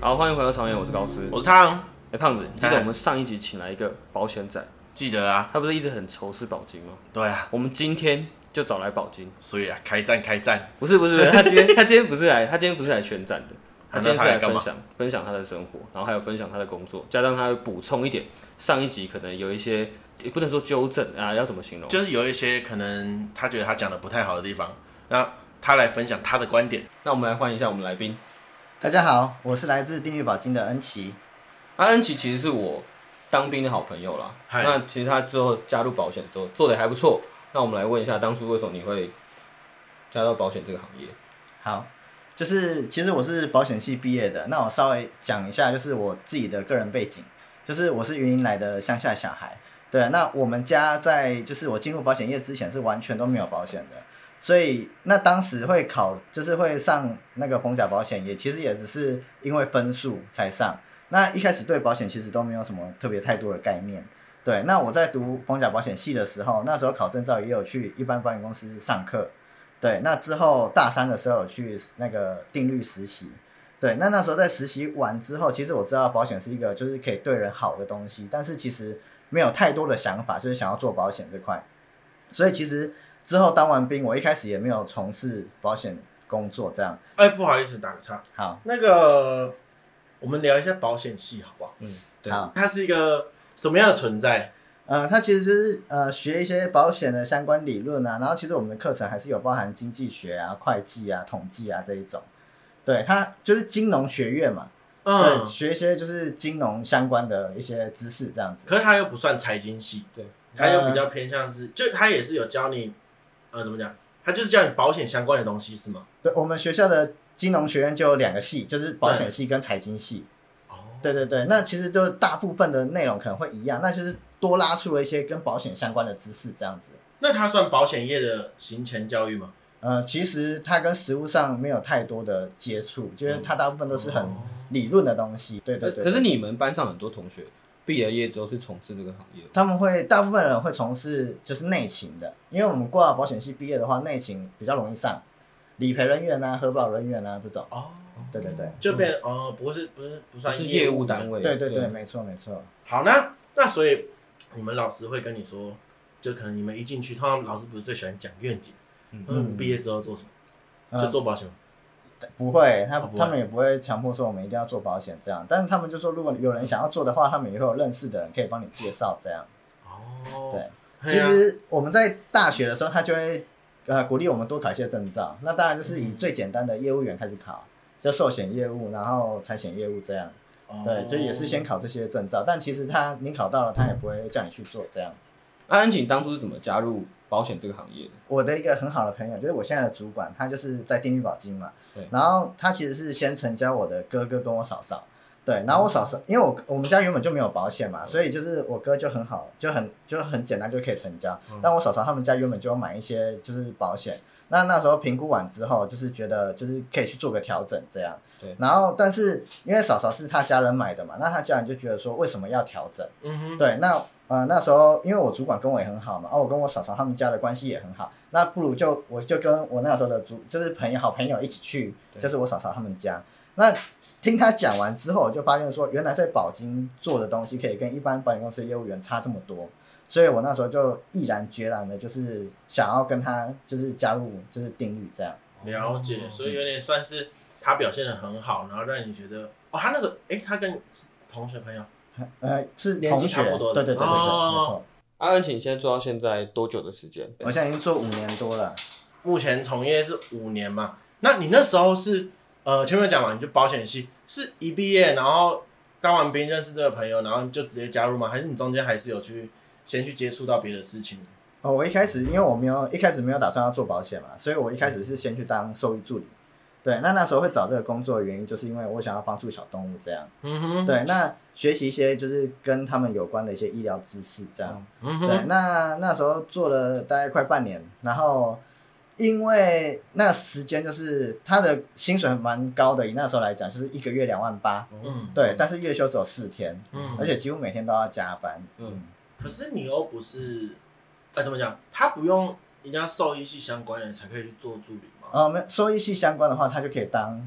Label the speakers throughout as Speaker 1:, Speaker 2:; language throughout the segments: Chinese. Speaker 1: 好，欢迎回到常言，我是高斯。
Speaker 2: 我是汤，
Speaker 1: 哎、胖子，你记得
Speaker 2: 哎
Speaker 1: 我们上一集请来一个保险仔，
Speaker 2: 记得啊，
Speaker 1: 他不是一直很仇视宝金吗？
Speaker 2: 对啊，
Speaker 1: 我们今天就找来宝金，
Speaker 2: 所以啊，开战开战，
Speaker 1: 不是不是，不是他今天他今天不是来，他今天不是来宣战的，他今天是来
Speaker 2: 那他来干
Speaker 1: 分
Speaker 2: 嘛
Speaker 1: 享分享他的生活，然后还有分享他的工作，加上他会补充一点上一集可能有一些也不能说纠正啊，要怎么形容？
Speaker 2: 就是有一些可能他觉得他讲的不太好的地方，那他来分享他的观点。
Speaker 1: 那我们来欢迎一下我们来宾，
Speaker 3: 大家好，我是来自定律宝金的恩琪。
Speaker 1: 阿恩奇其实是我当兵的好朋友啦。
Speaker 2: 嗨
Speaker 1: 那其实他之后加入保险之后做的还不错。那我们来问一下，当初为什么你会加到保险这个行业？
Speaker 3: 好，就是其实我是保险系毕业的，那我稍微讲一下，就是我自己的个人背景，就是我是云林来的乡下小孩。对，啊那我们家在就是我进入保险业之前是完全都没有保险的，所以那当时会考就是会上那个红甲保险也其实也只是因为分数才上。那一开始对保险其实都没有什么特别太多的概念。对，那我在读红甲保险系的时候，那时候考证照也有去一般保险公司上课，对，那之后大三的时候有去那个定律实习，对，那那时候在实习完之后，其实我知道保险是一个就是可以对人好的东西，但是其实没有太多的想法，就是想要做保险这块，所以其实之后当完兵，我一开始也没有从事保险工作，这样
Speaker 2: 哎、不好意思，打个岔，
Speaker 3: 好，
Speaker 2: 那个我们聊一下保险系好不好？
Speaker 1: 对
Speaker 3: 好，
Speaker 2: 它是一个什么样的存在？
Speaker 3: 呃，它其实就是呃学一些保险的相关理论啊，然后其实我们的课程还是有包含经济学啊、会计啊、统计啊这一种，对，它就是金融学院嘛。对，
Speaker 2: 嗯，
Speaker 3: 学一些就是金融相关的一些知识，这样子。
Speaker 2: 可是它又不算财经系，
Speaker 1: 对，
Speaker 2: 它又比较偏向是，就它也是有教你，呃，怎么讲？它就是教你保险相关的东西是吗？
Speaker 3: 对，我们学校的金融学院就有两个系，就是保险系跟财经系。
Speaker 2: 哦，
Speaker 3: 对对对，那其实就是大部分的内容可能会一样，那就是多拉出了一些跟保险相关的知识，这样子。
Speaker 2: 那它算保险业的行前教育吗？
Speaker 3: 呃，其实它跟实物上没有太多的接触，就是它大部分都是很
Speaker 2: 哦
Speaker 3: 理论的东西。对对对。
Speaker 1: 可是
Speaker 3: 对
Speaker 1: 你们班上很多同学毕了业之后是从事这个行业，
Speaker 3: 他们会大部分人会从事就是内勤的，因为我们挂保险系毕业的话，内勤比较容易上，理赔人员啊、核保人员啊这种。
Speaker 2: 哦，
Speaker 3: 对对对。
Speaker 2: 就变哦，不是不是不
Speaker 1: 嗯不
Speaker 2: 算
Speaker 1: 是业务单
Speaker 2: 位。
Speaker 1: 位。
Speaker 3: 对对对，没错没错。
Speaker 2: 好，那那所以你们老师会跟你说，就可能你们一进去，通常老师不是最喜欢讲愿景，
Speaker 1: 嗯
Speaker 2: 嗯，你们毕业之后做什么？就
Speaker 3: 嗯，
Speaker 2: 做保险吗。
Speaker 3: 不会，他
Speaker 2: 哦不会
Speaker 3: 他们也不会强迫说我们一定要做保险这样，但是他们就说如果有人想要做的话，他们也会有认识的人可以帮你介绍这样。
Speaker 2: 哦，
Speaker 3: 对
Speaker 2: 嘿
Speaker 3: 其
Speaker 2: 啊，
Speaker 3: 实我们在大学的时候，他就会呃鼓励我们多考一些证照，那当然就是
Speaker 2: 嗯
Speaker 3: 以最简单的业务员开始考，就寿险业务，然后财险业务这样。
Speaker 2: 哦
Speaker 3: 对，就也是先考这些证照，但其实他你考到了，他也不会叫你去做这样。
Speaker 1: 安安，请当初是怎么加入保险这个行业的？
Speaker 3: 我的一个很好的朋友，就是我现在的主管，他就是在定律保金嘛。
Speaker 1: 对
Speaker 3: 然后他其实是先成交我的哥哥跟我嫂嫂。
Speaker 1: 嗯
Speaker 3: 对，然后我嫂嫂，因为我我们家原本就没有保险嘛，所以就是我哥就很好，就很就很简单就可以成交。
Speaker 1: 嗯
Speaker 3: 但我嫂嫂他们家原本就有买一些就是保险，那那时候评估完之后，就是觉得就是可以去做个调整这样。
Speaker 1: 对。
Speaker 3: 然后，但是因为嫂嫂是他家人买的嘛，那他家人就觉得说为什么要调整？
Speaker 2: 嗯哼，
Speaker 3: 对，那呃那时候因为我主管跟我也很好嘛，啊我跟我嫂嫂他们家的关系也很好，那不如就我就跟我那时候的主就是朋友好朋友一起去，
Speaker 1: 对
Speaker 3: 就是我嫂嫂他们家。那听他讲完之后，我就发现说，原来在保金做的东西可以跟一般保险公司的业务员差这么多，所以我那时候就毅然决然的，就是想要跟他就是加入就是定律这样。
Speaker 2: 了
Speaker 1: 哦
Speaker 2: 解，
Speaker 1: 嗯
Speaker 2: 所以有点算是他表现的很好，然后让你觉得哦，他那个哎，他跟你是同学朋友
Speaker 3: 呃，是
Speaker 2: 年
Speaker 3: 同
Speaker 2: 纪
Speaker 3: 学，
Speaker 2: 差不多的
Speaker 3: 对对对对对，
Speaker 2: 哦
Speaker 3: 没错。
Speaker 1: 安安，请现在做到现在多久的时间？
Speaker 3: 我现在已经做五年多了，
Speaker 2: 目前从业是五年嘛，那你那时候是呃前面有讲嘛，你就保险系是一毕业，然后当完兵认识这个朋友，然后你就直接加入吗？还是你中间还是有去先去接触到别的事情？
Speaker 3: 哦，我一开始因为我没有一开始没有打算要做保险嘛，所以我一开始是先去当兽医助理。对，那那时候会找这个工作的原因，就是因为我想要帮助小动物这样。
Speaker 2: 嗯哼，
Speaker 3: 对，那学习一些就是跟他们有关的一些医疗知识这样。
Speaker 2: 嗯
Speaker 3: 对，那那时候做了大概快半年，然后因为那时间就是他的薪水蛮高的，以那时候来讲就是一个月两万八，
Speaker 2: 嗯，
Speaker 3: 对，但是月休只有四天，
Speaker 2: 嗯
Speaker 3: 而且几乎每天都要加班。
Speaker 1: 嗯，
Speaker 2: 可是你又不是，呃，怎么讲？他不用人家兽医系相关的人才可以去做助理吗？
Speaker 3: 呃，没有兽医系相关的话，他就可以当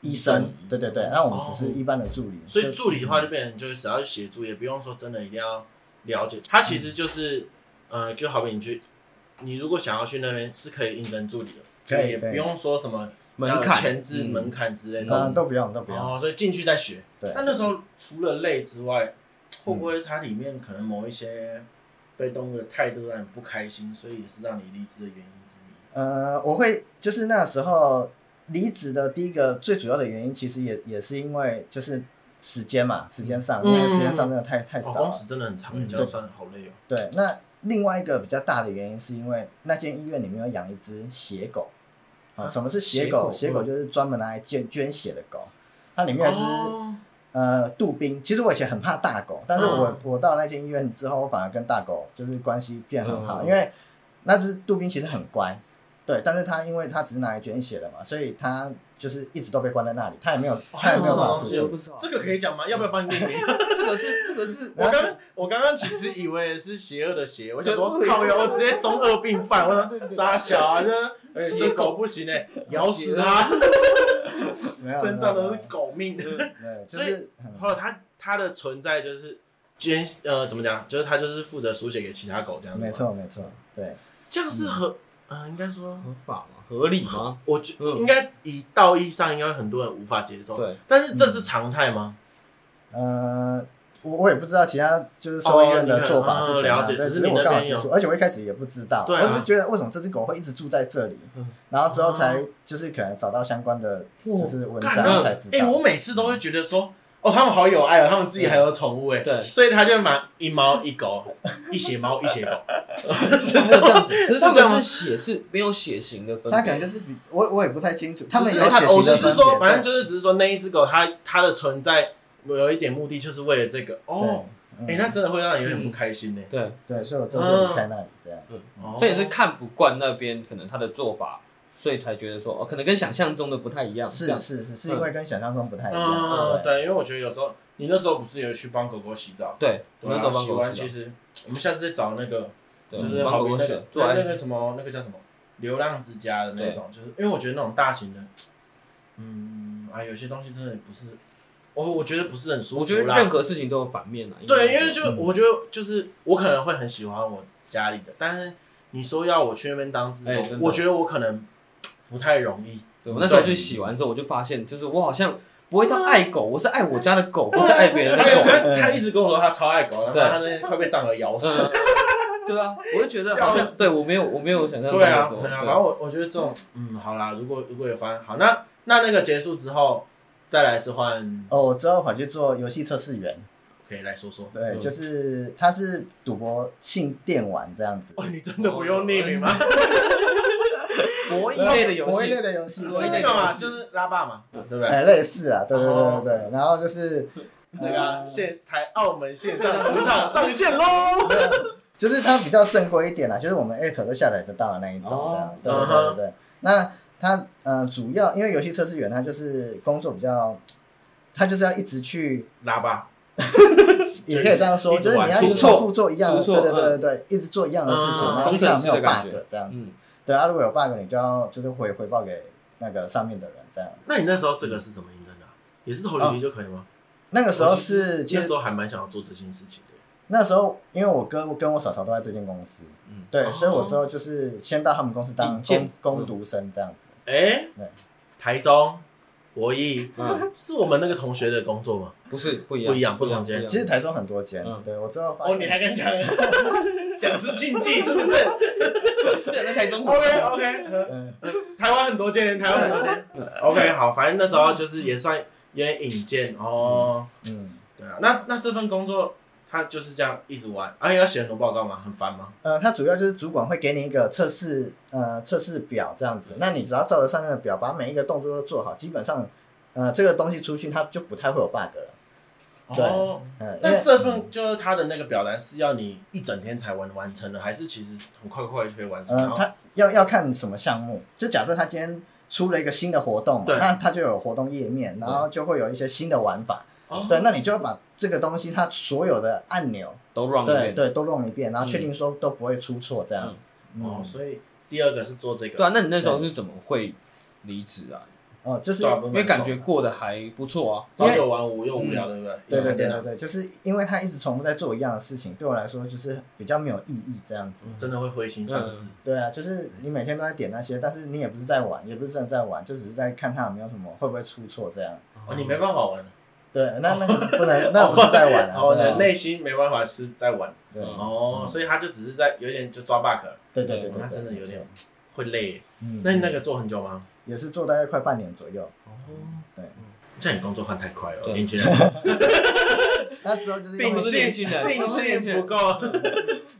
Speaker 3: 医生，对对对，那我们
Speaker 2: 哦
Speaker 3: 只是一般的助理，
Speaker 2: 所以
Speaker 3: 就
Speaker 2: 助理的话就变成就是只要去协助，也不用说真的一定要了解，他其实就是，呃，就好比你去，你如果想要去那边是可以应征助理的，
Speaker 3: 可以
Speaker 2: 也
Speaker 3: 可以
Speaker 2: 不用说什么
Speaker 1: 门槛
Speaker 2: 前置
Speaker 1: 嗯
Speaker 2: 门槛之类的。
Speaker 3: 当然都不用都不用，
Speaker 2: 哦，所以进去再学。
Speaker 3: 对
Speaker 2: 那那时候除了累之外，会不会它里面可能某一些被动物的态度让你不开心，所以也是让你离职的原因之一？
Speaker 3: 呃，我会就是那时候离职的第一个最主要的原因，其实也也是因为就是时间嘛，时间上，
Speaker 2: 嗯
Speaker 3: 因为时间上真的太太
Speaker 2: 哦，
Speaker 3: 少
Speaker 2: 工
Speaker 3: 了。
Speaker 2: 时真的很长，
Speaker 1: 嗯
Speaker 2: 这样算好累哦。
Speaker 3: 对，那另外一个比较大的原因是因为那间医院里面有养一只血狗。啊，
Speaker 2: 啊
Speaker 3: 什么是血
Speaker 2: 血
Speaker 3: 狗？
Speaker 2: 狗嗯
Speaker 3: 血狗就是专门拿来捐捐血的狗，它里面有一只、
Speaker 2: 哦，
Speaker 3: 呃杜宾。其实我以前很怕大狗，但是我、
Speaker 2: 嗯
Speaker 3: 我到那间医院之后，我反而跟大狗就是关系变很好，
Speaker 1: 嗯
Speaker 3: 因为那只杜宾其实很乖，对，但是它因为它只是拿来捐血的嘛，所以它就是一直都被关在那里，它也没有
Speaker 2: 哦
Speaker 3: 它
Speaker 2: 还有
Speaker 3: 也没有
Speaker 2: 这
Speaker 3: 办
Speaker 2: 种
Speaker 3: 法
Speaker 2: 东
Speaker 3: 出
Speaker 2: 西
Speaker 3: 去。
Speaker 1: 不知道
Speaker 2: 这个可以讲吗？要不要帮你命名？
Speaker 1: 这个是这个是
Speaker 2: 我刚我刚刚其实以为是邪恶的邪，我想说
Speaker 1: 对
Speaker 2: 靠呀，我直接中二病犯，我
Speaker 1: 对对
Speaker 2: 说
Speaker 1: 对
Speaker 2: 傻小啊，这
Speaker 1: 邪
Speaker 2: 这狗不行哎，咬死
Speaker 1: 邪恶
Speaker 2: 它，
Speaker 3: 没 有
Speaker 2: 身上都
Speaker 3: 没
Speaker 2: 是
Speaker 3: 有
Speaker 2: 狗命。
Speaker 3: 对，就
Speaker 2: 所以
Speaker 3: 是嗯
Speaker 2: 还有它它的存在就是捐呃怎么讲，就是它就是负责输血给其他狗这样子。
Speaker 3: 没，错没错，对，
Speaker 2: 这样是合嗯应该说，
Speaker 1: 合法吗？合理吗？
Speaker 2: 我觉
Speaker 1: 嗯
Speaker 2: 应该以道义上应该很多人无法接受，
Speaker 1: 对，
Speaker 2: 但是这是常态吗？
Speaker 3: 呃。我我也不知道其他就是收医院的做法是怎样，
Speaker 2: 哦
Speaker 3: 对，
Speaker 2: 你可能嗯了解只
Speaker 3: 只是
Speaker 2: 是你那
Speaker 3: 我
Speaker 2: 边有
Speaker 3: 刚好接触，而且我一开始也不知道，
Speaker 2: 对啊
Speaker 3: 我只是觉得为什么这只狗会一直住在这里
Speaker 1: 嗯，
Speaker 3: 然后之后才就是可能找到相关的就是嗯文
Speaker 2: 哦干
Speaker 3: 章
Speaker 2: 那
Speaker 3: 才知
Speaker 2: 哎、
Speaker 3: 道，
Speaker 2: 我每次都会觉得说，哦，他们好有爱哦，他们自己还有宠物哎、
Speaker 1: 对
Speaker 2: 所以他就买一猫一狗，一血猫一血狗，
Speaker 1: 是这样 子，可是他
Speaker 2: 是这样吗
Speaker 1: 们是血是没有血型
Speaker 2: 嗯
Speaker 1: 的分别，
Speaker 3: 它可能就是比我我也不太清楚，他们
Speaker 2: 只
Speaker 3: 有
Speaker 2: 是
Speaker 3: 血
Speaker 2: 他
Speaker 3: 型
Speaker 2: 我
Speaker 3: 的
Speaker 2: 只
Speaker 3: 分
Speaker 2: 是
Speaker 3: 别
Speaker 2: 说，，反正就是只是说那一只狗它它的存在有一点目的，就是为了这个
Speaker 3: 对
Speaker 2: 哦，哎、
Speaker 3: 对嗯
Speaker 2: 那真的会让你有点不开心呢、
Speaker 1: 对，
Speaker 3: 对，所以我之后就离开那里这样，
Speaker 2: 哦
Speaker 1: 所以是看不惯那边可能他的做法，所以才觉得说哦，可能跟想象中的不太一样，这
Speaker 3: 是
Speaker 1: 样
Speaker 3: 是是是因为跟想象中不太一样
Speaker 2: 嗯，，
Speaker 3: 对
Speaker 2: 对，因为我觉得有时候你那时候不是有去帮狗狗洗澡，
Speaker 1: 对，我那
Speaker 2: 对啊
Speaker 1: 时候帮
Speaker 2: 洗
Speaker 1: 狗
Speaker 2: 完
Speaker 1: 洗
Speaker 2: 其
Speaker 1: 澡
Speaker 2: 实我们下次再找那个
Speaker 1: 对
Speaker 2: 就是
Speaker 1: 帮
Speaker 2: 好
Speaker 1: 狗
Speaker 2: 比
Speaker 1: 狗
Speaker 2: 那
Speaker 1: 洗
Speaker 2: 个，
Speaker 1: 做
Speaker 2: 那
Speaker 1: 爱
Speaker 2: 那个什么那个叫什么流浪之家的那种，就是因为我觉得那种大型的，嗯啊，有些东西真的不是，我我觉得不是很舒服啦。
Speaker 1: 我觉得任何事情都有反面啊。
Speaker 2: 对，因为就
Speaker 3: 嗯
Speaker 2: 我觉得就是我可能会很喜欢我家里的，但是你说要我去那边当志
Speaker 1: 哎
Speaker 2: 工
Speaker 1: 真，的
Speaker 2: 我觉得我可能不太容 易。
Speaker 1: 对我那时候去洗完之后，我就发现，就是我好像不会
Speaker 2: 啊
Speaker 1: 到爱狗，我是爱我家的狗，不是爱别人的
Speaker 2: 他有
Speaker 1: 狗。
Speaker 2: 他他一直跟我说他超爱狗，然后
Speaker 1: 对
Speaker 2: 他那天快被蟑螂咬死。
Speaker 1: 嗯，对啊，我就觉得好
Speaker 2: 笑
Speaker 1: 像对我没有我没有想象中
Speaker 2: 对啊，
Speaker 1: 的这
Speaker 2: 对
Speaker 1: 种
Speaker 2: 啊，
Speaker 1: 对
Speaker 2: 反正我我觉得这种，嗯，好啦，如果如果有发生好，那那那个结束之后，再来是换，
Speaker 3: 哦，我之后跑去做游戏测试员，
Speaker 2: 可以来说说。
Speaker 3: 对，
Speaker 1: 嗯
Speaker 3: 就是他是赌博性电玩这样子，
Speaker 2: 哦，你真的不用匿名 吗？
Speaker 1: 博弈类的游
Speaker 3: 博弈
Speaker 1: 戏
Speaker 3: 类，的游戏，
Speaker 2: 哦是
Speaker 1: 博弈
Speaker 2: 那
Speaker 1: 类
Speaker 2: 个
Speaker 1: 的
Speaker 2: 嘛，就是拉霸嘛，对不对？
Speaker 3: 哎，类似啊，对对对
Speaker 2: 哦
Speaker 3: 对对，然后就是
Speaker 2: 那
Speaker 3: 呃
Speaker 2: 个啊现台澳门线上赌 场上线喽。
Speaker 3: 就是它比较正规一点啦，就是我们 app 都下载得到的那一种
Speaker 1: 哦
Speaker 3: 这样，
Speaker 2: 嗯
Speaker 3: 对对对
Speaker 2: 哼
Speaker 3: 对对。那它呃主要因为游戏测试员他就是工作比较，他就是要一直去，
Speaker 2: 拉霸，
Speaker 3: 也可以这样
Speaker 2: 一
Speaker 3: 说，
Speaker 2: 直
Speaker 3: 就是你
Speaker 2: 玩
Speaker 3: 要一直
Speaker 1: 出错
Speaker 3: 重复做一样的，
Speaker 1: 出
Speaker 3: 对
Speaker 1: 错
Speaker 3: 对对对对，一直做一样的事情，
Speaker 2: 嗯
Speaker 3: 然后经常没
Speaker 1: 工程师
Speaker 3: 有
Speaker 1: 的感
Speaker 3: bug
Speaker 1: 觉
Speaker 3: 这样子
Speaker 1: 嗯。
Speaker 3: 对啊，如果有 bug 你就要就是回回报给那个上面的人这样。
Speaker 2: 那你那时候这个是怎么应征的啊？也是投履历就可以吗？
Speaker 3: 哦那个时候
Speaker 2: 我哦其
Speaker 3: 是其
Speaker 2: 那
Speaker 3: 实
Speaker 2: 时候还蛮想要做这件事情的。
Speaker 3: 那时候，因为我哥跟我嫂嫂都在这间公司，
Speaker 1: 嗯
Speaker 3: 对，
Speaker 2: 哦
Speaker 3: 所以我之后就是先到他们公司当
Speaker 1: 引荐
Speaker 3: 工工读生这样子。
Speaker 2: 哎
Speaker 3: 对，
Speaker 2: 台中博弈
Speaker 1: 嗯，
Speaker 2: 是我们那个同学的工作吗？
Speaker 1: 不是不一
Speaker 2: 不一样不同
Speaker 1: 不一
Speaker 2: 间
Speaker 1: 样
Speaker 3: 其实台中很多间，
Speaker 1: 嗯
Speaker 3: 对我之后发
Speaker 2: 哦，你
Speaker 3: 现，
Speaker 2: 还敢讲？ 想吃禁忌是不是
Speaker 1: 在台中
Speaker 2: ？OK OK，
Speaker 3: 嗯，
Speaker 2: 呃台湾很多间，台湾很多间。OK，好，嗯反正那时候就是也算有点引荐哦。
Speaker 3: 嗯，
Speaker 2: 对啊，那那这份工作他就是这样一直玩，啊，要写很多报告吗？很烦吗？
Speaker 3: 呃，它主要就是主管会给你一个测试，呃，测试表这样子，那你只要照着上面的表，把每一个动作都做好，基本上，呃，这个东西出去它就不太会有 bug 了。对
Speaker 2: 哦，
Speaker 3: 嗯，因
Speaker 2: 那
Speaker 3: 为
Speaker 2: 这份就是他的那个表单是要你一整天才完完成的，还是其实很快快就可以完成？然
Speaker 3: 呃，
Speaker 2: 后
Speaker 1: 哦
Speaker 3: 它要要看什么项目，就假设他今天出了一个新的活动嘛，
Speaker 2: 对
Speaker 3: 那它就有活动页面，然后就会有一些新的玩法。
Speaker 2: 哦
Speaker 3: 对，那你就要把这个东西它所有的按钮，
Speaker 1: 都 run 一
Speaker 3: 对
Speaker 1: 遍
Speaker 3: 对，都弄一遍，然后确
Speaker 2: 嗯
Speaker 3: 定说都不会出错这样。嗯
Speaker 2: 哦哦，所以第二个是做这个。
Speaker 1: 对啊，那你那时候是怎么会离职啊？
Speaker 3: 哦，就是
Speaker 2: 对啊不是
Speaker 4: 因
Speaker 2: 蛮
Speaker 4: 为感
Speaker 2: 重
Speaker 4: 觉
Speaker 2: 的
Speaker 4: 过得还不错啊。
Speaker 2: 朝九晚五又无啊聊，对不对？
Speaker 3: 嗯对对对
Speaker 2: 一直在那
Speaker 3: 对对，就是因为他一直重复在做一样的事情，对我来说就是比较没有意义这样子。
Speaker 2: 真的会灰心丧志。
Speaker 3: 对啊，就是你每天都在点那些，但是你也不是在玩，也不是真的在玩，就只是在看他有没有什么会不会出错这样。
Speaker 2: 哦，你没办法玩了，
Speaker 3: 对，那那个不 能，那不是在玩啊。
Speaker 2: 哦，你
Speaker 3: 对
Speaker 2: 的
Speaker 3: 啊
Speaker 2: 内心没办法是在玩，
Speaker 3: 对
Speaker 2: 哦，所以他就只是在有点就抓 bug，了
Speaker 3: 对对对对，
Speaker 2: 哦那真的
Speaker 3: 对
Speaker 2: 有点
Speaker 3: 没错
Speaker 2: 会累。
Speaker 3: 嗯
Speaker 2: 那你那个做很久吗？
Speaker 3: 也是做大概快半年左右。
Speaker 1: 哦
Speaker 2: 这你工作换太快了，
Speaker 4: 对
Speaker 2: 年轻人
Speaker 3: 那之后就是因
Speaker 4: 并
Speaker 3: 为
Speaker 4: 不是年轻人
Speaker 2: 定性不够，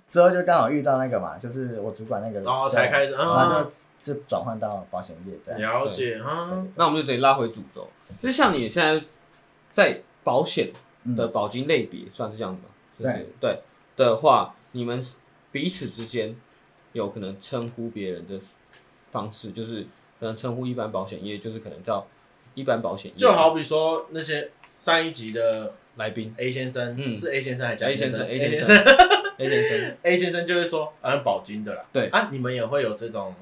Speaker 3: 之后就刚好遇到那个嘛，就是我主管那个，
Speaker 2: 然后哦才开始
Speaker 3: 然后
Speaker 2: 啊，
Speaker 3: 就就转换到保险业这样。
Speaker 2: 了解啊
Speaker 3: 对，
Speaker 4: 那我们就得拉回主轴，就是像你现在在保险
Speaker 3: 嗯
Speaker 4: 的保金类别算是这样吧？就是
Speaker 3: 对
Speaker 4: 对的话，你们彼此之间有可能称呼别人的方式，就是可能称呼一般保险业，就是可能叫一般保险业
Speaker 2: 就好比说那些上一集的
Speaker 4: 来宾
Speaker 2: A 先生，
Speaker 4: 嗯
Speaker 2: 是 A 先生还是贾
Speaker 4: A 先生 A
Speaker 2: 先
Speaker 4: 先
Speaker 2: 生
Speaker 4: 生 A 先生，
Speaker 2: A 先生就会说，好像保金的啦。
Speaker 4: 对
Speaker 2: 啊，你们也会有这种，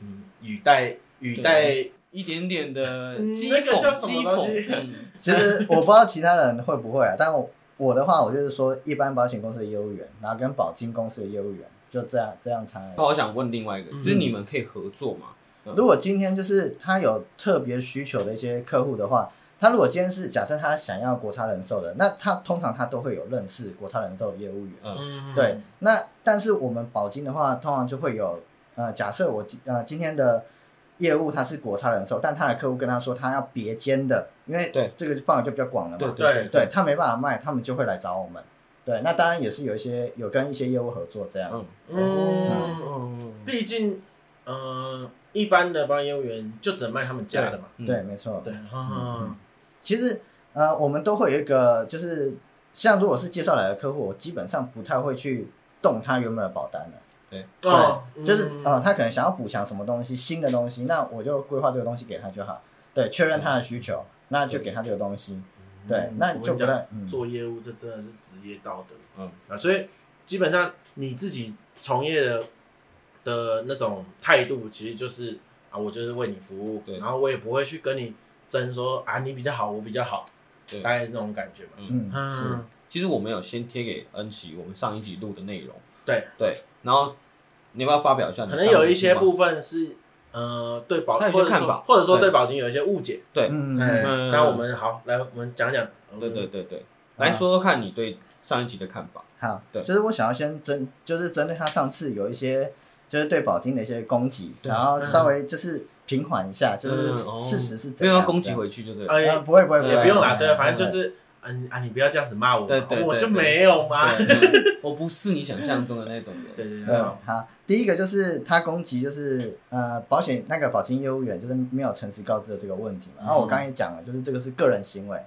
Speaker 2: 嗯，语带语带
Speaker 4: 一点点的
Speaker 2: 嗯
Speaker 4: 讥
Speaker 2: 那个叫
Speaker 4: 讽
Speaker 2: 什
Speaker 4: 讥
Speaker 2: 么东西
Speaker 4: 讽，嗯
Speaker 3: 其实我不知道其他人会不会啊，但我我的话，我就是说一般保险公司的业务员，然后跟保金公司的业务员就这样这样差而已。
Speaker 4: 那
Speaker 2: 哦
Speaker 4: 我想问另外一个，就是你们可以合作吗？
Speaker 3: 如果今天就是他有特别需求的一些客户的话，他如果今天是假设他想要国差人寿的，那他通常他都会有认识国差人寿的业务员。
Speaker 2: 嗯
Speaker 3: 对，，那但是我们保金的话，通常就会有呃，假设我今呃今天的业务它是国差人寿，但他的客户跟他说他要别间的，因为
Speaker 4: 对
Speaker 3: 这个范围就比较广了嘛，
Speaker 2: 对
Speaker 3: 对他没办法卖，他们就会来找我们。对，那当然也是有一些有跟一些业务合作这样。
Speaker 4: 嗯
Speaker 2: 嗯，
Speaker 4: 嗯，
Speaker 2: 毕竟，嗯，一般的保险业务员就只能卖他们家的嘛。
Speaker 4: 嗯
Speaker 3: 对，没错。
Speaker 2: 对，嗯，
Speaker 3: 其实呃，我们都会有一个，就是像如果是介绍来的客户，我基本上不太会去动他原本的保单的。
Speaker 2: 哦，
Speaker 3: 就是
Speaker 2: 嗯
Speaker 3: 呃，他可能想要补强什么东西，新的东西，那我就规划这个东西给他就好。对，确认他的需求，那就给他这个东西。对，那你就不太嗯，
Speaker 2: 做业务这真的是职业道德，
Speaker 4: 嗯
Speaker 2: 啊，所以基本上你自己从业的的那种态度，其实就是啊，我就是为你服务，
Speaker 4: 对
Speaker 2: 然后我也不会去跟你争说啊，你比较好，我比较好，
Speaker 4: 对
Speaker 2: 大概是那种感觉吧。
Speaker 3: 嗯
Speaker 2: 嗯，
Speaker 4: 其实我们有先贴给恩琪我们上一集录的内容，
Speaker 2: 对
Speaker 4: 对，然后你要不要发表一下你
Speaker 2: 可能
Speaker 4: 当时的情况？
Speaker 2: 有一些部分是呃对保，
Speaker 4: 他有
Speaker 2: 或
Speaker 4: 些
Speaker 2: 者
Speaker 4: 看
Speaker 2: 说
Speaker 4: 法
Speaker 2: 或者说对
Speaker 4: 对
Speaker 2: 保金有一些误解，
Speaker 4: 对
Speaker 3: 嗯
Speaker 2: 哎，
Speaker 4: 嗯
Speaker 2: 那我们好来我们讲讲，
Speaker 4: 对对对
Speaker 2: 嗯
Speaker 4: 对，来说说看你对上一集的看法。
Speaker 3: 好，
Speaker 4: 对
Speaker 3: 就是我想要先针，就是针对他上次有一些就是对宝金的一些攻击，
Speaker 4: 对
Speaker 3: 然后稍微就是平缓一下，就是
Speaker 4: 嗯哦
Speaker 3: 事实是怎
Speaker 4: 没有
Speaker 3: 样。
Speaker 4: 要攻击
Speaker 3: 这样
Speaker 4: 回去，哎对不对？
Speaker 2: 呃
Speaker 3: 呃，不会不会
Speaker 2: 也
Speaker 3: 会
Speaker 2: 不用啦，
Speaker 3: 会
Speaker 2: 对啊，反
Speaker 3: 不
Speaker 2: 正
Speaker 3: 会
Speaker 2: 就是嗯啊，你不要这样子骂我
Speaker 4: 哎对
Speaker 2: 嘛，哦
Speaker 4: 对
Speaker 2: 我
Speaker 4: 对
Speaker 2: 就
Speaker 4: 对
Speaker 2: 没有嘛，
Speaker 4: 对 我不是你想象中的那种人。
Speaker 2: 对对对，
Speaker 3: 嗯，好，第一个就是他攻击，就是呃，保险那个保金业务员就是没有诚实告知的这个问题嘛。然后我刚才也讲了，就是这个是个人行为，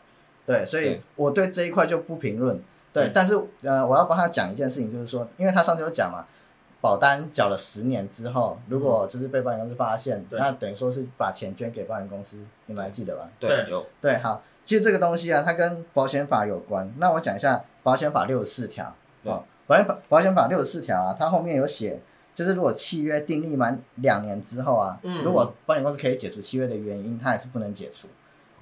Speaker 3: 对，所以
Speaker 4: 对
Speaker 3: 我对这一块就不评论。对
Speaker 4: 嗯，
Speaker 3: 但是呃，我要帮他讲一件事情，就是说，因为他上次有讲嘛，保单缴了十年之后，如果就是被保险公司发现，
Speaker 2: 对
Speaker 3: 那等于说是把钱捐给保险公司，你们还记得吧？
Speaker 2: 对
Speaker 4: 对，有
Speaker 3: 对，好，其实这个东西啊，它跟保险法有关。那我讲一下保险法六十四条。哦，保险法保险法六十四条啊，它后面有写，就是如果契约订立满两年之后啊，
Speaker 2: 嗯
Speaker 3: 如果保险公司可以解除契约的原因，它也是不能解除。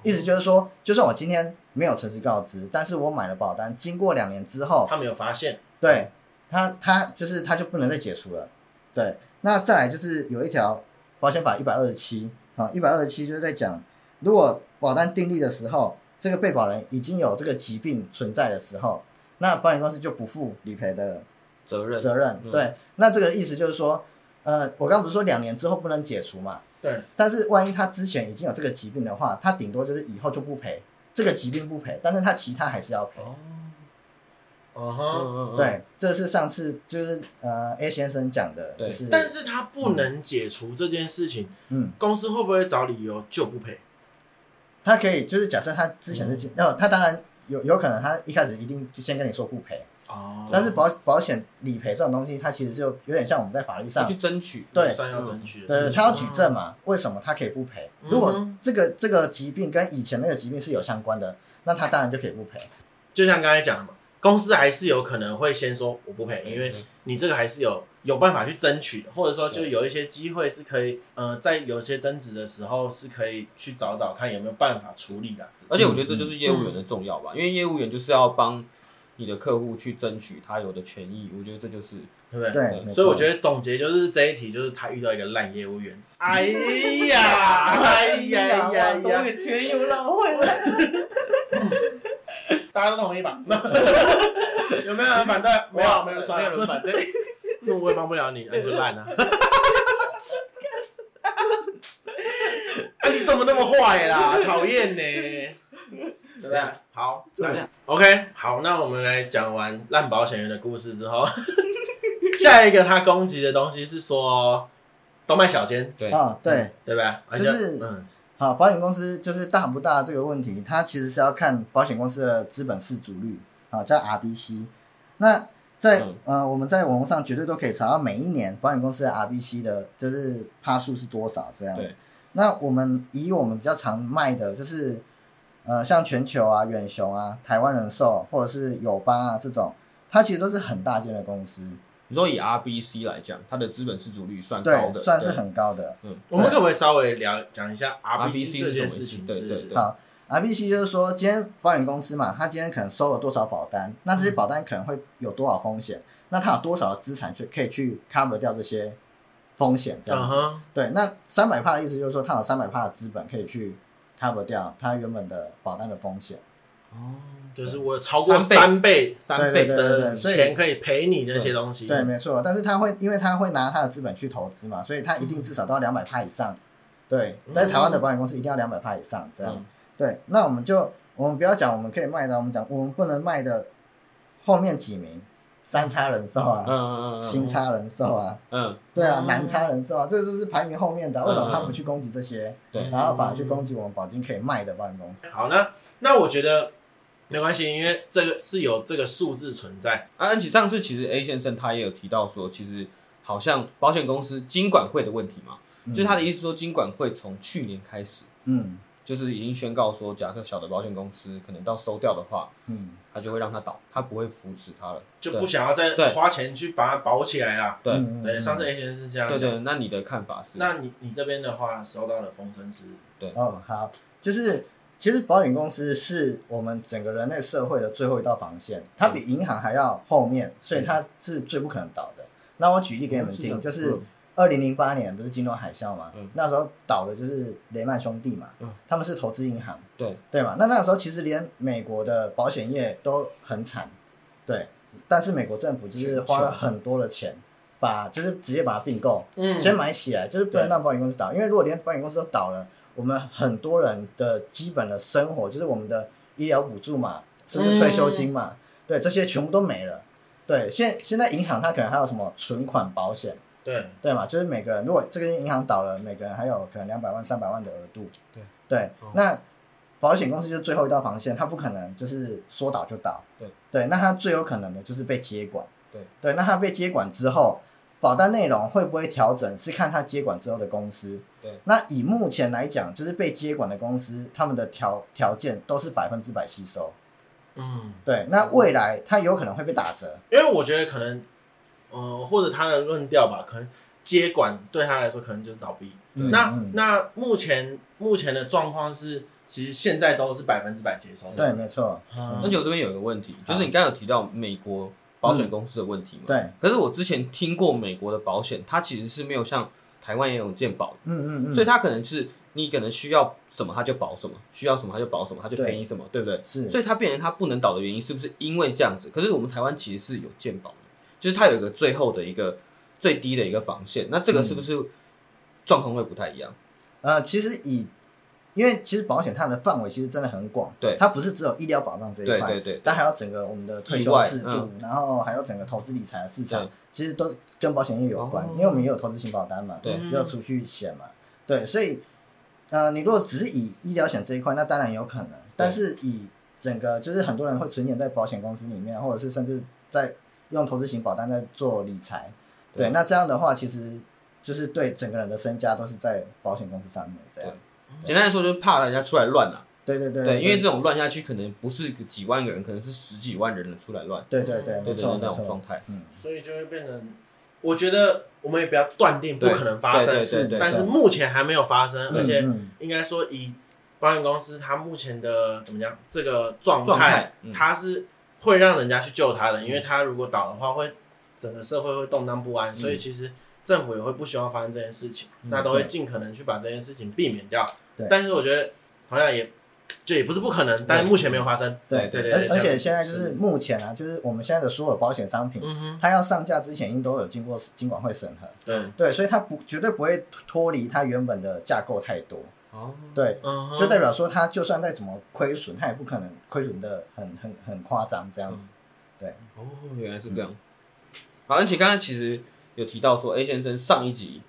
Speaker 3: 意思就是说，就算我今天没有诚实告知，但是我买了保单，经过两年之后，
Speaker 2: 他没有发现，
Speaker 3: 对他，他就是他就不能再解除了。对，那再来就是有一条保险法一百二十七啊，一百二十七就是在讲，如果保单订立的时候，这个被保人已经有这个疾病存在的时候，那保险公司就不负理赔的
Speaker 4: 责任，
Speaker 3: 责任。
Speaker 4: 嗯
Speaker 3: 对，那这个意思就是说，呃，我刚不是说两年之后不能解除嘛？
Speaker 2: 对。
Speaker 3: 但是万一他之前已经有这个疾病的话，他顶多就是以后就不赔，这个疾病不赔，但是他其他还是要赔。
Speaker 2: 哦嗯
Speaker 4: 嗯
Speaker 2: 哼，
Speaker 4: 嗯嗯
Speaker 3: 对，这是上次就是呃 A 先生讲的，
Speaker 4: 对
Speaker 3: 就是
Speaker 2: 但是他不能解除这件事情，
Speaker 3: 嗯，
Speaker 2: 公司会不会找理由就不赔？
Speaker 3: 他可以就是假设他之前是，呃、他当然有有可能他一开始一定就先跟你说不赔，
Speaker 2: 哦
Speaker 3: 但是保保险理赔这种东西，它其实就有点像我们在法律上
Speaker 4: 去，争取。
Speaker 3: 对
Speaker 2: 算要争取的
Speaker 3: 呃，
Speaker 2: 事情，
Speaker 3: 他要举证嘛，为什么他可以不赔？如果
Speaker 2: 嗯
Speaker 3: 这个这个疾病跟以前那个疾病是有相关的，那他当然就可以不赔。
Speaker 2: 就像刚才讲的嘛，公司还是有可能会先说我不赔，因
Speaker 3: 嗯
Speaker 2: 为你这个还是有有办法去争取的，或者说就有一些机会是可以，呃，在有些争执的时候是可以去找找看有没有办法处理的。
Speaker 1: 而且我觉得这就是业务员的重要
Speaker 2: 嗯
Speaker 1: 吧，因为业务员就是要帮你的客户去争取他有的权益，我觉得这就是
Speaker 2: 对不对？
Speaker 3: 对，没
Speaker 2: 所以我
Speaker 3: 错。
Speaker 2: 觉得总结就是这一题，就是他遇到一个烂业务员。哎 呀，哎呀呀呀
Speaker 1: 东
Speaker 2: 呀！
Speaker 1: 给权益又绕回来。
Speaker 2: 大家都同意吧？ 有没有人反对？没有，没有，算了，
Speaker 3: 反对。
Speaker 2: 那我也帮不了你，那你就烂 了。啊，你怎么那么坏啦？讨厌呢。对不对？好，
Speaker 3: 对
Speaker 2: 那 OK，好，那我们来讲完烂保险员的故事之后， 下一个他攻击的东西是说都卖小间，
Speaker 1: 对
Speaker 3: 啊，对，
Speaker 2: 对不对？
Speaker 3: 就是
Speaker 2: 嗯，
Speaker 3: 好，保险公司就是大不大这个问题，它其实是要看保险公司的资本市足率，啊，叫 RBC。那在、
Speaker 1: 嗯
Speaker 3: 呃，我们在网络上绝对都可以查到每一年保险公司的 RBC 的，就是趴数是多少这样。
Speaker 1: 对。
Speaker 3: 那我们以我们比较常卖的，就是呃，像全球啊、远雄啊、台湾人寿或者是友邦啊这种，它其实都是很大间的公司，
Speaker 1: 你说以 RBC 来讲，它的资本市足率算高
Speaker 3: 对，
Speaker 1: 的，
Speaker 3: 算是
Speaker 1: 对嗯
Speaker 3: 很高的。
Speaker 2: 我们可不可以稍微聊讲一下
Speaker 1: RBC
Speaker 2: 这
Speaker 1: 是什
Speaker 2: 件
Speaker 1: 么
Speaker 2: 事情？
Speaker 1: 对
Speaker 2: 是
Speaker 1: 对对，
Speaker 3: 好 RBC 就是说，今天保险公司嘛，它今天可能收了多少保单，那
Speaker 2: 嗯
Speaker 3: 这些保单可能会有多少风险，那它有多少的资产去可以去 cover 掉这些风险，这样
Speaker 2: 嗯
Speaker 3: 子。
Speaker 2: 哼，
Speaker 3: 对，那三百帕的意思就是说，它有三百帕的资本可以去 cover 掉它原本的保单的风险。
Speaker 2: 就是我有超过三
Speaker 1: 三
Speaker 2: 倍
Speaker 1: 哦三倍的，
Speaker 3: 对
Speaker 2: 的
Speaker 3: 对所以
Speaker 2: 钱可以赔你那些东西，
Speaker 3: 对，没错。但是它会，因为它会拿它的资本去投资嘛，所以它一
Speaker 1: 嗯
Speaker 3: 定至少都要两百帕以上。对，在台湾的保险公司一定要两百帕以上这样。
Speaker 1: 嗯
Speaker 3: 对，那我们就我们不要讲我们可以卖的，我们讲我们不能卖的后面几名，三叉人寿啊，
Speaker 1: 嗯嗯嗯
Speaker 3: 新
Speaker 1: 嗯
Speaker 3: 叉人寿啊，
Speaker 1: 嗯，
Speaker 3: 对啊
Speaker 2: 哦，
Speaker 3: 南叉人寿啊，这都是排名后面的啊，为什么他
Speaker 1: 嗯嗯嗯
Speaker 3: 不去攻击这些，
Speaker 1: 对
Speaker 3: 然后反而去攻击我们保金可以卖的保险公司？
Speaker 2: 嗯好，那那我觉得没关系，因为这个是有这个数字存在。
Speaker 1: 啊，而且上次其实 A 先生他也有提到说，其实好像保险公司金管会的问题嘛，
Speaker 3: 嗯
Speaker 1: 就是他的意思说，金管会从去年开始，
Speaker 3: 嗯
Speaker 1: 就是已经宣告说，假设小的保险公司可能到收掉的话，
Speaker 3: 嗯，
Speaker 1: 他就会让它倒，他不会扶持它了。
Speaker 2: 就
Speaker 1: 对
Speaker 2: 不想要再
Speaker 1: 对
Speaker 2: 花钱去把它保起来啦。
Speaker 1: 对
Speaker 3: 嗯
Speaker 2: 对，上次 A 先生是这样
Speaker 1: 对
Speaker 2: 讲。
Speaker 1: 对，那你的看法是？
Speaker 2: 那你你这边的话，收到的风声是，
Speaker 3: 哦，好，就是其实保险公司是我们整个人类社会的最后一道防线，它比银行还要后面，所以它是最不可能倒的。那我举例给你们听，就是二零零八年不是金融海啸嘛，
Speaker 1: 嗯
Speaker 3: 那时候倒的就是雷曼兄弟嘛，
Speaker 1: 嗯
Speaker 3: 他们是投资银行，
Speaker 1: 对
Speaker 3: 对嘛？那那时候其实连美国的保险业都很惨，对，但是美国政府就是花了很多的钱。把就是直接把它并购，
Speaker 2: 嗯
Speaker 3: 先买起来，就是不能让保险公司倒，因为如果连保险公司都倒了，我们很多人的基本的生活，就是我们的医疗补助嘛，甚至退休金嘛，对，这些全部都没了。对，现现在银行它可能还有什么存款保险，
Speaker 2: 对，
Speaker 3: 对嘛？就是每个人如果这个银行倒了，每个人还有可能两百万、三百万的额度。
Speaker 1: 对哦
Speaker 3: 那保险公司就是最后一道防线，它不可能就是说倒就倒。
Speaker 1: 对
Speaker 3: 那它最有可能的就是被接管。
Speaker 1: 对
Speaker 3: 对，那它被接管之后，保单内容会不会调整，是看它接管之后的公司。
Speaker 1: 对，
Speaker 3: 那以目前来讲，就是被接管的公司，他们的条条件都是百分之百吸收。
Speaker 2: 嗯，
Speaker 3: 对，那未来它有可能会被打折。
Speaker 2: 因为我觉得可能，呃，或者他的论调吧，可能接管对他来说可能就是倒闭。
Speaker 3: 嗯
Speaker 2: 那、
Speaker 3: 嗯
Speaker 2: 那目前目前的状况是，其实现在都是百分之百接收的。
Speaker 3: 对，没错。
Speaker 2: 嗯，
Speaker 1: 那就这边有一个问题，就是你刚刚有提到美国保险公司的问题嘛？
Speaker 3: 嗯对，
Speaker 1: 可是我之前听过美国的保险，它其实是没有像台湾也有健保的，
Speaker 3: 嗯嗯嗯，
Speaker 1: 所以它可能是你可能需要什么它就保什么，需要什么它就保什么，它就赔你什么，对不对？
Speaker 3: 是
Speaker 1: 所以它变成它不能倒的原因，是不是因为这样子？可是我们台湾其实是有健保的，就是它有一个最后的一个最低的一个防线，那这个是
Speaker 3: 嗯
Speaker 1: 不是状况会不太一样？
Speaker 3: 呃，其实以，因为其实保险它的范围其实真的很广，
Speaker 1: 对
Speaker 3: 它不是只有医疗保障这一
Speaker 1: 对
Speaker 3: 块，
Speaker 1: 对对，
Speaker 3: 但还有整个我们的退
Speaker 1: 意
Speaker 3: 休
Speaker 1: 外
Speaker 3: 制度，
Speaker 1: 嗯
Speaker 3: 然后还有整个投资理财的市场
Speaker 1: 对，
Speaker 3: 其实都跟保险业有关，
Speaker 1: 哦
Speaker 3: 因为我们也有投资型保单嘛，
Speaker 1: 对
Speaker 3: 也有储蓄险嘛，对，所以，呃，你如果只是以医疗险这一块，那当然有可能，但是以整个就是很多人会存钱在保险公司里面，或者是甚至在用投资型保单在做理财，
Speaker 1: 对
Speaker 3: 对，那这样的话其实。就是对整个人的身家都是在保险公司上面这样。
Speaker 1: 简单来说就是怕人家出来乱了、啊
Speaker 3: 对对对
Speaker 1: 对，因为这种乱下去，可能不是几万个人，可能是十几万人出来乱，
Speaker 3: 对对对，
Speaker 1: 对
Speaker 3: 没
Speaker 1: 对
Speaker 3: 错
Speaker 1: 对，
Speaker 3: 没
Speaker 1: 那种
Speaker 3: 错，
Speaker 1: 状态。
Speaker 2: 所以就会变成，我觉得我们也不要断定不
Speaker 1: 对
Speaker 2: 可能发生
Speaker 1: 对，
Speaker 3: 是
Speaker 1: 对对对，
Speaker 2: 但是目前还没有发生，而且
Speaker 3: 嗯
Speaker 2: 应该说以保险公司它目前的怎么样这个状
Speaker 1: 状
Speaker 2: 态，
Speaker 1: 态，嗯
Speaker 2: 它是会让人家去救它的，
Speaker 3: 嗯
Speaker 2: 因为它如果倒的话，会整个社会会动荡不安，所以其实政府也会不希望发生这件事情，
Speaker 1: 嗯
Speaker 2: 那都会尽可能去把这件事情避免掉
Speaker 3: 对。嗯
Speaker 2: 但是我觉得同样也就也不是不可能，但是目前没有发生。
Speaker 3: 对
Speaker 2: 对对
Speaker 3: 而
Speaker 2: 对
Speaker 3: 而
Speaker 2: 这
Speaker 3: 且
Speaker 2: 样
Speaker 3: 现在就是目前啊，就是我们现在的所有保险商品，
Speaker 2: 嗯哼，
Speaker 3: 它要上架之前，应都有经过金管会审核，
Speaker 2: 对，
Speaker 3: 对，所以它不绝对不会脱离它原本的架构太多，
Speaker 1: 哦，
Speaker 3: 对，
Speaker 2: 嗯哼，
Speaker 3: 就代表说它就算再怎么亏损，它也不可能亏损的很很很夸张这样子，
Speaker 1: 哦，原来是这样。好，而且刚才其实有提到说，A 先生上一集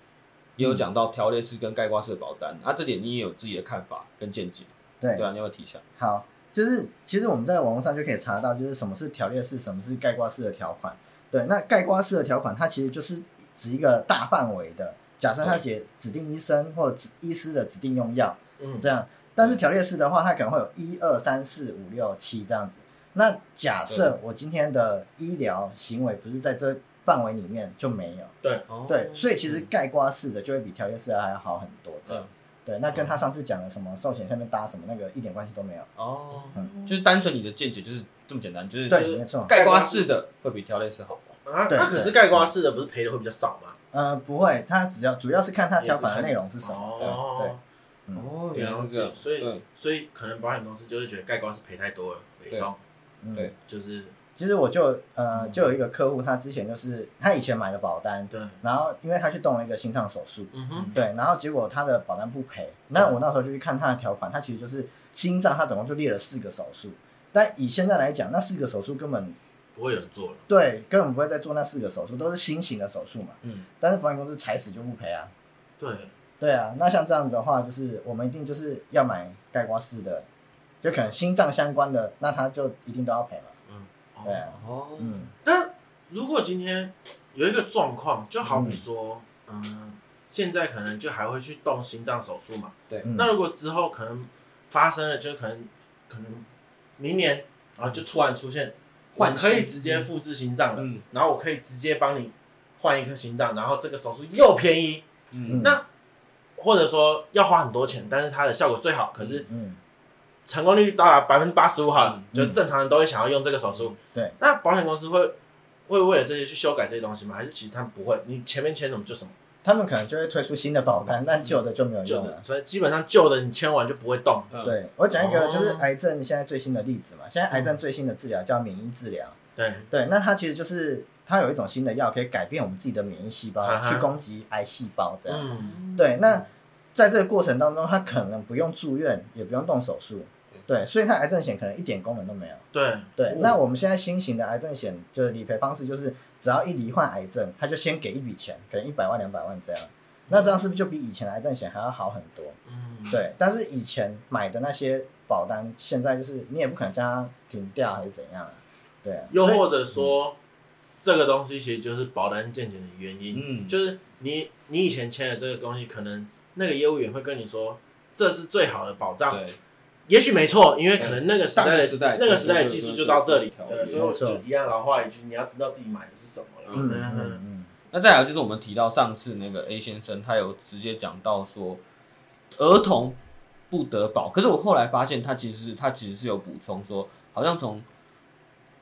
Speaker 1: 也
Speaker 3: 嗯
Speaker 1: 有讲到条列式跟概括式的保单，那、这点你也有自己的看法跟见解，
Speaker 3: 对
Speaker 1: 对，啊，你要不要提一下？
Speaker 3: 好，就是其实我们在网络上就可以查到，就是什么是条列式，什么是概括式的条款。对，那概括式的条款，它其实就是指一个大范围的，假设它指指定医生或者指医师的指定用药
Speaker 2: 嗯
Speaker 3: 这样。但是条列式的话，它可能会有一二三四五六七这样子。那假设我今天的医疗行为不是在这范围里面，就没有。
Speaker 1: 哦
Speaker 3: 对，所以其实概括式的就会比条列式的还要好很多。这
Speaker 1: 嗯
Speaker 3: 样。对，那跟他上次讲的什么寿险下面搭什么那个一点关系都没有。
Speaker 1: 哦，
Speaker 3: 嗯
Speaker 1: 就是单纯你的见解就是这么简单，就是
Speaker 3: 对，没错。
Speaker 1: 概括式的会比条列式好。
Speaker 2: 啊，
Speaker 3: 对
Speaker 2: 那可是盖瓜式的不是赔的会比较少吗？
Speaker 3: 呃，不会，它只要主要是看它条款的内容是
Speaker 2: 是
Speaker 3: 什么，这样对，嗯
Speaker 1: 哦
Speaker 2: 原来是这样所以
Speaker 1: 对
Speaker 2: 所以可能保险公司就是觉得盖瓜是赔太多了，赔
Speaker 1: 对
Speaker 2: 上
Speaker 3: 嗯，
Speaker 1: 对嗯
Speaker 2: 就是
Speaker 3: 其实我就呃就有一个客户，他之前就是他以前买了保单，
Speaker 2: 对，
Speaker 3: 然后因为他去动了一个心脏手术，
Speaker 2: 嗯哼，
Speaker 3: 对，然后结果他的保单不赔，那
Speaker 2: 嗯
Speaker 3: 我那时候就去看他的条款，他其实就是心脏，他总共就列了四个手术，但以现在来讲，那四个手术根本
Speaker 2: 不会有人做了，
Speaker 3: 对根本不会再做那四个手术，都是新型的手术嘛，
Speaker 1: 嗯，
Speaker 3: 但是保险公司踩死就不赔啊，
Speaker 2: 对，
Speaker 3: 对啊，那像这样子的话，就是我们一定就是要买盖瓜式的，就可能心脏相关的，那他就一定都要赔嘛。
Speaker 2: 哦
Speaker 3: 对啊，
Speaker 1: 哦，
Speaker 3: 嗯，
Speaker 2: 但如果今天有一个状况，就好比说，嗯，现在可能就还会去动心脏手术嘛，
Speaker 3: 嗯
Speaker 2: 那如果之后可能发生了，就可能可能明年，然后就突然出现，我
Speaker 1: 换
Speaker 2: 可以
Speaker 1: 心
Speaker 2: 直接复制心脏了，
Speaker 1: 嗯
Speaker 2: 然后我可以直接帮你换一颗心脏，然后这个手术又便宜，
Speaker 1: 嗯，
Speaker 2: 那或者说要花很多钱，但是它的效果最好，可是
Speaker 3: 嗯，
Speaker 2: 成功率到达百分之八十五好了，
Speaker 3: 嗯
Speaker 2: 就是正常人都会想要用这个手术。
Speaker 3: 对，
Speaker 2: 那保险公司会会为了这些去修改这些东西吗？还是其实他们不会？你前面签什么就什么，
Speaker 3: 他们可能就会推出新的保单，但旧的就没有啊
Speaker 2: 旧
Speaker 3: 用
Speaker 2: 的
Speaker 3: 了，。
Speaker 2: 所以基本上旧的你签完就不会动。
Speaker 1: 嗯，
Speaker 3: 对我讲一个就是
Speaker 2: 哦
Speaker 3: 癌症现在最新的例子嘛，现在癌症最新的治疗叫免疫治疗，
Speaker 2: 对，
Speaker 3: 对，那它其实就是它有一种新的药可以改变我们自己的免疫细
Speaker 2: 啊
Speaker 3: 胞
Speaker 2: 哈
Speaker 3: 去攻击癌细胞这样，
Speaker 2: 嗯，
Speaker 3: 对，啊那在这个过程当中，他可能不用住院，也不用动手术，对，所以他癌症险可能一点功能都没有。
Speaker 2: 对，
Speaker 3: 对，那我们现在新型的癌症险就是理赔方式，就是只要一罹患癌症，他就先给一笔钱，可能一百万、两百万这样。那这样是不是就比以前的癌症险还要好很多？
Speaker 2: 嗯，
Speaker 3: 对，但是以前买的那些保单，现在就是你也不可能将它停掉还是怎样啊、对啊，
Speaker 2: 又
Speaker 3: 所以
Speaker 2: 或者说、这个东西其实就是保单见解的原因，
Speaker 1: 嗯，
Speaker 2: 就是你你以前签的这个东西，可能那个业务员会跟你说这是最好的保障，
Speaker 1: 对，
Speaker 2: 也许没错，因为可能那个时代
Speaker 3: 嗯
Speaker 1: 上
Speaker 2: 的
Speaker 1: 个时代
Speaker 2: 那个时代的技术就到这里，
Speaker 1: 对
Speaker 2: 对，
Speaker 1: 对
Speaker 2: 所以我
Speaker 3: 没
Speaker 2: 就
Speaker 3: 错
Speaker 2: 一样老话一句，你要知道自己买的是什么了。嗯
Speaker 3: 嗯嗯
Speaker 2: 嗯
Speaker 3: 嗯，
Speaker 1: 那再来就是我们提到上次那个 A 先生，他有直接讲到说，儿童不得保。可是我后来发现，他其实他其实是有补充说，好像从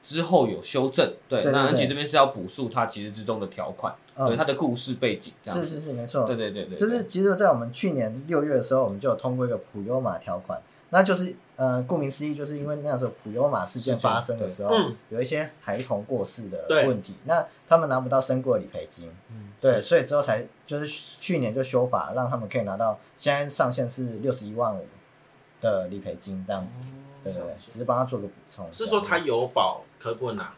Speaker 1: 之后有修正。对，
Speaker 3: 对对
Speaker 1: 那
Speaker 3: 对
Speaker 1: 安琪这边是要补述他其实之中的条款，
Speaker 3: 嗯
Speaker 1: 对他的故事背景这样
Speaker 3: 是
Speaker 1: 子。
Speaker 3: 是是，没错。
Speaker 1: 对对对对，
Speaker 3: 就是其实，在我们去年六月的时候，我们就有通过一个普悠玛条款，那就是呃，顾名思义，就是因为那时候普悠玛事件发生的时候，
Speaker 2: 嗯
Speaker 3: 有一些孩童过世的
Speaker 2: 对
Speaker 3: 问题，那他们拿不到身故的理赔金，
Speaker 1: 嗯
Speaker 3: 对，所以之后才就是去年就修法，让他们可以拿到现在上限是六十一万五的理赔金这样子，对对对，
Speaker 2: 上限
Speaker 3: 只是啊帮他做个补充，
Speaker 2: 嗯是说
Speaker 3: 这样
Speaker 2: 他有保可不拿，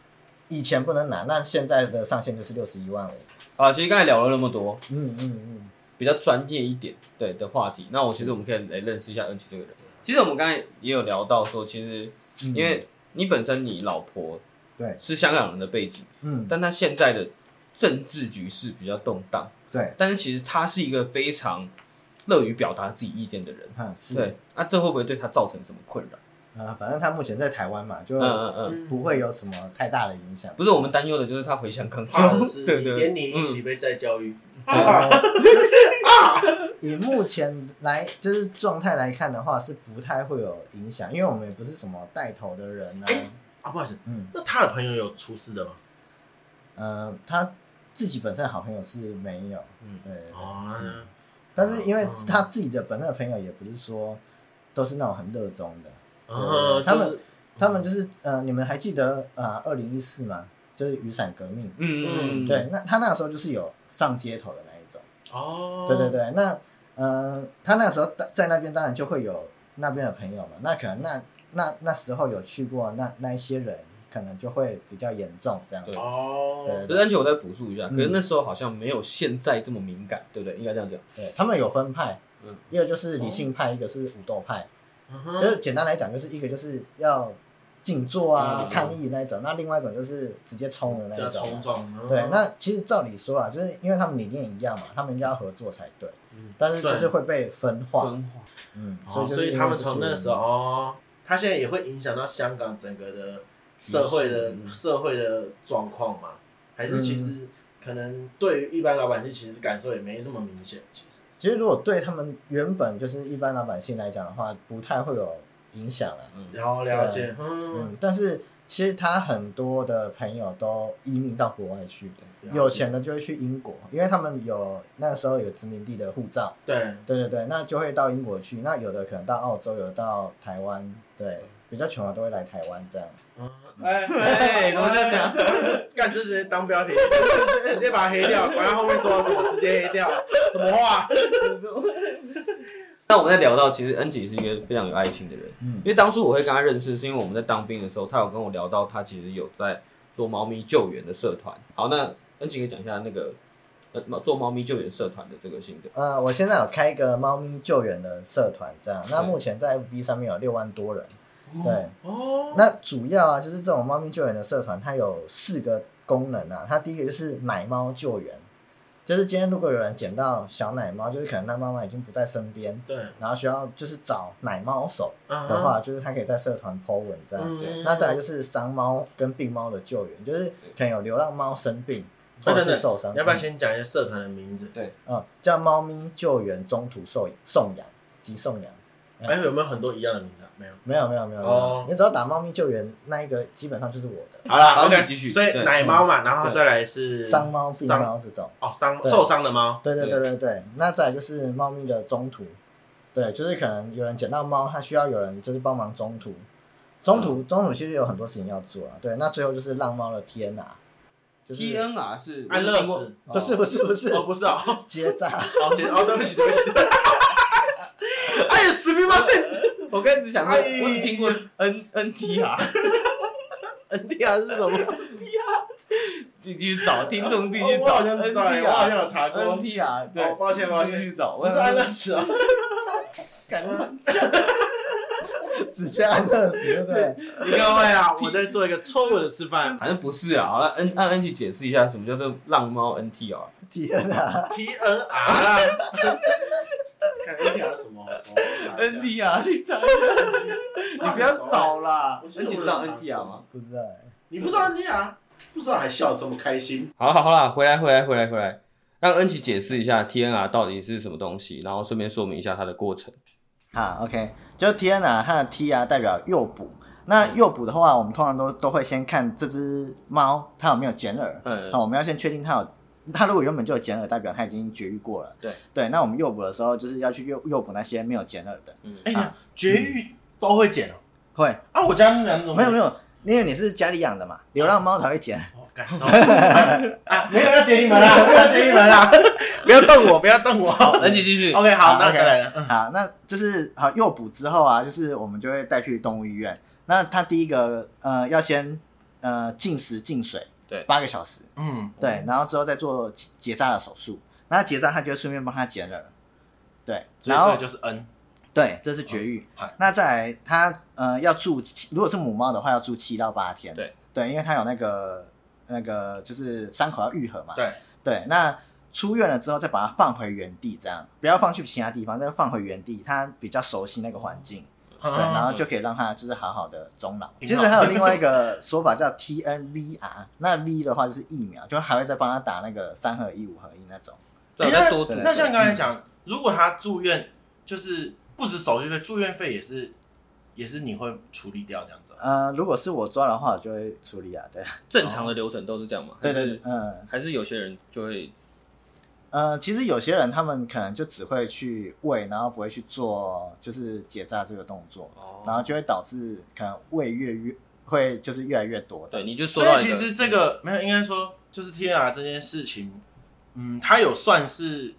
Speaker 3: 以前不能拿，那现在的上限就是六十一万五，
Speaker 1: 啊，其实刚才聊了那么多
Speaker 3: 嗯嗯嗯，
Speaker 1: 比较专业一点对的话题，那我其实我们可以来认识一下恩琪这个人。其实我们刚才也有聊到说，其实
Speaker 3: 嗯
Speaker 1: 因为你本身你老婆
Speaker 3: 对
Speaker 1: 是香港人的背景。
Speaker 3: 嗯
Speaker 1: 但他现在的政治局势比较动荡，
Speaker 3: 对，
Speaker 1: 但是其实他是一个非常
Speaker 4: 乐于表达自己意见的人。
Speaker 3: 嗯，是，
Speaker 4: 对，那这会不会对他造成什么困扰？
Speaker 3: 呃，反正他目前在台湾嘛，就
Speaker 4: 嗯嗯嗯，
Speaker 3: 不会有什么太大的影响。
Speaker 4: 不 是我们担忧的就是他回香港之
Speaker 2: 怕
Speaker 4: 后
Speaker 2: 的，啊是
Speaker 4: 对对对，
Speaker 2: 连你
Speaker 3: 嗯
Speaker 2: 一起被再教 育，
Speaker 3: 啊
Speaker 2: 啊
Speaker 3: 以目前来就是状态来看的话，是不太会有影响，因为我们也不是什么带头的人啊。
Speaker 2: 啊，不好意思，
Speaker 3: 嗯，
Speaker 2: 那他的朋友有出事的吗？
Speaker 3: 呃，他自己本身好朋友是没有，嗯
Speaker 4: 嗯，
Speaker 3: 对对对嗯
Speaker 2: 哦，那
Speaker 3: 但是因为他自己的本身的朋友也不是说都是那种很热衷的，
Speaker 2: 啊，
Speaker 3: 他
Speaker 2: 就
Speaker 3: 们
Speaker 2: 是
Speaker 3: 他们就是呃，你们还记得呃，二零一四吗？就是雨伞革命，
Speaker 4: 嗯嗯嗯，
Speaker 3: 对，那他那时候就是有上街头的那一种，
Speaker 2: 哦，
Speaker 3: 对对对，那呃，他那时候在在那边当然就会有那边的朋友嘛，那可能那那那时候有去过那那一些人，可能就会比较严重这样子，
Speaker 2: 哦，
Speaker 3: 对
Speaker 4: 可是而且我再补述一下，
Speaker 3: 嗯
Speaker 4: 可是那时候好像没有现在这么敏感，对不对？应该这样讲。
Speaker 3: 对，他们有分派
Speaker 4: 嗯，
Speaker 3: 一个就是理性派，一个是武斗派。
Speaker 2: 嗯
Speaker 3: 就
Speaker 2: 哼
Speaker 3: 是简单来讲，就是一个就是要静坐啊、
Speaker 2: 嗯
Speaker 3: 抗议那一种，那另外一种就是直接冲的那
Speaker 2: 叫
Speaker 3: 一
Speaker 2: 冲
Speaker 3: 种。啊
Speaker 2: 撞，嗯
Speaker 3: 对，那其实照理说啊，就是因为他们理念一样嘛，他们应该要合作才对，
Speaker 4: 嗯
Speaker 3: 但是就是会被分化，
Speaker 4: 分化
Speaker 3: 嗯，
Speaker 2: 哦，
Speaker 3: 就
Speaker 2: 所
Speaker 3: 是
Speaker 2: 以
Speaker 3: 因为
Speaker 2: 他们
Speaker 3: 这
Speaker 2: 从
Speaker 3: 些
Speaker 2: 那
Speaker 3: 原
Speaker 2: 时
Speaker 3: 因
Speaker 2: 候，哦，他现在也会影响到香港整个的社会的
Speaker 4: 局势嗯
Speaker 2: 社会的状况嘛？还是其实
Speaker 3: 嗯
Speaker 2: 可能对于一般老百姓，其实感受也没这么明显，其实。
Speaker 3: 其实如果对他们原本就是一般老百姓来讲的话，不太会有影响啊，
Speaker 2: 然后了解，嗯，
Speaker 3: 嗯，但是其实他很多的朋友都移民到国外去，
Speaker 2: 了解
Speaker 3: 有钱的就会去英国，因为他们有那时候有殖民地的护照。
Speaker 2: 对，
Speaker 3: 对对对，那就会到英国去，那有的可能到澳洲，有的到台湾，对，比较穷的啊都会来台湾这样。
Speaker 2: 嗯，哎
Speaker 4: 哎怎么这样
Speaker 2: 讲？干，这直接当标题，直接把它黑掉，管他后面说了什么，直接黑掉，什么话？
Speaker 4: 那我们在聊到，其实恩吉是一个非常有爱心的人，
Speaker 3: 嗯
Speaker 4: 因为当初我会跟他认识，是因为我们在当兵的时候，他有跟我聊到，他其实有在做猫咪救援的社团。好，那恩吉可以讲一下那个呃做猫咪救援社团的这个心得。
Speaker 3: 呃，我现在有开一个猫咪救援的社团这样，那
Speaker 4: 对
Speaker 3: 目前在 FB 上面有六万多人，对，
Speaker 2: 哦，
Speaker 3: 那主要啊就是这种猫咪救援的社团，它有四个功能啊，它第一个就是奶猫救援，就是今天如果有人捡到小奶猫，就是可能它妈妈已经不在身边，
Speaker 2: 对，
Speaker 3: 然后需要就是找奶猫手
Speaker 2: 嗯
Speaker 3: 的话，就是它可以在社团 po 文这样。
Speaker 2: 嗯
Speaker 3: 那再来就是伤猫跟病猫的救援，就是可能有流浪猫生病或
Speaker 2: 哎
Speaker 3: 者
Speaker 2: 等
Speaker 3: 是
Speaker 2: 等
Speaker 3: 受伤，
Speaker 2: 你要不要先讲一下社团的名字？
Speaker 3: 嗯，叫猫咪救援中途受送养急送养。
Speaker 2: 哎，有没有很多一样的名字啊？没有。
Speaker 3: 没有没有没有，没有
Speaker 2: 哦
Speaker 3: 你只要打猫咪救援那一个，基本上就是我的
Speaker 2: 好啦
Speaker 4: 好
Speaker 2: o
Speaker 4: 你
Speaker 2: k
Speaker 4: 继续
Speaker 2: 所以
Speaker 4: 对嗯
Speaker 2: 奶猫嘛，然后
Speaker 4: 对
Speaker 2: 再来是
Speaker 3: 伤猫病
Speaker 2: 伤
Speaker 3: 猫这种。
Speaker 2: 哦伤
Speaker 3: 对
Speaker 2: 受伤的猫，
Speaker 3: 对对对
Speaker 4: 对
Speaker 3: 对对，那再来就是猫咪的中途，对，就是可能有人捡到猫，它需要有人就是帮忙中途，中途中途其实有很多事情要做啊，对，那最后就是浪猫的天啊，就是
Speaker 4: T N R 是
Speaker 2: 安乐死
Speaker 3: 不是不是不是
Speaker 2: 哦不是哦，哦
Speaker 3: 结扎。
Speaker 2: 姐哦对不起对不 起，
Speaker 4: 哎呀，死命吗？我刚才只想说，
Speaker 2: 哎
Speaker 4: 我只听过 N N T
Speaker 2: 啊
Speaker 4: R。
Speaker 2: 恩地啊是什 么？
Speaker 4: 自己去找听众，自己去
Speaker 2: 哦我
Speaker 4: 找
Speaker 2: 好像
Speaker 4: N
Speaker 2: 知
Speaker 4: T
Speaker 2: 道哎我好
Speaker 4: R
Speaker 2: 像有查
Speaker 4: N
Speaker 2: 过，
Speaker 4: T R 对
Speaker 2: 哦，抱歉抱
Speaker 4: 自己
Speaker 2: 歉，
Speaker 4: 去找。
Speaker 2: 不是安乐死哦，
Speaker 3: 感觉 直接安乐死，对不对？
Speaker 2: 各位啊，我在做一个错误的示范
Speaker 4: 反正不是啊，好了，N 按 N 去解释一下什么叫做浪猫 N T R。
Speaker 3: 天啊！
Speaker 2: ，T N R 啦，看 N T R 是什么
Speaker 4: 恩迪啊，你找一下，你不要找啦。
Speaker 2: 我
Speaker 4: 恩
Speaker 2: 记得我有
Speaker 4: 迪知
Speaker 2: 查
Speaker 4: 道
Speaker 2: 过
Speaker 4: 恩迪啊吗？
Speaker 3: 不知道哎、
Speaker 2: 你不知道 N T R，不知道还笑这么开心，
Speaker 4: 好了好了，回来回来回来回来，让恩奇解释一下 TNR 到底是什么东西，然后顺便说明一下它的过程。
Speaker 3: 好，OK，就 T N 啊，它的 T 啊代表诱捕。那诱捕的话，我们通常都都会先看这只猫它有没有剪耳。
Speaker 1: 嗯
Speaker 3: 好，我们要先确定它有，它如果原本就有剪耳，代表它已经绝育过了。
Speaker 1: 对
Speaker 3: 对，那我们诱捕的时候，就是要去诱诱捕那些没有剪耳的。
Speaker 2: 哎呀，绝育都会剪哦，
Speaker 3: 会，
Speaker 2: 啊，我家那
Speaker 1: 嗯
Speaker 2: 两种
Speaker 3: 没有没有，因为你是家里养的嘛，流浪猫才会剪。
Speaker 2: 哦感动 啊！没有要接你们啦，没有要接你们啦！不要动我，不要动我。
Speaker 4: 恩奇继续，
Speaker 1: 哦
Speaker 2: OK，好，那
Speaker 3: OK
Speaker 2: 再来了。
Speaker 3: 好，那就是好诱捕之后啊，就是我们就会带去动物医院。那他第一个呃要先呃禁食禁水，
Speaker 1: 对
Speaker 3: 八个小时，
Speaker 2: 嗯，
Speaker 3: 对，然后之后再做结结扎的手术。那结扎他就会顺便帮他剪耳，对，
Speaker 2: 所以
Speaker 3: 然
Speaker 2: 这
Speaker 3: 后
Speaker 2: 个就是 N，
Speaker 3: 对，这是绝育。
Speaker 2: 哦哎
Speaker 3: 那再来他呃要住七，如果是母猫的话要住七到八天，
Speaker 1: 对
Speaker 3: 对，因为它有那个那个就是伤口要愈合嘛，
Speaker 2: 对
Speaker 3: 对，那出院了之后再把它放回原地，这样不要放去其他地方，再放回原地，他比较熟悉那个环境，
Speaker 2: 嗯
Speaker 3: 对，然后就可以让他就是好好的终老。其
Speaker 2: 挺
Speaker 3: 实
Speaker 2: 好
Speaker 3: 还有另外一个说法叫 TNVR，那 V 的话就是疫苗，就还会再帮他打那个三合一、五合一那种。
Speaker 4: 再有
Speaker 2: 诶
Speaker 4: 再多
Speaker 3: 对对
Speaker 4: 读
Speaker 2: 那像刚才讲，如果他住院，就是不止手续费，住院费也是也是你会处理掉这样子啊。
Speaker 3: 呃，如果是我抓的话，我就会处理啊，对，
Speaker 1: 正常的流程都是这样嘛？
Speaker 3: 对
Speaker 1: 还
Speaker 3: 对，
Speaker 1: 是
Speaker 3: 对嗯，
Speaker 1: 还是有些人就会
Speaker 3: 呃，其实有些人他们可能就只会去喂，然后不会去做就是结扎这个动作，
Speaker 1: 哦
Speaker 3: 然后就会导致可能喂越越会就是越来越多这
Speaker 1: 对，
Speaker 3: 样。
Speaker 1: 你就说
Speaker 2: 所
Speaker 1: 到
Speaker 2: 以
Speaker 1: 一
Speaker 2: 其
Speaker 1: 个
Speaker 2: 实这个没有，应该说就是 TNR 这件事情，嗯，它有算是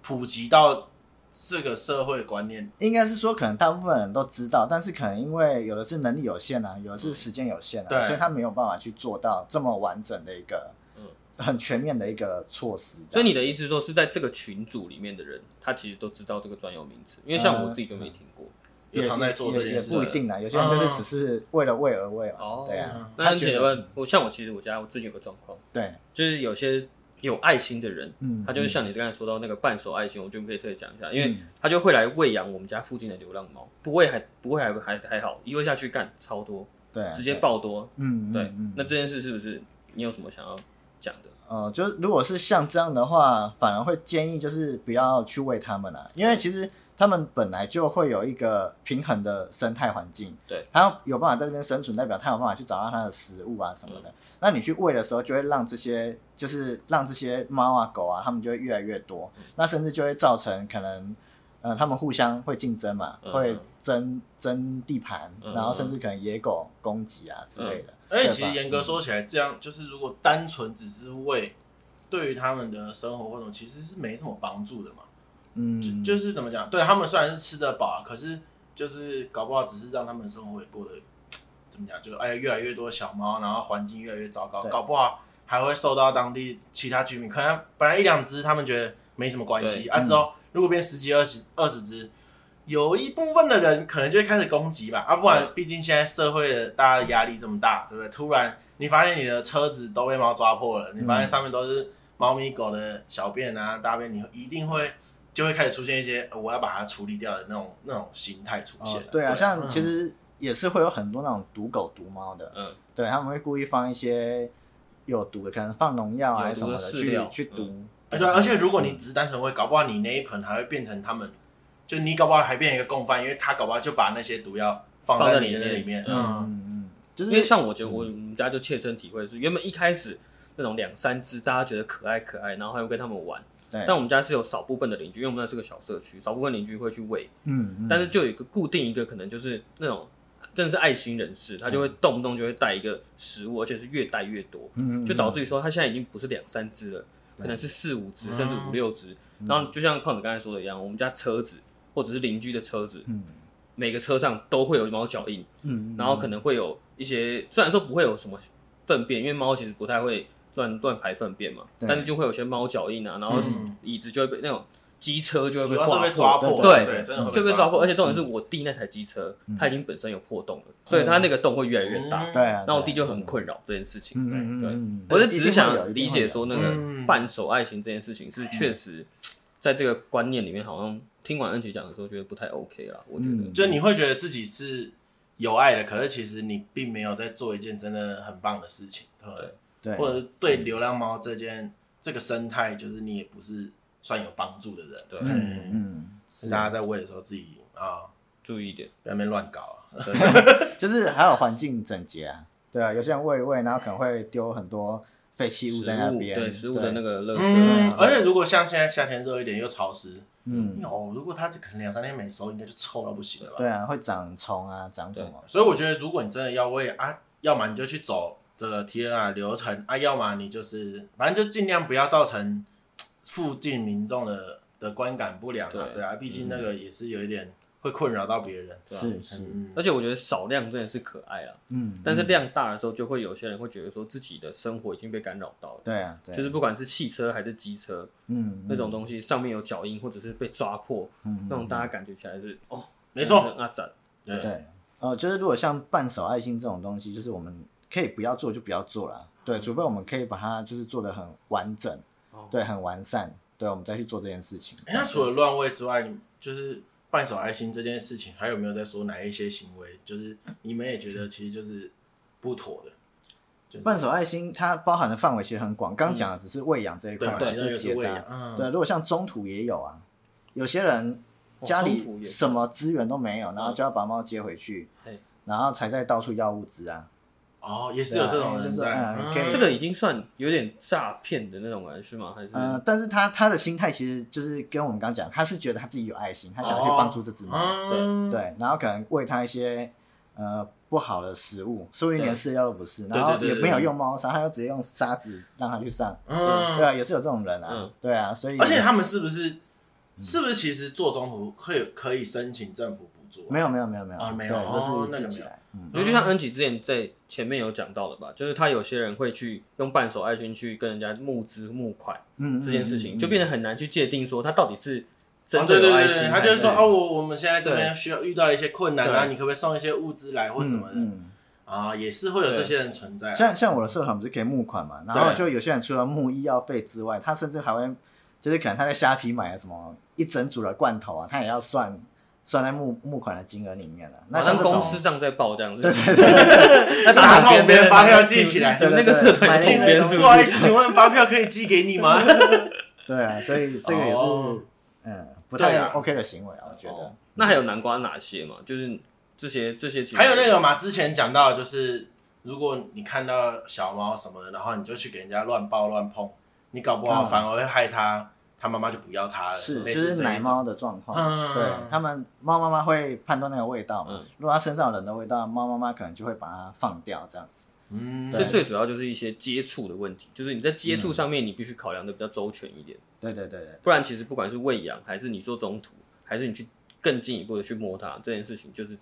Speaker 2: 普及到这个社会观念，
Speaker 3: 应该是说可能大部分人都知道，但是可能因为有的是能力有限啊，有的
Speaker 1: 嗯
Speaker 3: 是时间有限
Speaker 2: 对
Speaker 3: 啊，所以他没有办法去做到这么完整的一个
Speaker 1: 嗯
Speaker 3: 很全面的一个措施这样。
Speaker 1: 所以你的意思是说是在这个群组里面的人，他其实都知道这个专有名词，因为像我自己就没听过。
Speaker 2: 有
Speaker 3: 也
Speaker 2: 常在做这
Speaker 3: 也也
Speaker 2: 件
Speaker 3: 也
Speaker 2: 事
Speaker 3: 不一
Speaker 2: 的。
Speaker 3: 定啊，有些人就是
Speaker 2: 嗯
Speaker 3: 只是为了喂而喂嘛，
Speaker 1: 哦
Speaker 3: 对啊，
Speaker 1: 那很
Speaker 3: 他觉得
Speaker 1: 简单，我像我其实我家我最近有个状况，
Speaker 3: 对，
Speaker 1: 就是有些有爱心的人，
Speaker 3: 嗯，
Speaker 1: 他就是像你刚才说到那个半手爱心，我觉得可以特别讲一下，因为他就会来喂养我们家附近的流浪猫，不喂还不喂还还还好，一喂下去干超多，
Speaker 3: 对啊
Speaker 1: 直接
Speaker 3: 对
Speaker 1: 爆多。
Speaker 3: 嗯嗯
Speaker 1: 对，
Speaker 3: 嗯
Speaker 1: 那这件事是不是你有什么想要讲的？
Speaker 3: 呃，就是如果是像这样的话，反而会建议就是不要去喂它们了、因为其实它们本来就会有一个平衡的生态环境，
Speaker 1: 对，
Speaker 3: 它有办法在这边生存，代表它有办法去找到它的食物啊什么的。
Speaker 1: 嗯
Speaker 3: 那你去喂的时候，就会让这些就是让这些猫啊狗啊，它们就会越来越多，
Speaker 1: 嗯
Speaker 3: 那甚至就会造成可能。呃，它们互相会竞争嘛，
Speaker 1: 嗯
Speaker 3: 会争争地盘，
Speaker 1: 嗯
Speaker 3: 然后甚至可能野狗攻击啊之类的。
Speaker 2: 而且其
Speaker 3: 对
Speaker 2: 实
Speaker 3: 吧
Speaker 2: 严格说起来，这样就是如果单纯只是为对于他们的生活或者其实是没什么帮助的嘛。
Speaker 3: 嗯，
Speaker 2: 就就是怎么讲，对他们虽然是吃得饱啊，可是就是搞不好只是让他们生活也过得怎么讲，就哎越来越多小猫，然后环境越来越糟糕，
Speaker 3: 对
Speaker 2: 搞不好还会受到当地其他居民，可能本来一两只他们觉得没什么关系
Speaker 1: 对
Speaker 3: 嗯
Speaker 2: 啊，之后如果变十几、二十、二十只。有一部分的人可能就会开始攻击吧，啊，不然毕竟现在社会的大家的压力这么大，对不对？突然你发现你的车子都被猫抓破了，你发现上面都是猫咪狗的小便啊、大便，你一定会就会开始出现一些呃我要把它处理掉的那种那种心态出现
Speaker 3: 哦
Speaker 2: 了、，
Speaker 3: 对啊，像
Speaker 2: 嗯
Speaker 3: 其实也是会有很多那种毒狗、毒猫的，
Speaker 1: 嗯，
Speaker 3: 对，他们会故意放一些有毒的，可能放农药啊
Speaker 1: 有
Speaker 3: 还是
Speaker 1: 毒
Speaker 3: 什么
Speaker 1: 的
Speaker 3: 的
Speaker 1: 饲料嗯
Speaker 3: 去去毒。
Speaker 2: 哎对啊，而且如果你只是单纯喂，搞不好你那一盆还会变成他们，就你搞不好还变成一个共犯，因为他搞不好就把那些毒药放
Speaker 1: 放在
Speaker 2: 在
Speaker 1: 里
Speaker 2: 你的那
Speaker 1: 面
Speaker 2: 里面，
Speaker 3: 嗯
Speaker 2: 嗯，
Speaker 3: 嗯，就
Speaker 1: 因为
Speaker 3: 是
Speaker 1: 像我觉得我们家就切身体会是，原本一开始那种两三只，大家觉得可爱可爱，然后还会跟他们玩。
Speaker 3: 对，
Speaker 1: 但我们家是有少部分的邻居，因为我们那是个小社区，少部分邻居会去喂，
Speaker 3: 嗯，嗯
Speaker 1: 但是就有一个固定一个，可能就是那种真的是爱心人士，他就会动不动就会带一个食物，而且是越带越多，
Speaker 3: 嗯嗯嗯
Speaker 1: 就导致于说他现在已经不是两三只了，可能是四五只
Speaker 3: 啊
Speaker 2: 嗯
Speaker 1: 甚至五六只。
Speaker 3: 嗯
Speaker 1: 然后就像胖子刚才说的一样，我们家车子或者是邻居的车子，
Speaker 3: 嗯
Speaker 1: 每个车上都会有猫脚印。
Speaker 3: 嗯，
Speaker 1: 然后可能会有一些，虽然说不会有什么粪便，因为猫其实不太会乱乱排粪便嘛，
Speaker 3: 对
Speaker 1: 但是就会有些猫脚印啊，然后
Speaker 2: 嗯
Speaker 1: 椅子就会被那种机车就会
Speaker 2: 主
Speaker 1: 被
Speaker 2: 要
Speaker 1: 划
Speaker 2: 是被抓
Speaker 1: 破。
Speaker 2: 破，
Speaker 1: 对
Speaker 2: 对，真的
Speaker 1: 就
Speaker 2: 会
Speaker 1: 被抓破，而
Speaker 2: 且
Speaker 1: 且重点是
Speaker 3: 嗯
Speaker 1: 我弟那台机车，它已经本身有破洞了，所
Speaker 3: 哦
Speaker 1: 以它那个洞会越来
Speaker 2: 嗯
Speaker 1: 越大，
Speaker 3: 对啊，
Speaker 1: 那我弟
Speaker 3: 对啊
Speaker 1: 就很困扰这件事情。
Speaker 3: 嗯嗯嗯
Speaker 1: 对
Speaker 3: 嗯，
Speaker 1: 我
Speaker 3: 对
Speaker 1: 是只是想理解，说那个
Speaker 2: 嗯
Speaker 1: 半手爱情这件事情是确实在这个观念里面，好像听完恩姐讲的时候觉得不太 OK 啦，我觉得。
Speaker 3: 嗯
Speaker 2: 就你会觉得自己是有爱的，可是其实你并没有在做一件真的很棒的事情，对不对？
Speaker 3: 对啊
Speaker 2: 或者是对流浪猫这件这个生态，就是你也不是算有帮助的人，对，
Speaker 3: 嗯嗯，
Speaker 2: 是大家在喂的时候自己啊，
Speaker 1: 注意一点，
Speaker 2: 不要在那边乱搞啊，
Speaker 3: 就是还有环境整洁啊，对啊，有些人喂一喂，然后可能会丢很多废弃物在那
Speaker 1: 食物
Speaker 3: 边，
Speaker 1: 对食物的那个垃圾
Speaker 2: 嗯
Speaker 1: 啊，，
Speaker 2: 而且如果像现在夏天热一点又潮湿，
Speaker 3: 嗯，
Speaker 2: 哦，如果它可能两三天没收，应该就臭到不行了吧？
Speaker 3: 对啊，会长虫啊，长什么？
Speaker 2: 所以我觉得，如果你真的要喂啊，要么你就去走这个 T N R 流程啊，要么你就是反正就尽量不要造成嘖附近民众的的观感不良啊
Speaker 1: 对，
Speaker 2: 对啊，毕竟那
Speaker 3: 嗯
Speaker 2: 个也是有一点会困扰到别人，对
Speaker 1: 啊
Speaker 2: 吧？
Speaker 3: 是是，
Speaker 2: 嗯，
Speaker 1: 而且我觉得少量真的是可爱啊，
Speaker 3: 嗯，
Speaker 1: 但是量大的时候，就会有些人会觉得说自己的生活已经被干扰到了，
Speaker 3: 对啊，对啊，
Speaker 1: 就是不管是汽车还是机车
Speaker 3: 嗯，
Speaker 1: 那种东西，上面有脚印或者是被抓破，那种大家感觉起来是哦，
Speaker 2: 没错
Speaker 1: 真的是阿展，
Speaker 2: 对，
Speaker 3: 对，呃，就是如果像半手爱心这种东西，就是我们可以不要做就不要做啦。对，除非我们可以把它就是做的很完整，
Speaker 2: 哦
Speaker 3: 对，很完善，对，我们再去做这件事情。
Speaker 2: 哎那除了乱喂之外，你就是半手爱心这件事情，还有没有在说哪一些行为，就是你们也觉得其实就是不妥的？
Speaker 3: 嗯半手爱心它包含的范围其实很广，刚讲的只是喂养这一块
Speaker 2: 嗯对
Speaker 3: 嘛，
Speaker 2: 嘛，
Speaker 3: 其
Speaker 2: 其中
Speaker 3: 实
Speaker 2: 一
Speaker 3: 就
Speaker 2: 个是
Speaker 3: 结
Speaker 2: 喂
Speaker 3: 扎
Speaker 2: 养，。嗯，
Speaker 3: 对，如果像中途也有啊，有些人家
Speaker 1: 哦中途
Speaker 3: 里
Speaker 1: 也
Speaker 3: 什么资源都没有，
Speaker 2: 嗯
Speaker 3: 然后就要把猫接回去
Speaker 1: 嘿，
Speaker 3: 然后才再到处要物资啊。
Speaker 2: 哦，也是有这种人在
Speaker 3: 对啊就是嗯，可以
Speaker 1: 这个已经算有点诈骗的那种了，是吗？还是、
Speaker 3: 呃，但是他他的心态其实就是跟我们刚讲，他是觉得他自己有爱心，他想要去
Speaker 2: 哦
Speaker 3: 帮助这只猫，
Speaker 2: 嗯，对
Speaker 3: 对，然后可能喂它一些呃不好的食物，说不定连
Speaker 1: 对
Speaker 3: 饲料都不是，
Speaker 2: 对
Speaker 3: 然后
Speaker 2: 对
Speaker 3: 也
Speaker 2: 对
Speaker 3: 没有用猫砂，他就直接用沙子让它去上，
Speaker 2: 嗯
Speaker 3: 对，啊，也是有这种人啊
Speaker 1: 嗯，
Speaker 3: 对啊，所以
Speaker 2: 而且他们是不是是不是其实做中途可以可以申请政府补助啊？
Speaker 3: 没有没有没有没有
Speaker 2: 啊没有
Speaker 3: 对
Speaker 2: 哦
Speaker 3: 都
Speaker 2: 那
Speaker 3: 是
Speaker 2: 个
Speaker 3: 自己
Speaker 2: 没有
Speaker 3: 来，嗯，
Speaker 1: 我觉得就像恩吉之前在前面有讲到的吧，就是他有些人会去用半手爱心去跟人家募资募款
Speaker 3: 嗯，
Speaker 1: 这件事情，就变得很难去界定说他到底是真
Speaker 2: 哦对
Speaker 1: 的
Speaker 2: 对
Speaker 1: 有爱
Speaker 2: 对
Speaker 1: 心
Speaker 2: 对，他
Speaker 1: 还
Speaker 2: 就是是说哦，我我们现在这
Speaker 1: 对
Speaker 2: 边需要遇到一些困难啊，
Speaker 1: 对
Speaker 2: 你可不可以送一些物资来或什么的
Speaker 3: 嗯，
Speaker 2: 啊？也是会有这些人存在啊。
Speaker 3: 像像我的社团不是可以募款嘛，然后就有些人除了募医药费之外，他甚至还会就是可能他在虾皮买了什么一整组的罐头啊，他也要算算在募募款的金额里面了。那
Speaker 1: 好
Speaker 3: 像
Speaker 1: 像
Speaker 3: 这种
Speaker 1: 公司账在报这样子，
Speaker 2: 打桶边发票记起来
Speaker 1: 对那个社团有
Speaker 3: 对
Speaker 1: 统
Speaker 3: 对
Speaker 1: 编
Speaker 3: 对
Speaker 1: 是不是
Speaker 2: 不好意思，请问发票可以寄给你吗？
Speaker 3: 对啊，所以这个也
Speaker 2: 哦
Speaker 3: 是嗯不
Speaker 2: 对
Speaker 3: 太
Speaker 2: 啊
Speaker 3: OK 的行为啊，我觉
Speaker 1: 哦
Speaker 3: 得。
Speaker 1: 那还有南瓜哪些嘛？就是这些这些其实，
Speaker 2: 还有那个嘛，之前讲到的就是，如果你看到小猫什么的，然后你就去给人家乱抱乱碰，你搞不好
Speaker 3: 嗯
Speaker 2: 反而会害它，它妈妈就不要它了。
Speaker 3: 是，就
Speaker 2: 呃类似
Speaker 3: 是
Speaker 2: 这一
Speaker 3: 奶
Speaker 2: 种。
Speaker 3: 猫的状况，
Speaker 2: 嗯
Speaker 3: 对他们猫妈妈会判断那个味道嘛。
Speaker 1: 嗯
Speaker 3: 如果它身上有人的味道，猫妈妈可能就会把它放掉这样子。
Speaker 2: 嗯，
Speaker 1: 所以最主要就是一些接触的问题，就是你在接触上面你必须考量的比较周全一点，
Speaker 3: 对对对对，
Speaker 1: 不然其实不管是喂养，还是你做中途，还是你去更进一步的去摸它，这件事情就是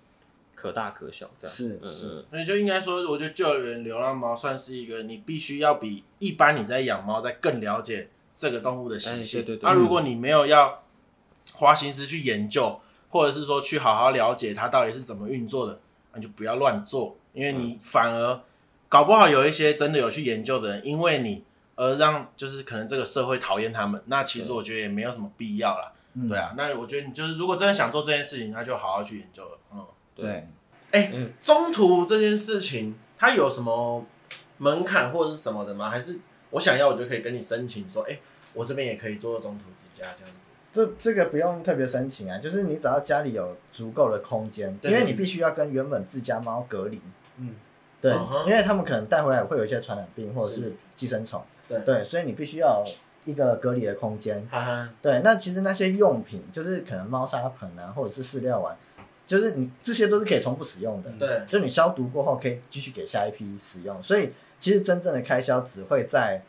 Speaker 1: 可大可小这样。
Speaker 3: 是
Speaker 1: 嗯
Speaker 3: 是
Speaker 1: 嗯，
Speaker 2: 所以就应该说，我觉得救援流浪猫算是一个你必须要比一般你在养猫在更了解这个动物的习性。
Speaker 1: 哎对对对
Speaker 2: 那如果你没有要花心思去研究，或者是说去好好了解它到底是怎么运作的，那你就不要乱做，因为
Speaker 1: 嗯
Speaker 2: 你反而搞不好有一些真的有去研究的人，因为你而让就是可能这个社会讨厌他们。那其实我觉得也没有什么必要啦。
Speaker 3: 嗯
Speaker 2: 对啊，那我觉得你就是如果真的想做这件事情，那就好好去研究了。嗯。
Speaker 3: 对。
Speaker 2: 中途这件事情，它有什么门槛或者是什么的吗？还是我想要，我就可以跟你申请说，哎、我这边也可以做中途之家这样子。
Speaker 3: 这这个不用特别申请啊，就是你只要家里有足够的空间，
Speaker 2: 对
Speaker 3: 因为你必须要跟原本自家猫隔离。
Speaker 4: 嗯，
Speaker 3: 对
Speaker 2: 嗯哼
Speaker 3: 因为他们可能带回来会有一些传染病或者是寄生虫，
Speaker 2: 对
Speaker 3: 对，所以你必须要有一个隔离的空间。
Speaker 2: 哈哈，
Speaker 3: 对，那其实那些用品，就是可能猫砂盆啊，或者是饲料碗，就是你这些都是可以重复使
Speaker 1: 嗯
Speaker 3: 用的。
Speaker 2: 对，
Speaker 3: 就你消毒过后可以继续给下一批使用，所以其实真正的开销只会在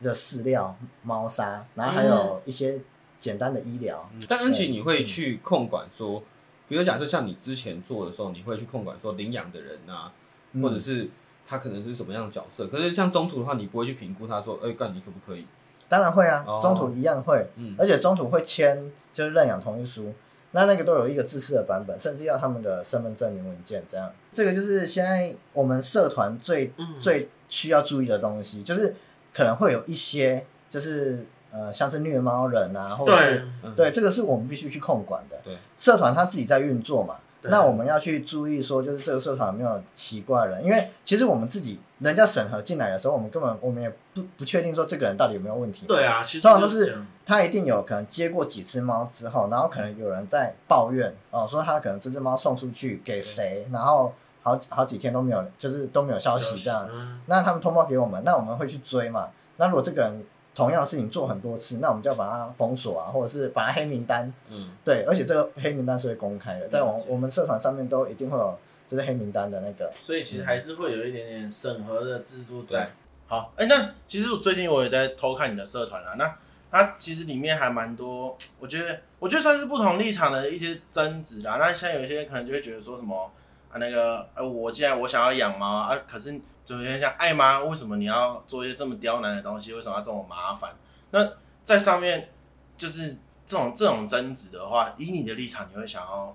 Speaker 3: 你的饲料、猫砂，然后还有一些简单的医疗。
Speaker 4: 但恩琪，你会去控管说，比如假设像你之前做的时候，你会去控管说领养的人啊，
Speaker 3: 嗯
Speaker 4: 或者是他可能是什么样的角色。可是像中途的话，你不会去评估他说，哎、干你可不可以？
Speaker 3: 当然会啊
Speaker 4: 哦，
Speaker 3: 中途一样会，
Speaker 4: 嗯
Speaker 3: 而且中途会签就是认养同意书，那那个都有一个自式的版本，甚至要他们的身份证明文件这样。这个就是现在我们社团最、最需要注意的东西，就是可能会有一些就是呃像是虐猫人啊，或者是
Speaker 2: 对，
Speaker 4: 嗯
Speaker 3: 对，这个是我们必须去控管的。
Speaker 4: 对，
Speaker 3: 社团他自己在运作嘛，
Speaker 2: 对
Speaker 3: 那我们要去注意说，就是这个社团有没有奇怪的人，因为其实我们自己人家审核进来的时候，我们根本我们也不不确定说这个人到底有没有问题。
Speaker 2: 对啊，其实
Speaker 3: 通常都
Speaker 2: 就是这
Speaker 3: 是
Speaker 2: 样
Speaker 3: 他一定有可能接过几次猫之后，然后可能有人在抱怨哦，说他可能这只猫送出去给谁，然后好好几天都没有，就是都没有消息这样。
Speaker 2: 嗯
Speaker 3: 那他们通报给我们，那我们会去追嘛？那如果这个人同样的事情做很多次，那我们就要把他封锁啊，或者是把他黑名单。
Speaker 4: 嗯，
Speaker 3: 对，而且这个黑名单是会公开的，在我我们社团上面都一定会有就是黑名单的那个。
Speaker 2: 所以其实还是会有一点点审核的制度在。好，哎、那其实我最近我也在偷看你的社团啊，那它其实里面还蛮多，我觉得我觉得算是不同立场的一些争执啦。那像有些人可能就会觉得说什么啊，那个啊，我既然我想要养猫啊，可是就有点像爱妈，为什么你要做一些这么刁难的东西？为什么要这么麻烦？那在上面就是这种这种争执的话，以你的立场，你会想要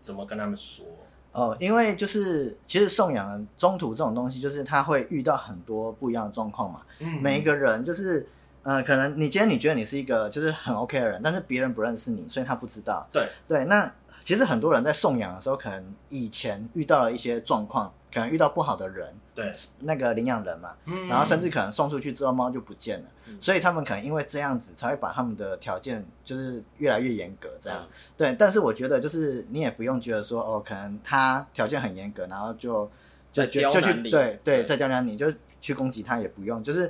Speaker 2: 怎么跟他们说？
Speaker 3: 哦，因为就是其实送养中途这种东西，就是他会遇到很多不一样的状况嘛。
Speaker 2: 嗯
Speaker 3: 每一个人就是呃，可能你今天你觉得你是一个就是很 OK 的人，但是别人不认识你，所以他不知道。
Speaker 2: 对
Speaker 3: 对，那其实很多人在送养的时候，可能以前遇到了一些状况，可能遇到不好的人，
Speaker 2: 对，
Speaker 3: 那个领养人嘛，
Speaker 2: 嗯
Speaker 3: 然后甚至可能送出去之后猫就不见了，
Speaker 1: 嗯
Speaker 3: 所以他们可能因为这样子才会把他们的条件就是越来越严格这样。
Speaker 1: 嗯
Speaker 3: 对，但是我觉得就是你也不用觉得说哦，可能他条件很严格，然后就就
Speaker 1: 在
Speaker 3: 就
Speaker 1: 刁
Speaker 3: 就
Speaker 1: 难
Speaker 3: 去
Speaker 1: 你
Speaker 3: 对对
Speaker 1: 对
Speaker 3: 在刁难你，就去攻击他也不用，就是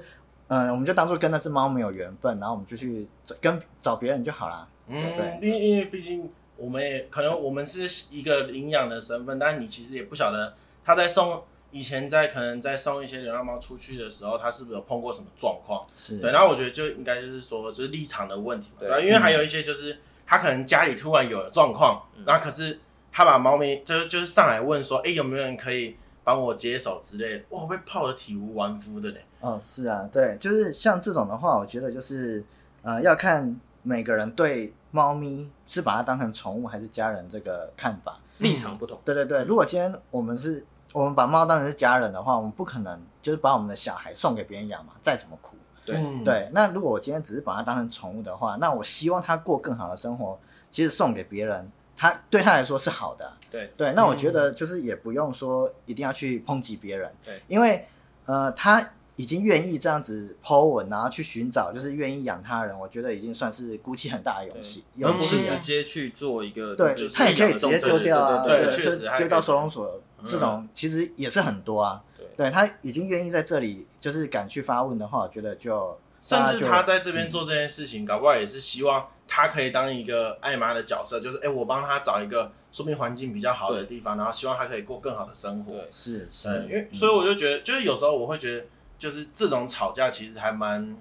Speaker 3: 嗯、呃我们就当做跟那只猫没有缘分，然后我们就去找跟找别人就好啦。
Speaker 2: 嗯
Speaker 3: 对，
Speaker 2: 因为因为毕竟我们也可能我们是一个领养的身份，但你其实也不晓得他在送以前在可能在送一些流浪猫出去的时候，他是不是有碰过什么状况？
Speaker 3: 是
Speaker 2: 对，然后我觉得就应该就是说就是立场的问题嘛，
Speaker 1: 对嗯
Speaker 2: 对啊吧，因为还有一些就是他可能家里突然有了状况，
Speaker 1: 嗯
Speaker 2: 然后可是他把猫咪就是就是上来问说，哎、有没有人可以帮我接手之类的，哇，我被泡的体无完肤的呢。
Speaker 3: 哦，是啊，对，就是像这种的话，我觉得就是呃，要看每个人对猫咪是把它当成宠物还是家人这个看法。
Speaker 1: 立场
Speaker 2: 嗯
Speaker 1: 不同，
Speaker 3: 对对对，如果今天我们是我们把猫当成是家人的话，我们不可能就是把我们的小孩送给别人养嘛，再怎么苦。
Speaker 1: 对
Speaker 2: 嗯，
Speaker 3: 对，那如果我今天只是把它当成宠物的话，那我希望它过更好的生活，其实送给别人，它对它来说是好的啊、
Speaker 1: 对
Speaker 3: 对，那我觉得就是也不用说一定要去抨击别人，
Speaker 1: 嗯对，
Speaker 3: 因为呃，他已经愿意这样子 Po 文，然后去寻找就是愿意养他的人，我觉得已经算是鼓起很大的勇气，
Speaker 1: 而
Speaker 3: 勇
Speaker 1: 不
Speaker 3: 气
Speaker 2: 嗯
Speaker 1: 是
Speaker 3: 了
Speaker 1: 直接去做一个
Speaker 3: 对，
Speaker 1: 就是
Speaker 3: 他也
Speaker 1: 弃
Speaker 3: 可
Speaker 1: 养
Speaker 3: 以
Speaker 1: 的
Speaker 3: 直
Speaker 1: 动
Speaker 3: 接
Speaker 1: 作
Speaker 3: 丢掉啊，
Speaker 1: 对
Speaker 2: 对
Speaker 1: 对
Speaker 2: 确
Speaker 3: 就
Speaker 2: 实还可以
Speaker 3: 丢到收容所
Speaker 2: 嗯
Speaker 3: 这种其实也是很多啊。
Speaker 1: 对
Speaker 3: 对他已经愿意在这里就是敢去发问的话，我觉得就
Speaker 2: 甚
Speaker 3: 大家
Speaker 2: 至
Speaker 3: 就
Speaker 2: 他在这
Speaker 1: 嗯
Speaker 2: 边做这件事情，搞不好也是希望他可以当一个爱妈的角色，就是哎、诶我帮他找一个说不定环境比较好的地方，然后希望他可以过更好的生活。
Speaker 1: 对嗯
Speaker 3: 是是
Speaker 2: 呃
Speaker 3: 嗯
Speaker 2: 对，因为所以我就觉得，就是有时候我会觉得，就是这种吵架其实还蛮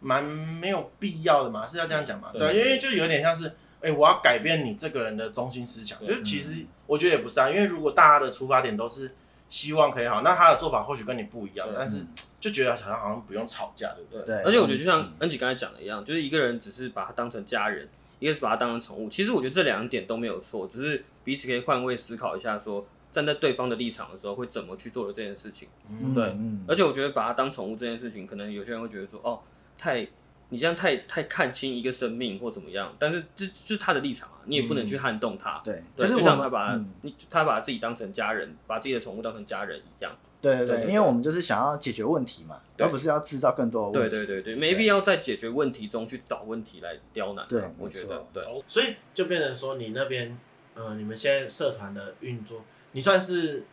Speaker 2: 蛮没有必要的嘛，是要这样讲嘛？
Speaker 1: 对
Speaker 2: 对，因为就有点像是，哎、我要改变你这个人的中心思想，
Speaker 1: 对嗯
Speaker 2: 就是其实我觉得也不是啊，因为如果大家的出发点都是希望可以好，那他的做法或许跟你不一样，
Speaker 1: 对嗯
Speaker 2: 但是就觉得好像好像不用吵架，对不对？
Speaker 1: 对
Speaker 3: 对嗯
Speaker 1: 而且我觉得就像恩姐刚才讲的一样，就是一个人只是把它当成家人，一个是把它当成宠物。其实我觉得这两点都没有错，只是彼此可以换位思考一下说站在对方的立场的时候会怎么去做的这件事情。
Speaker 3: 嗯
Speaker 1: 对
Speaker 3: 嗯
Speaker 1: 而且我觉得把它当宠物这件事情，可能有些人会觉得说，哦，太你这样太太看清一个生命或怎么样，但是这就是他的立场啊，你也不能去撼动他。
Speaker 3: 嗯对，
Speaker 1: 对，
Speaker 3: 是
Speaker 1: 就
Speaker 3: 我
Speaker 1: 像他
Speaker 3: 们
Speaker 1: 把
Speaker 3: 嗯
Speaker 1: 你他把自己当成家人，把自己的宠物当成家人一样。
Speaker 3: 对对
Speaker 1: 对
Speaker 3: 对，
Speaker 1: 对
Speaker 3: 因为我们就是想要解决问题嘛，
Speaker 1: 对
Speaker 3: 而不是要制造更多的
Speaker 1: 对
Speaker 3: 问题。
Speaker 1: 对对对，没必要在解决问题中去找问题来刁难他。
Speaker 3: 对
Speaker 1: 我觉得对。
Speaker 2: 哦，所以就变成说，你那边，呃，你们现在社团的运作，你算是，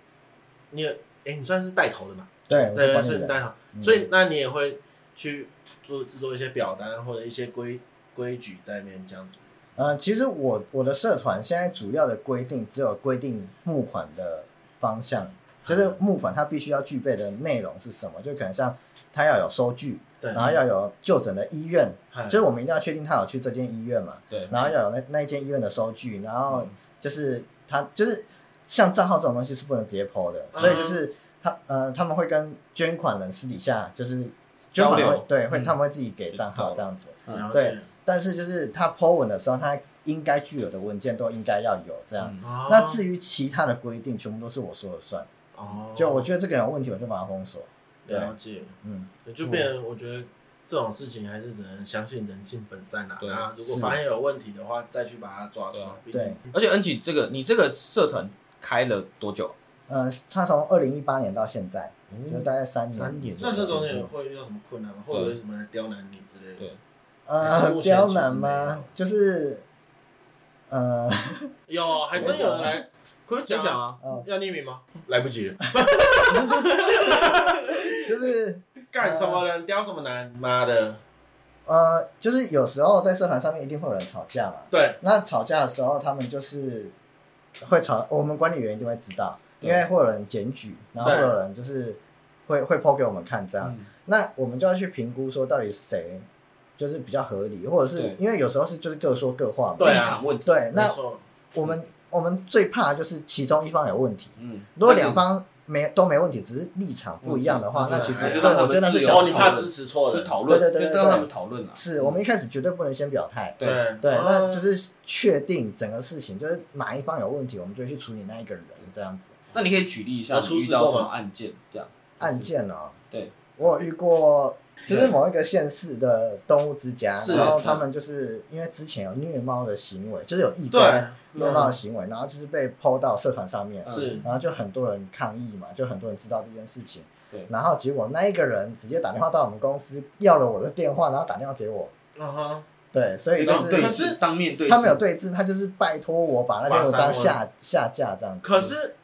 Speaker 2: 你有，哎、你算是带头的嘛？
Speaker 3: 对
Speaker 2: 对，
Speaker 3: 我
Speaker 2: 对，所以
Speaker 3: 是帮你
Speaker 2: 你
Speaker 3: 的
Speaker 2: 带头，
Speaker 3: 嗯
Speaker 2: 所以那你也会去做制作一些表单或者一些规规矩在面这样子。
Speaker 3: 呃，其实我我的社团现在主要的规定只有规定募款的方向，就是募款它必须要具备的内容是什么，就可能像它要有收据，
Speaker 2: 对，嗯
Speaker 3: 然后要有就诊的医院，
Speaker 2: 嗨
Speaker 3: 就是我们一定要确定他有去这间医院嘛，
Speaker 4: 对
Speaker 3: 然后要有那那一间医院的收据，然后
Speaker 2: 嗯
Speaker 3: 就是他就是像账号这种东西是不能直接 PO 的，
Speaker 2: 嗯
Speaker 3: 所以就是他呃他们会跟捐款人私底下就是捐款人
Speaker 4: 交
Speaker 3: 会
Speaker 4: 流
Speaker 3: 对会
Speaker 2: 嗯
Speaker 3: 他们会自己给账号这样子，
Speaker 4: 嗯
Speaker 2: 了解
Speaker 3: 对，但是就是他 PO 文的时候，他应该具有的文件都应该要有这样。
Speaker 4: 嗯
Speaker 2: 哦
Speaker 3: 那至于其他的规定，全部都是我说了算。
Speaker 2: 哦，
Speaker 3: 就我觉得这个人有问题，我就把他封锁。对
Speaker 2: 了解，
Speaker 3: 嗯，
Speaker 2: 就变成我觉得这种事情还是只能相信人性本善啦、
Speaker 4: 对
Speaker 2: 然后如果
Speaker 3: 是
Speaker 2: 发现有问题的话，再去把它抓出来
Speaker 4: 对啊。
Speaker 2: 毕
Speaker 3: 对
Speaker 2: 竟，
Speaker 4: 而且恩琪，这个你这个社团开了多久？
Speaker 3: 呃，他从二零一八年到现在，就大概三年。
Speaker 4: 三年
Speaker 2: 嗯那这中间会遇到什么困难吗？会不会有什么人刁难你之类的？
Speaker 4: 对
Speaker 2: 还是
Speaker 3: 呃，
Speaker 2: 目前
Speaker 3: 刁
Speaker 2: 其实
Speaker 3: 难
Speaker 2: 没
Speaker 3: 吗
Speaker 2: 有？
Speaker 3: 就是，呃，
Speaker 2: 有，还真有人来，可以
Speaker 4: 就
Speaker 2: 讲
Speaker 4: 讲
Speaker 2: 啊，
Speaker 4: 啊，
Speaker 3: 哦
Speaker 2: 要匿名吗？来不及了，
Speaker 3: 就是
Speaker 2: 干什么人刁什么难，妈的！
Speaker 3: 呃，就是有时候在社团上面一定会有人吵架嘛。
Speaker 2: 对，
Speaker 3: 那吵架的时候，他们就是会吵，我们管理员一定会知道，因为会有人检举，然后会
Speaker 2: 对
Speaker 3: 有人就是会会抛给我们看这
Speaker 2: 嗯
Speaker 3: 样。那我们就要去评估说，到底谁就是比较合理，或者是
Speaker 4: 对
Speaker 3: 因为有时候是就是各说各话嘛。
Speaker 2: 对啊
Speaker 1: 立场问题，
Speaker 3: 对，
Speaker 2: 没
Speaker 3: 那
Speaker 2: 错，
Speaker 3: 我们我们最怕就是其中一方有问题，
Speaker 4: 嗯，
Speaker 3: 如果两方没都没问题，只是立场不一样的话，
Speaker 4: 嗯
Speaker 3: 那其实
Speaker 2: 那
Speaker 3: 对
Speaker 2: 就
Speaker 4: 让他
Speaker 3: 我
Speaker 4: 们
Speaker 3: 觉得那是
Speaker 4: 自由
Speaker 3: 小
Speaker 2: 哦，
Speaker 3: 事
Speaker 2: 你。怕支持错
Speaker 4: 就
Speaker 2: 人，
Speaker 4: 讨论，
Speaker 3: 对对对
Speaker 4: 就让他们讨论了。
Speaker 3: 是我们一开始绝对不能先表态，
Speaker 4: 对
Speaker 3: 对，那
Speaker 2: 嗯
Speaker 3: 就是确定整个事情，就是哪一方有问题，我们就去处理那一个人这样子。
Speaker 4: 那你可以举例一下
Speaker 2: 有出
Speaker 4: 你
Speaker 2: 事
Speaker 4: 遇到
Speaker 2: 过
Speaker 4: 什么
Speaker 2: 吗
Speaker 4: 案件这样？
Speaker 3: 案件呢、
Speaker 4: 对，
Speaker 3: 哦我有遇过就是某一个县市的动物之家，
Speaker 2: 是
Speaker 3: 然后他们就是因为之前有虐猫的行为，就是有义工
Speaker 2: 对，嗯
Speaker 3: 虐猫的行为，然后就是被抛到社团上面，
Speaker 2: 是
Speaker 3: 然后就很多人抗议嘛，就很多人知道这件事情，
Speaker 4: 对
Speaker 3: 然后结果那一个人直接打电话到我们公司，要了我的电话，然后打电话给我，
Speaker 2: 嗯哼，
Speaker 3: 对，所以就
Speaker 4: 当对
Speaker 2: 可
Speaker 3: 是
Speaker 2: 是
Speaker 4: 峙，当面对峙，
Speaker 3: 他没有对峙，他就是拜托我把那篇文章
Speaker 2: 把删
Speaker 3: 下下架这样子。
Speaker 2: 可是，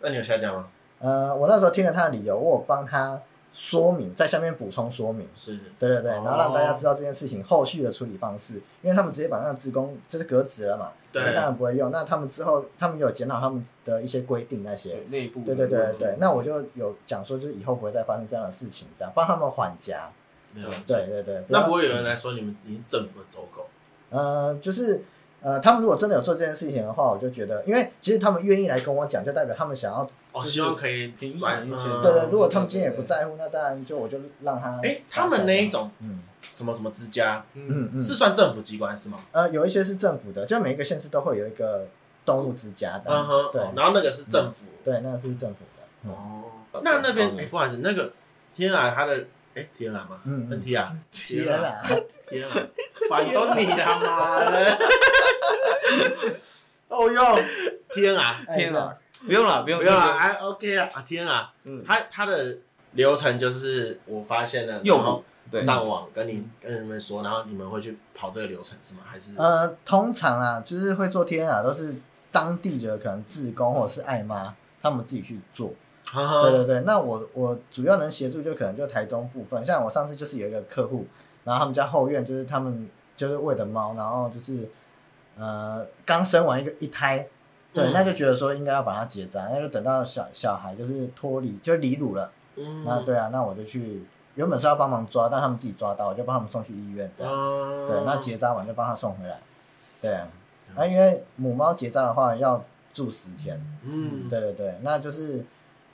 Speaker 2: 那你有下架吗？
Speaker 3: 呃，我那时候听了他的理由，我有帮他说明，在下面补充说明。
Speaker 2: 是，
Speaker 3: 对对对，
Speaker 2: 哦
Speaker 3: 然后让大家知道这件事情后续的处理方式，因为他们直接把那个职工就是革职了嘛，
Speaker 2: 对
Speaker 3: 那当然不会用。那他们之后，他们有检讨他们的一些规定那些，
Speaker 4: 对内部的
Speaker 3: 对对对
Speaker 2: 嗯
Speaker 4: 问
Speaker 3: 对
Speaker 4: 题
Speaker 3: 对。那我就有讲说，就是以后不会再发生这样的事情，这样帮他们缓夹。
Speaker 2: 没有。
Speaker 3: 对对对，
Speaker 2: 那
Speaker 3: 要
Speaker 2: 不会有人来说你们你是政府的走狗？
Speaker 3: 呃，就是呃，他们如果真的有做这件事情的话，我就觉得，因为其实他们愿意来跟我讲，就代表他们想要。
Speaker 2: 哦，
Speaker 3: 就是
Speaker 2: 希望可以
Speaker 4: 平
Speaker 2: 转
Speaker 4: 反一
Speaker 2: 嗯
Speaker 4: 些对
Speaker 3: 对
Speaker 4: 嗯
Speaker 3: 对，如果他
Speaker 4: 对
Speaker 3: 们
Speaker 4: 对
Speaker 3: 今天也
Speaker 4: 对
Speaker 3: 不在乎，那当然就我就让他。
Speaker 2: 哎，他们那一种
Speaker 3: 嗯
Speaker 2: 什么什么之家，
Speaker 3: 嗯嗯，
Speaker 2: 是算政府机关是吗？
Speaker 3: 呃，有一些是政府的，就每一个县市都会有一个动物之家这样
Speaker 2: 嗯
Speaker 3: 子。
Speaker 2: 哼，
Speaker 3: 对、
Speaker 2: 哦然后那个是政府。
Speaker 3: 对，那个是政府的。嗯
Speaker 2: 哦，那那边哎，不好意思，那个天啊，他的哎天啊吗？
Speaker 3: 嗯
Speaker 2: 问
Speaker 3: 嗯，
Speaker 2: 题啊，
Speaker 3: 天 啊！
Speaker 2: 天啊，反都你他妈的！
Speaker 1: 哦哟，
Speaker 2: 天啊，
Speaker 3: 哎
Speaker 4: 天啊，
Speaker 1: 不用了，不用
Speaker 2: 不用啊，
Speaker 1: 了，
Speaker 2: 哎，OK 了啊，天啊，
Speaker 1: 嗯
Speaker 2: 他他的流程就是我发现了，
Speaker 4: 诱
Speaker 2: 然后
Speaker 4: 对
Speaker 2: 上网跟你跟你们说，然后你们会去跑这个流程是吗？还是
Speaker 3: 呃，通常啊，就是会做天啊，都是当地的可能志工或者是爱妈他们自己去做。
Speaker 2: 哈哈
Speaker 3: 对对对，那我我主要能协助就可能就台中部分，像我上次就是有一个客户，然后他们家后院就是他们就是喂的猫，然后就是呃刚生完一个一胎，对，
Speaker 2: 嗯
Speaker 3: 那就觉得说应该要把它结扎，那就等到小小孩就是脱离就离乳了，
Speaker 2: 嗯
Speaker 3: 那对啊，那我就去原本是要帮忙抓，但他们自己抓到，我就帮他们送去医院这样，
Speaker 2: 嗯
Speaker 4: 哦
Speaker 3: 对，那结扎完就帮他送回来，对啊，那、因为母猫结扎的话要住十天。
Speaker 2: 嗯
Speaker 3: 对对对，那就是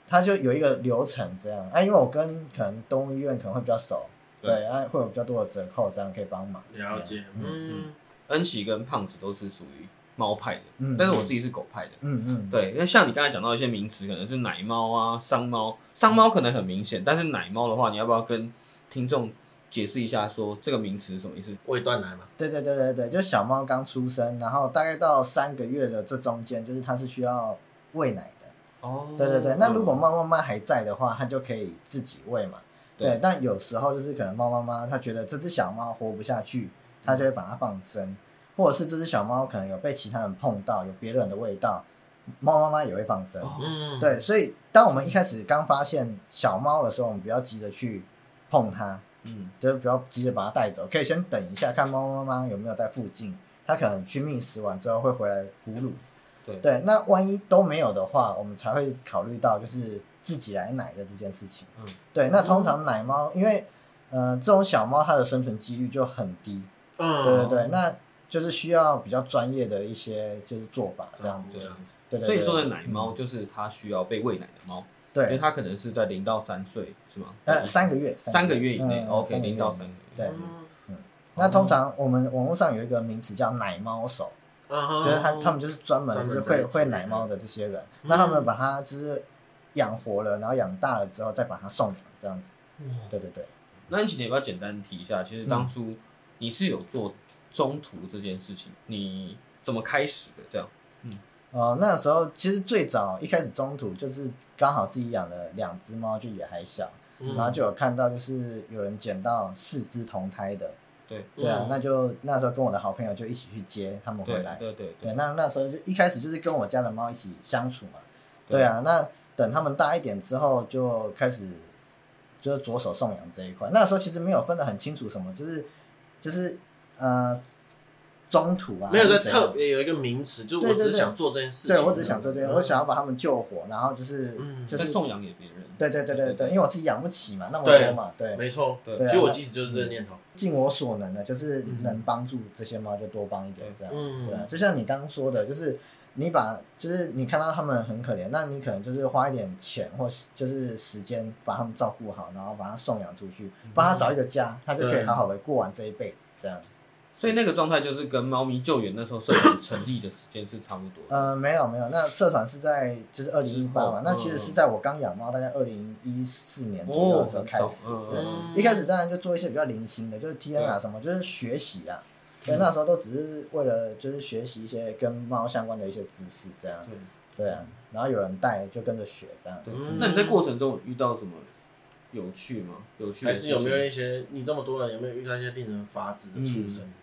Speaker 3: 它就有一个流程这样啊，因为我跟可能动物医院可能会比较熟，
Speaker 4: 对
Speaker 3: 对啊，会有比较多的折扣，这样可以帮忙。
Speaker 2: 了解，嗯
Speaker 3: 嗯
Speaker 4: 恩奇跟胖子都是属于猫派的，
Speaker 3: 嗯
Speaker 4: 但是我自己是狗派的。
Speaker 3: 嗯嗯，
Speaker 4: 对，那像你刚才讲到一些名词，可能是奶猫啊、丧猫，丧猫可能很明显，但是奶猫的话，你要不要跟听众解释一下，说这个名词是什么意思？
Speaker 2: 未断奶嘛，
Speaker 3: 对对对对对，就是小猫刚出生，然后大概到三个月的这中间，就是它是需要喂奶的。
Speaker 4: 哦
Speaker 3: 对对对，那如果猫妈妈还在的话，它就可以自己喂嘛。对
Speaker 4: 对，
Speaker 3: 但有时候就是可能猫妈妈它觉得这只小猫活不下去，它就会把它放生，或者是这只小猫可能有被其他人碰到，有别人的味道，猫妈妈也会放生。
Speaker 4: 哦
Speaker 2: 嗯，
Speaker 3: 对，所以当我们一开始刚发现小猫的时候，我们不要急着去碰它，
Speaker 4: 嗯，
Speaker 3: 就是不要急着把它带走，可以先等一下，看猫妈妈有没有在附近。它可能去觅食完之后会回来哺乳。
Speaker 4: 对
Speaker 3: 对，那万一都没有的话，我们才会考虑到就是自己来奶的这件事情。
Speaker 4: 嗯，
Speaker 3: 对。那通常奶猫，因为呃这种小猫它的生存几率就很低。
Speaker 2: 嗯，
Speaker 3: 对对对，那就是需要比较专业的一些就是做法这样子。
Speaker 2: 这样子，
Speaker 3: 对对对。
Speaker 4: 嗯所以说的奶猫就是它需要被喂奶的猫，因为
Speaker 3: 对，
Speaker 4: 它可能是在零到三岁，是吗？
Speaker 3: 呃，三个月，
Speaker 4: 三个月以内
Speaker 3: 嗯
Speaker 4: ，OK，
Speaker 3: 三个月
Speaker 4: 零到三个月。
Speaker 3: 对
Speaker 2: 嗯
Speaker 3: 那通常我们网络上有一个名词叫“奶猫手”，
Speaker 2: 嗯
Speaker 4: 哦
Speaker 2: 哼，
Speaker 3: 就是他他们就是专门就是
Speaker 2: 专门
Speaker 3: 会
Speaker 2: 在
Speaker 3: 会奶猫的这些人，
Speaker 4: 嗯
Speaker 3: 那他们把它就是养活了，然后养大了之后再把它送养这样子。
Speaker 4: 嗯
Speaker 3: 对对对，
Speaker 4: 那你请你要不要简单提一下，其实当初你是有做中途这件事情，你怎么开始的？这样，
Speaker 3: 哦，那时候其实最早一开始中途就是刚好自己养了两只猫，就也还小，
Speaker 2: 嗯
Speaker 3: 然后就有看到就是有人捡到四只同胎的，
Speaker 4: 对
Speaker 3: 对啊
Speaker 2: 嗯，
Speaker 3: 那就那时候跟我的好朋友就一起去接他们回
Speaker 4: 对
Speaker 3: 来，
Speaker 4: 对对对
Speaker 3: 对，那那时候就一开始就是跟我家的猫一起相处嘛。对啊，那等他们大一点之后，就开始就是着手送养这一块。那时候其实没有分得很清楚，什么就是就是呃中途啊，
Speaker 2: 没有在
Speaker 3: 还是怎样
Speaker 2: 特别有一个名词，就是我
Speaker 3: 对
Speaker 2: 只
Speaker 3: 对
Speaker 2: 是
Speaker 3: 对
Speaker 2: 想做这件事情，
Speaker 3: 对我只想做这个，
Speaker 2: 嗯
Speaker 3: 我想要把他们救活，然后就是
Speaker 2: 嗯
Speaker 3: 就
Speaker 4: 再
Speaker 3: 是
Speaker 4: 送养给别人。
Speaker 3: 对对对对对，因为我自己养不起嘛，那么
Speaker 2: 对
Speaker 3: 多嘛，对，
Speaker 2: 没错，
Speaker 4: 对
Speaker 3: 对
Speaker 2: 其
Speaker 3: 啊
Speaker 2: 实我
Speaker 3: 那
Speaker 2: 一直就是这个念头，
Speaker 3: 尽我所能的，就是能帮助这些猫就多帮一点
Speaker 4: 对
Speaker 3: 这样。
Speaker 2: 嗯
Speaker 3: 对啊，就像你刚刚说的，就是你把，就是你看到他们很可怜，那你可能就是花一点钱或是就是时间把他们照顾好，然后把它送养出去，帮他找一个家，他就可以好好的过完这一辈子这样。
Speaker 4: 所以那个状态就是跟猫咪救援那时候社团成立的时间是差不多的。
Speaker 3: 呃，没有没有，那社团是在就是二零一八
Speaker 4: 之后
Speaker 3: 嘛
Speaker 4: 嗯，
Speaker 3: 那其实是在我刚养猫，大概二零一四年左右的时候开始。
Speaker 4: 哦很早嗯
Speaker 3: 对啊
Speaker 2: 嗯，
Speaker 3: 一开始当然就做一些比较零星的，就是 T N 啊什么，就是学习啊。
Speaker 4: 嗯
Speaker 3: 对，那时候都只是为了就是学习一些跟猫相关的一些知识，这样。
Speaker 4: 对
Speaker 3: 对啊，然后有人带就跟着学这样。
Speaker 4: 对
Speaker 2: 嗯，
Speaker 4: 那你在过程中有遇到什么有趣吗？有趣
Speaker 2: 还
Speaker 4: 的
Speaker 2: 是
Speaker 4: 事
Speaker 2: 有没有
Speaker 4: 情？
Speaker 2: 一些你这么多人有没有遇到一些令人发指的畜
Speaker 3: 嗯
Speaker 2: 生？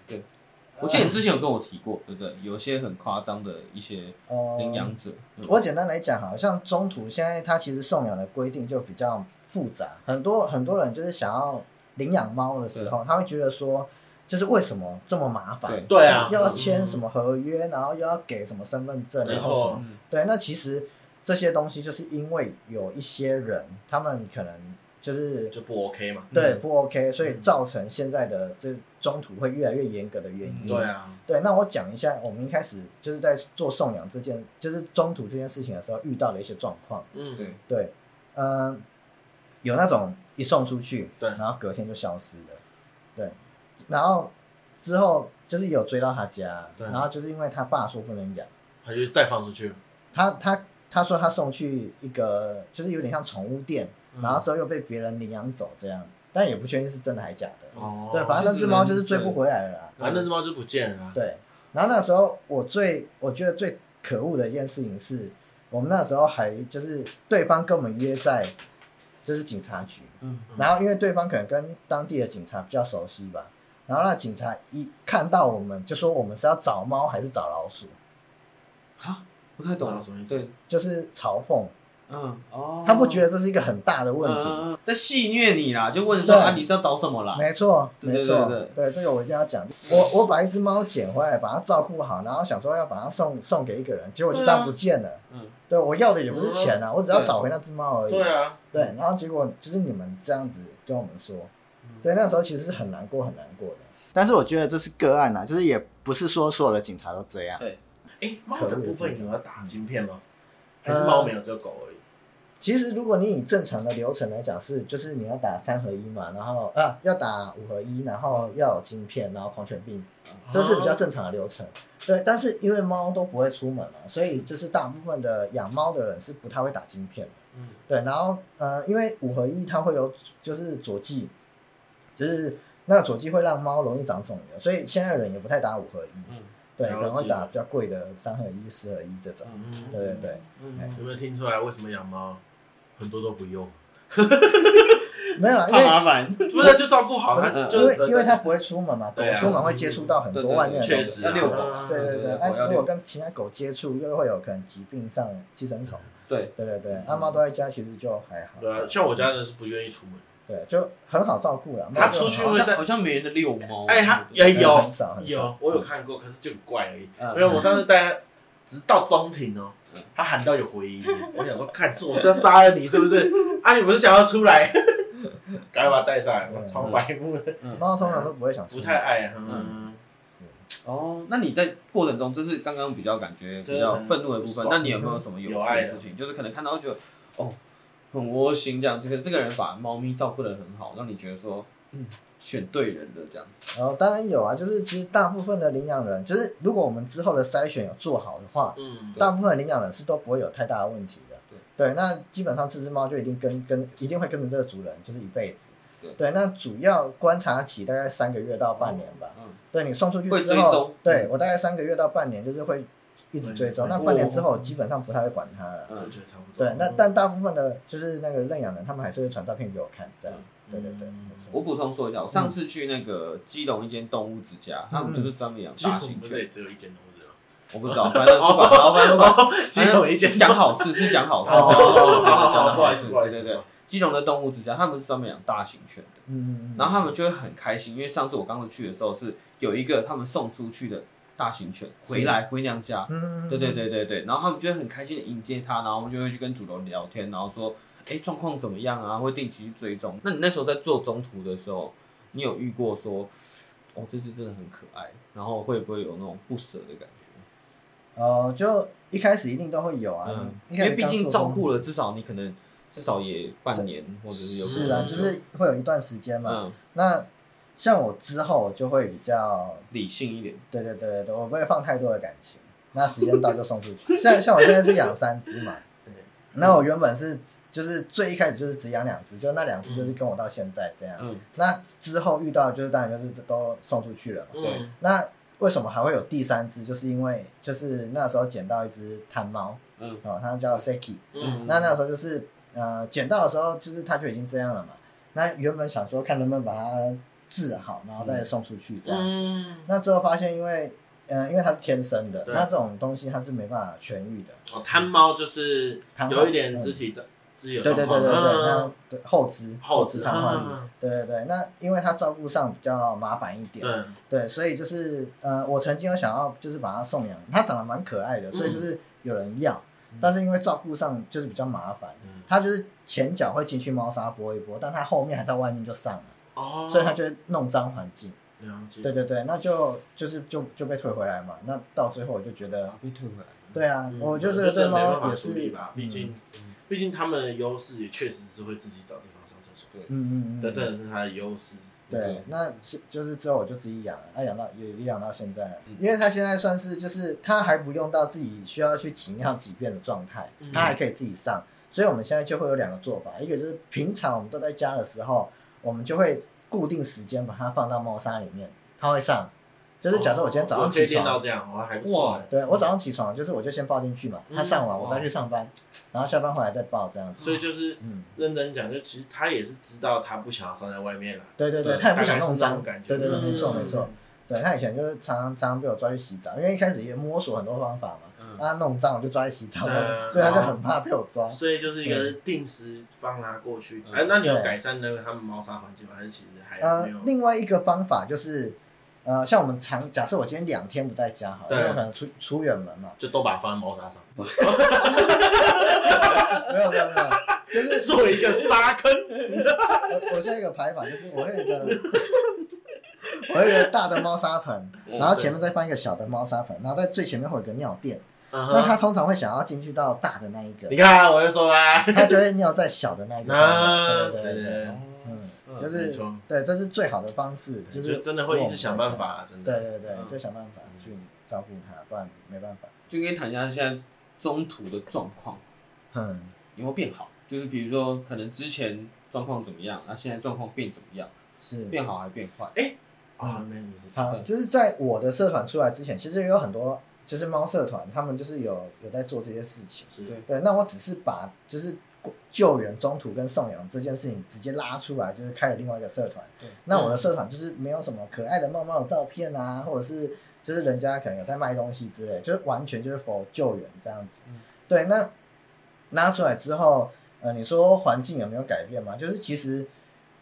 Speaker 4: 我记得你之前有跟我提过，对不对？有些很夸张的一些
Speaker 3: 呃，
Speaker 4: 领养者，嗯
Speaker 3: 我简单来讲，好像中途现在它其实送养的规定就比较复杂，很多很多人就是想要领养猫的时候，他会觉得说，就是为什么这么麻烦？
Speaker 4: 对
Speaker 2: 对啊，
Speaker 3: 又要签什么合约，然后又要给什么身份证，
Speaker 2: 没
Speaker 3: 然后什么
Speaker 2: 错，
Speaker 3: 对，那其实这些东西就是因为有一些人，他们可能就是
Speaker 2: 就不 OK 嘛。
Speaker 3: 对不 OK，所以造成现在的这中途会越来越严格的原因。
Speaker 2: 对啊，
Speaker 3: 对，那我讲一下，我们一开始就是在做送养这件，就是中途这件事情的时候遇到的一些状况。
Speaker 2: 嗯，
Speaker 4: 对，
Speaker 3: 对，嗯，有那种一送出去，
Speaker 2: 对
Speaker 3: 然后隔天就消失了，对，然后之后就是有追到他家，
Speaker 2: 对
Speaker 3: 然后就是因为他爸说不能养，
Speaker 2: 他就再放出去。
Speaker 3: 他他他说他送去一个就是有点像宠物店，
Speaker 4: 嗯
Speaker 3: 然后之后又被别人领养走这样，但也不确定是真的还假的，
Speaker 2: 哦
Speaker 3: 对，反正
Speaker 4: 就
Speaker 3: 那
Speaker 4: 是
Speaker 3: 只猫就是追不回来了啦。
Speaker 2: 反正那只猫就不见了啊。
Speaker 3: 对，然后那时候我最我觉得最可恶的一件事情是，我们那时候还就是对方跟我们约在就是警察局，
Speaker 4: 嗯，
Speaker 3: 然后因为对方可能跟当地的警察比较熟悉吧，然后那警察一看到我们就说我们是要找猫还是找老鼠，
Speaker 4: 啊，不太懂
Speaker 2: 啊什么意思
Speaker 4: 对，
Speaker 3: 就是嘲讽，
Speaker 4: 嗯，哦，
Speaker 3: 他不觉得这是一个很大的问题。
Speaker 4: 嗯，嗯嗯在戏虐你啦，就问说
Speaker 3: 对
Speaker 4: 啊，你是要找什么啦？
Speaker 3: 没错，
Speaker 4: 对
Speaker 3: 没错，
Speaker 4: 对对
Speaker 3: 这个我一定要讲。我我把一只猫捡回来，把它照顾好，然后想说要把它送送给一个人，结果就这样不见了。
Speaker 4: 啊嗯，
Speaker 3: 对我要的也不是钱啊，我只要找回那只猫而已。
Speaker 2: 对啊，
Speaker 3: 对，然后结果就是你们这样子跟我们说，
Speaker 4: 嗯
Speaker 3: 对，那时候其实是很难过，很难过的。但是我觉得这是个案啊，就是也不是说所有的警察都这样。
Speaker 2: 哎，猫的部分有要打晶片吗？
Speaker 3: 呃
Speaker 2: 还是猫没有，只有狗而已？
Speaker 3: 其实如果你以正常的流程来讲，是就是你要打三合一嘛，然后啊要打五合一，然后要有晶片，然后狂犬病这是比
Speaker 4: 哦
Speaker 3: 较正常的流程。对，但是因为猫都不会出门嘛，所以就是大部分的养猫的人是不太会打晶片的。
Speaker 4: 嗯，
Speaker 3: 对，然后呃，因为五合一它会有就是佐剂，就是那个佐剂会让猫容易长肿瘤，所以现在人也不太打五合一。
Speaker 4: 嗯
Speaker 3: 对，
Speaker 2: 了
Speaker 3: 可能会
Speaker 2: 解
Speaker 3: 打比较贵的三合一、四合一这种。
Speaker 4: 嗯
Speaker 3: 对对对。
Speaker 4: 嗯
Speaker 2: 有没有听出来为什么养猫很多都不用？
Speaker 3: 没有啦，因
Speaker 4: 怕
Speaker 3: 为
Speaker 4: 麻烦，
Speaker 2: 不是，就照顾好它，
Speaker 4: 嗯
Speaker 2: 就
Speaker 3: 因为因为它不会出门嘛，狗
Speaker 2: 对啊
Speaker 3: 出门会接触到很多外面的
Speaker 4: 确
Speaker 3: 东
Speaker 4: 实
Speaker 3: 西。
Speaker 4: 要遛狗，
Speaker 2: 啊
Speaker 3: 对对对，
Speaker 4: 狗要
Speaker 3: 那如
Speaker 4: 遛
Speaker 3: 果跟其他狗接触，又会有可能疾病上寄生虫。
Speaker 4: 对，
Speaker 3: 对对对，阿猫都在家，其实就还好。
Speaker 2: 对啊，像我家人是不愿意出门。
Speaker 3: 对，就很好照顾了。
Speaker 2: 它
Speaker 3: 猫就
Speaker 2: 出
Speaker 3: 很
Speaker 2: 去
Speaker 3: 好
Speaker 4: 好
Speaker 2: 会
Speaker 4: 像
Speaker 2: 在
Speaker 4: 好像没人遛猫，
Speaker 2: 哎，它
Speaker 4: 啊对
Speaker 2: 也
Speaker 3: 对
Speaker 2: 有
Speaker 3: 很少很少
Speaker 2: 有，我有看过，可是就很怪而已。
Speaker 4: 嗯
Speaker 2: 没有，我上次带他，只是到中庭哦，他喊到有回 音，我想说，看这我是要杀了你是不 是？啊，你不是想要出 来？赶快把他带上来，我超白目的，
Speaker 3: 猫通常都不会想出
Speaker 2: 不
Speaker 3: 门。
Speaker 2: 太爱。嗯
Speaker 4: 嗯，哦，那你在过程中，这是刚刚比较感觉比较愤怒的部分。
Speaker 2: 对
Speaker 4: 那你有没有什么有
Speaker 2: 有
Speaker 4: 趣
Speaker 2: 爱啊
Speaker 4: 的
Speaker 2: 的
Speaker 4: 事情？就是可能看到觉得哦，很窝心这样。这个这个人把猫咪照顾的很好，让你觉得说，嗯，选对人了这样。
Speaker 3: 然后当然有啊，就是其实大部分的领养人，就是如果我们之后的筛选有做好的话，
Speaker 2: 嗯，
Speaker 3: 大部分的领养人是都不会有太大的问题的。对，那基本上这只猫就一定跟跟一定会跟着这个主人就是一辈子。
Speaker 4: 对
Speaker 3: 那主要观察期大概三个月到半年吧。
Speaker 4: 嗯
Speaker 3: 对你送出去
Speaker 4: 会
Speaker 3: 之
Speaker 4: 追
Speaker 3: 后
Speaker 4: 踪，嗯
Speaker 3: 对我大概三个月到半年就是会一直追踪，
Speaker 2: 嗯
Speaker 3: 那半年之后基本上不太会管它了。
Speaker 2: 就
Speaker 4: 哦嗯，
Speaker 2: 觉得差不多。
Speaker 3: 对，那但大部分的就是那个认养人，他们还是会传照片给我看，这样。
Speaker 4: 嗯
Speaker 3: 对对对，没错。
Speaker 4: 我补充说一下，我上次去那个基隆一间动物之家，他们就是专门养
Speaker 2: 基
Speaker 4: 大
Speaker 2: 隆
Speaker 4: 型
Speaker 2: 不是
Speaker 4: 犬。
Speaker 2: 也只有一间屋子吗？
Speaker 4: 我不知道，反正不管，好，反正不管，
Speaker 2: 哦基隆一间
Speaker 4: 讲好事是讲好 事，
Speaker 2: 哦
Speaker 4: 对
Speaker 2: 好好好
Speaker 4: 讲
Speaker 2: 不好
Speaker 4: 好
Speaker 2: 意思
Speaker 4: 事，
Speaker 2: 不好意
Speaker 4: 对
Speaker 2: 思
Speaker 4: 对对。基隆的动物之家，他们是专门养大型犬的。
Speaker 3: 嗯，
Speaker 4: 然后他们就会很开心，因为上次我刚刚去的时候是有一个他们送出去的大型犬回来回娘家，
Speaker 3: 嗯，
Speaker 4: 对对对对对，然后他们就会很开心的迎接它，然后我们就会去跟主人聊天，然后说，哎，状况怎么样啊？会定期去追踪。那你那时候在做中途的时候，你有遇过说，哦，这只真的很可爱，然后会不会有那种不舍的感觉？
Speaker 3: 哦，就一开始一定都会有啊，
Speaker 4: 嗯，
Speaker 3: 你
Speaker 4: 因为毕竟照
Speaker 3: 了。
Speaker 4: 顾了，至少你可能至少也半年或者是有可
Speaker 3: 是
Speaker 4: 能
Speaker 3: 啊，就是会有一段时间嘛。
Speaker 4: 嗯
Speaker 3: 那像我之后我就会比较，
Speaker 4: 理性一点。
Speaker 3: 对对对对对，我不会放太多的感情。那时间到就送出去。 像像我现在是养三只嘛，
Speaker 2: 对。
Speaker 3: 那我原本是就是最一开始就是只养两只，就那两只就是跟我到现在这样。
Speaker 4: 嗯，
Speaker 3: 那之后遇到就是当然就是都送出去了嘛。
Speaker 2: 嗯，
Speaker 3: 那为什么还会有第三只？就是因为就是那时候捡到一只贪猫，
Speaker 4: 嗯，
Speaker 3: 哦，它叫 Seki，
Speaker 2: 嗯，
Speaker 3: 那那时候就是呃，捡到的时候就是它就已经这样了嘛。那原本想说看能不能把它治好，然后再送出去这样子。
Speaker 2: 嗯，
Speaker 3: 那之后发现，因为呃，因为它是天生的，
Speaker 2: 对
Speaker 3: 那这种东西它是没办法痊愈的。
Speaker 2: 哦，贪猫就是
Speaker 3: 瘫痪
Speaker 2: 有一点
Speaker 3: 嗯
Speaker 2: 肢体的肢体
Speaker 3: 对对对对对，那
Speaker 2: 嗯
Speaker 3: 对后肢
Speaker 2: 后
Speaker 3: 肢
Speaker 2: 肢
Speaker 3: 瘫痪，
Speaker 2: 嗯
Speaker 3: 对对对。那因为它照顾上比较麻烦一点，
Speaker 2: 对，
Speaker 3: 对，所以就是呃，我曾经有想要就是把它送养，它长得蛮可爱的，所以就是有人要，但是因为照顾上就是比较麻烦，
Speaker 2: 嗯
Speaker 3: 它就是前脚会进去猫砂拨一拨，但它后面还在外面就上了，
Speaker 2: 哦，
Speaker 3: 所以它就会弄脏环境。
Speaker 2: 了解，
Speaker 3: 对对对，那就就是就就被退回来嘛。那到最后我就觉得，
Speaker 4: 被退回来。
Speaker 3: 对啊，
Speaker 2: 嗯，
Speaker 3: 我就
Speaker 2: 这
Speaker 3: 是对
Speaker 2: 没办
Speaker 3: 猫
Speaker 2: 法
Speaker 3: 也
Speaker 2: 处
Speaker 3: 是嗯
Speaker 2: 理吧，，毕竟，毕竟他们的优势也确实是会自己找地方上厕所，
Speaker 3: 嗯嗯嗯
Speaker 2: 这
Speaker 3: 嗯，
Speaker 2: 真的是他的优势。嗯
Speaker 3: 对，那是就是之后我就自己养了，它养到也也养到现在了，
Speaker 2: 嗯
Speaker 3: 因为它现在算是就是它还不用到自己需要去挤尿几遍的状态，
Speaker 2: 嗯
Speaker 3: 它还可以自己上，所以我们现在就会有两个做法，一个就是平常我们都在家的时候，我们就会固定时间把它放到猫砂里面，它会上，就是假设我今天早上
Speaker 2: 可以
Speaker 3: 起
Speaker 2: 练
Speaker 3: 床，
Speaker 2: 到这哦样，我还不错
Speaker 4: 哇。
Speaker 3: 对我早上起床就是我就先抱进去嘛，它上完我再去上班，然后下班回来再抱这样子，
Speaker 2: 嗯所以就是
Speaker 3: 嗯。
Speaker 2: 认真讲，就其实他也是知道他不想要上在外面了。
Speaker 3: 对对对，
Speaker 2: 对
Speaker 3: 他也不
Speaker 2: 大概是
Speaker 3: 想
Speaker 2: 那
Speaker 3: 弄
Speaker 2: 种
Speaker 3: 脏，
Speaker 2: 感觉
Speaker 3: 对对对，
Speaker 2: 嗯
Speaker 3: 没错没错。对他以前就是常常常常被我抓去洗澡，因为一开始也摸索很多方法嘛，那他弄脏我就抓去洗澡
Speaker 2: 嗯对啊，
Speaker 3: 所以他就
Speaker 2: 然后
Speaker 3: 很怕被我抓。
Speaker 2: 所以就是一个定时放他过去。
Speaker 4: 嗯
Speaker 2: 哎，那你有
Speaker 3: 对
Speaker 2: 改善那个他们猫砂环境吗？还是其实还
Speaker 3: 呃
Speaker 2: 哎没有，？
Speaker 3: 另外一个方法就是，呃，像我们常假设我今天两天不在家好了，
Speaker 2: 对
Speaker 3: 因为我可能出出远门嘛，
Speaker 2: 就都把它放在猫砂上，
Speaker 3: 没有没有没有， 就是
Speaker 2: 做一个沙坑。
Speaker 3: 我我现在一个排法就是我会有一个，我会有一个大的猫砂盆，
Speaker 2: 哦
Speaker 3: 然后前面再放一个小的猫砂盆，然后在最前面会有一个尿垫，那
Speaker 2: 那
Speaker 3: 它通常会想要进去到大的那一个
Speaker 2: 啊你，看，啊我就说啦，
Speaker 3: 它就会尿在小的那一个
Speaker 2: 啊
Speaker 3: 上面。对对对对，嗯，
Speaker 2: 没
Speaker 3: 就是
Speaker 2: 错，
Speaker 3: 对，这是最好的方式，
Speaker 2: 就是真的会一直想办。法，真
Speaker 3: 对
Speaker 2: 的。
Speaker 3: 对对，
Speaker 2: 嗯
Speaker 3: 就想办法去照顾它，不然没办法。
Speaker 4: 就跟你谈一下现在中途的状况
Speaker 3: 嗯，
Speaker 4: 有没有变好？就是比如说，可能之前状况怎么样，那、现在状况变怎么样？
Speaker 3: 是。
Speaker 4: 变好还变坏？
Speaker 2: 啊，没有意思
Speaker 3: 好，就是在我的社团出来之前，其实也有很多就是猫社团，他们就是有有在做这些事情。
Speaker 2: 是
Speaker 4: 对
Speaker 3: 对，那我只是把就是救援中途跟送养这件事情直接拉出来，就是开了另外一个社团。
Speaker 4: 对，
Speaker 3: 那我的社团就是没有什么可爱的猫猫的照片啊，或者是就是人家可能有在卖东西之类，就是完全就是否救援这样子。
Speaker 4: 嗯
Speaker 3: 对，那拉出来之后，呃，你说环境有没有改变嘛？就是其实。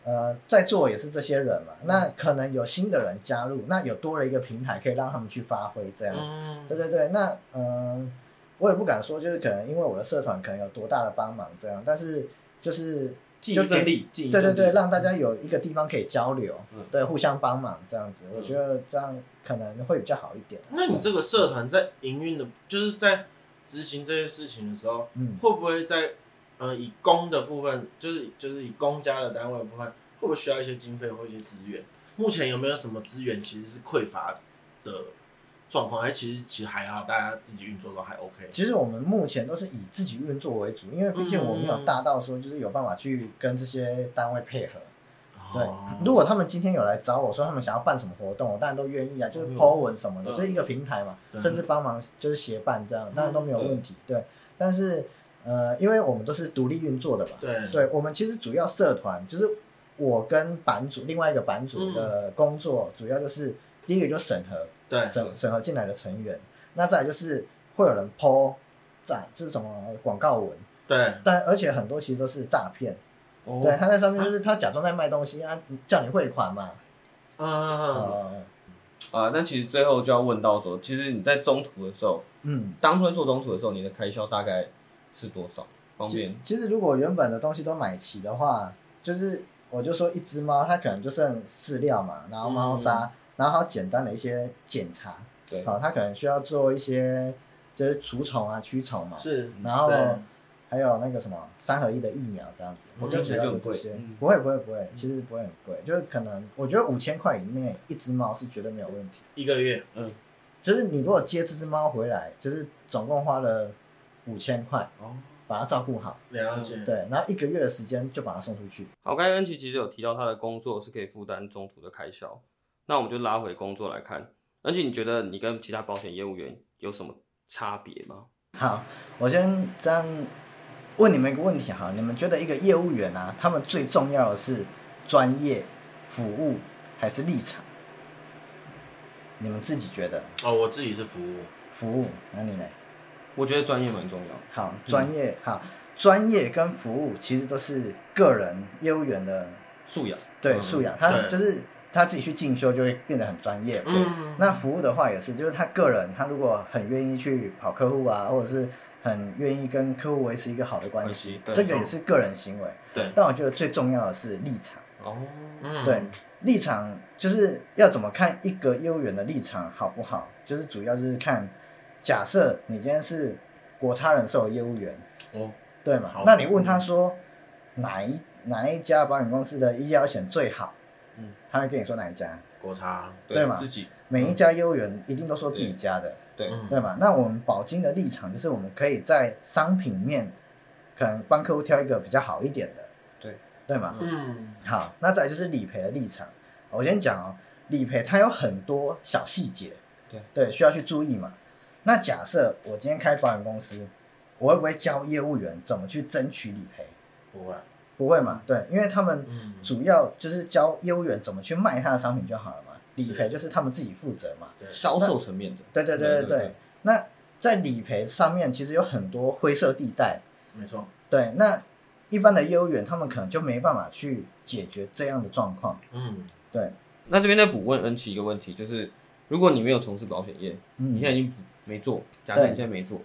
Speaker 3: 呃，在座也是这些人嘛，
Speaker 4: 嗯
Speaker 3: 那可能有新的人加入，那有多了一个平台可以让他们去发挥这样子
Speaker 2: 嗯，
Speaker 3: 对对对，那嗯、呃我也不敢说，就是可能因为我的社团可能有多大的帮忙这样，但是就是
Speaker 4: 尽一份力，尽一
Speaker 3: 对
Speaker 4: 份
Speaker 3: 对
Speaker 4: 力。
Speaker 3: 对，让大家有一个地方可以交流，
Speaker 4: 嗯
Speaker 3: 对，互相帮忙这样子，
Speaker 4: 嗯
Speaker 3: 我觉得这样可能会比较好一点。
Speaker 2: 那你这个社团在营运的，就是在执行这些事情的时候，
Speaker 3: 嗯，
Speaker 2: 会不会在呃以公的部分，就是就是以公家的单位的部分，会不会需要一些经费或一些资源？目前有没有什么资源其实是匮乏的状况？还是其实其实还好，大家自己运作都还 OK。
Speaker 3: 其实我们目前都是以自己运作为主，因为毕竟我没有大到说就是有办法去跟这些单位配合。对
Speaker 2: 哦，
Speaker 3: 如果他们今天有来找我说他们想要办什么活动，我当然都愿意啊，就是
Speaker 4: 嗯
Speaker 3: Po 文什么的，
Speaker 2: 嗯
Speaker 3: 就是一个平台嘛，
Speaker 2: 对嗯
Speaker 3: 甚至帮忙就是协办这样，当然都没有问题。对，但是呃，因为我们都是独立运作的嘛，
Speaker 2: 对
Speaker 3: 对，我们其实主要社团就是我跟版主另外一个版主的工作，主要就是第一个就是审核，
Speaker 2: 嗯对
Speaker 3: 审审核进来的成员，那再来就是会有人 Po 在这是什么广告文，
Speaker 2: 对，
Speaker 3: 但而且很多其实都是诈骗，
Speaker 4: 哦
Speaker 3: 对，他在上面就是他假装在卖东西啊，叫你汇款嘛。
Speaker 2: 嗯，
Speaker 3: 呃，
Speaker 4: 啊，那其实最后就要问到说，其实你在中途的时候，
Speaker 3: 嗯，
Speaker 4: 当初在做中途的时候，你的开销大概是多少？方
Speaker 3: 其
Speaker 4: 便？
Speaker 3: 其实如果原本的东西都买齐的话，就是我就说一只猫，它可能就剩饲料嘛，然后猫砂，然后还有简单的一些检查，哦
Speaker 4: 对，
Speaker 3: 好、它可能需要做一些就是除虫啊、驱虫嘛，
Speaker 2: 是，
Speaker 3: 然后
Speaker 2: 对
Speaker 3: 还有那个什么三合一的疫苗这样子，
Speaker 2: 我
Speaker 3: 我
Speaker 2: 觉
Speaker 3: 就
Speaker 2: 得
Speaker 3: 主
Speaker 2: 这就
Speaker 3: 要是
Speaker 2: 很
Speaker 3: 这
Speaker 2: 贵
Speaker 3: 些
Speaker 1: 嗯。
Speaker 3: 不会不会不会，其实不会很贵，就是可能我觉得五千块以内一只猫是绝对没有问题。
Speaker 2: 一个月，
Speaker 3: 就是你如果接这只猫回来，就是总共花了五千块
Speaker 4: 哦，
Speaker 3: 把它照顾好，
Speaker 2: 了解。
Speaker 3: 对，然后一个月的时间就把它送出去。
Speaker 1: 好，刚才恩琪其实有提到他的工作是可以负担中途的开销，那我们就拉回工作来看。恩琪，你觉得你跟其他保险业务员有什么差别吗？
Speaker 3: 好，我先这样问你们一个问题哈，你们觉得一个业务员啊，他们最重要的是专业、服务还是立场？你们自己觉得
Speaker 2: 哦，我自己是服务，
Speaker 3: 服务，那你呢？
Speaker 4: 我觉得专业蛮重要的。
Speaker 3: 好，专业、好，专业跟服务其实都是个人业务员的
Speaker 4: 素养，
Speaker 3: 对
Speaker 4: 嗯
Speaker 3: 素养，他
Speaker 2: 对
Speaker 3: 就是他自己去进修就会变得很专业。对，
Speaker 2: 嗯，
Speaker 3: 那服务的话也是，就是他个人，他如果很愿意去跑客户啊，或者是很愿意跟客户维持一个好的关
Speaker 4: 关
Speaker 3: 系
Speaker 4: 系，对
Speaker 3: 这个也是个人行为。
Speaker 2: 对
Speaker 3: 但我觉得最重要的是立场，
Speaker 4: 哦，
Speaker 2: 嗯
Speaker 3: 对，立场就是要怎么看一个业务员的立场好不好，就是主要就是看，假设你今天是国差人寿的业务员，
Speaker 2: 哦，
Speaker 3: 对嘛
Speaker 2: 好？
Speaker 3: 那你问他说哪一哪一家保险公司的医疗险最好？
Speaker 4: 嗯
Speaker 3: 他会跟你说哪一家？
Speaker 2: 国差，
Speaker 3: 对嘛
Speaker 4: 自己
Speaker 3: 每一家业务员一定都说自己家的，
Speaker 4: 对
Speaker 2: 嗯
Speaker 3: 对吧？那我们保金的立场就是，我们可以在商品面，可能帮客户挑一个比较好一点的，
Speaker 4: 对
Speaker 3: 对吗？
Speaker 2: 嗯，
Speaker 3: 好，那再来就是理赔的立场。我先讲哦，理赔它有很多小细节，
Speaker 4: 对
Speaker 3: 需要去注意嘛。那假设我今天开保险公司，我会不会教业务员怎么去争取理赔？
Speaker 2: 不会，
Speaker 3: 不会嘛？对，因为他们
Speaker 2: 嗯，
Speaker 3: 主要就是教业务员怎么去卖他的商品就好了嘛，理
Speaker 2: 是
Speaker 3: 赔就是他们自己负责嘛。
Speaker 2: 对，
Speaker 4: 销售层面的，
Speaker 3: 对对对对
Speaker 4: 对
Speaker 3: 对。那在理赔上面，其实有很多灰色地带。
Speaker 2: 没错，
Speaker 3: 对，那一般的业务员他们可能就没办法去解决这样的状况。
Speaker 2: 嗯，
Speaker 3: 对，
Speaker 4: 那这边再补问恩琪一个问题，就是如果你没有从事保险业，
Speaker 3: 嗯
Speaker 4: 你现，在已经不没做，假设你
Speaker 3: 对
Speaker 4: 现在没做，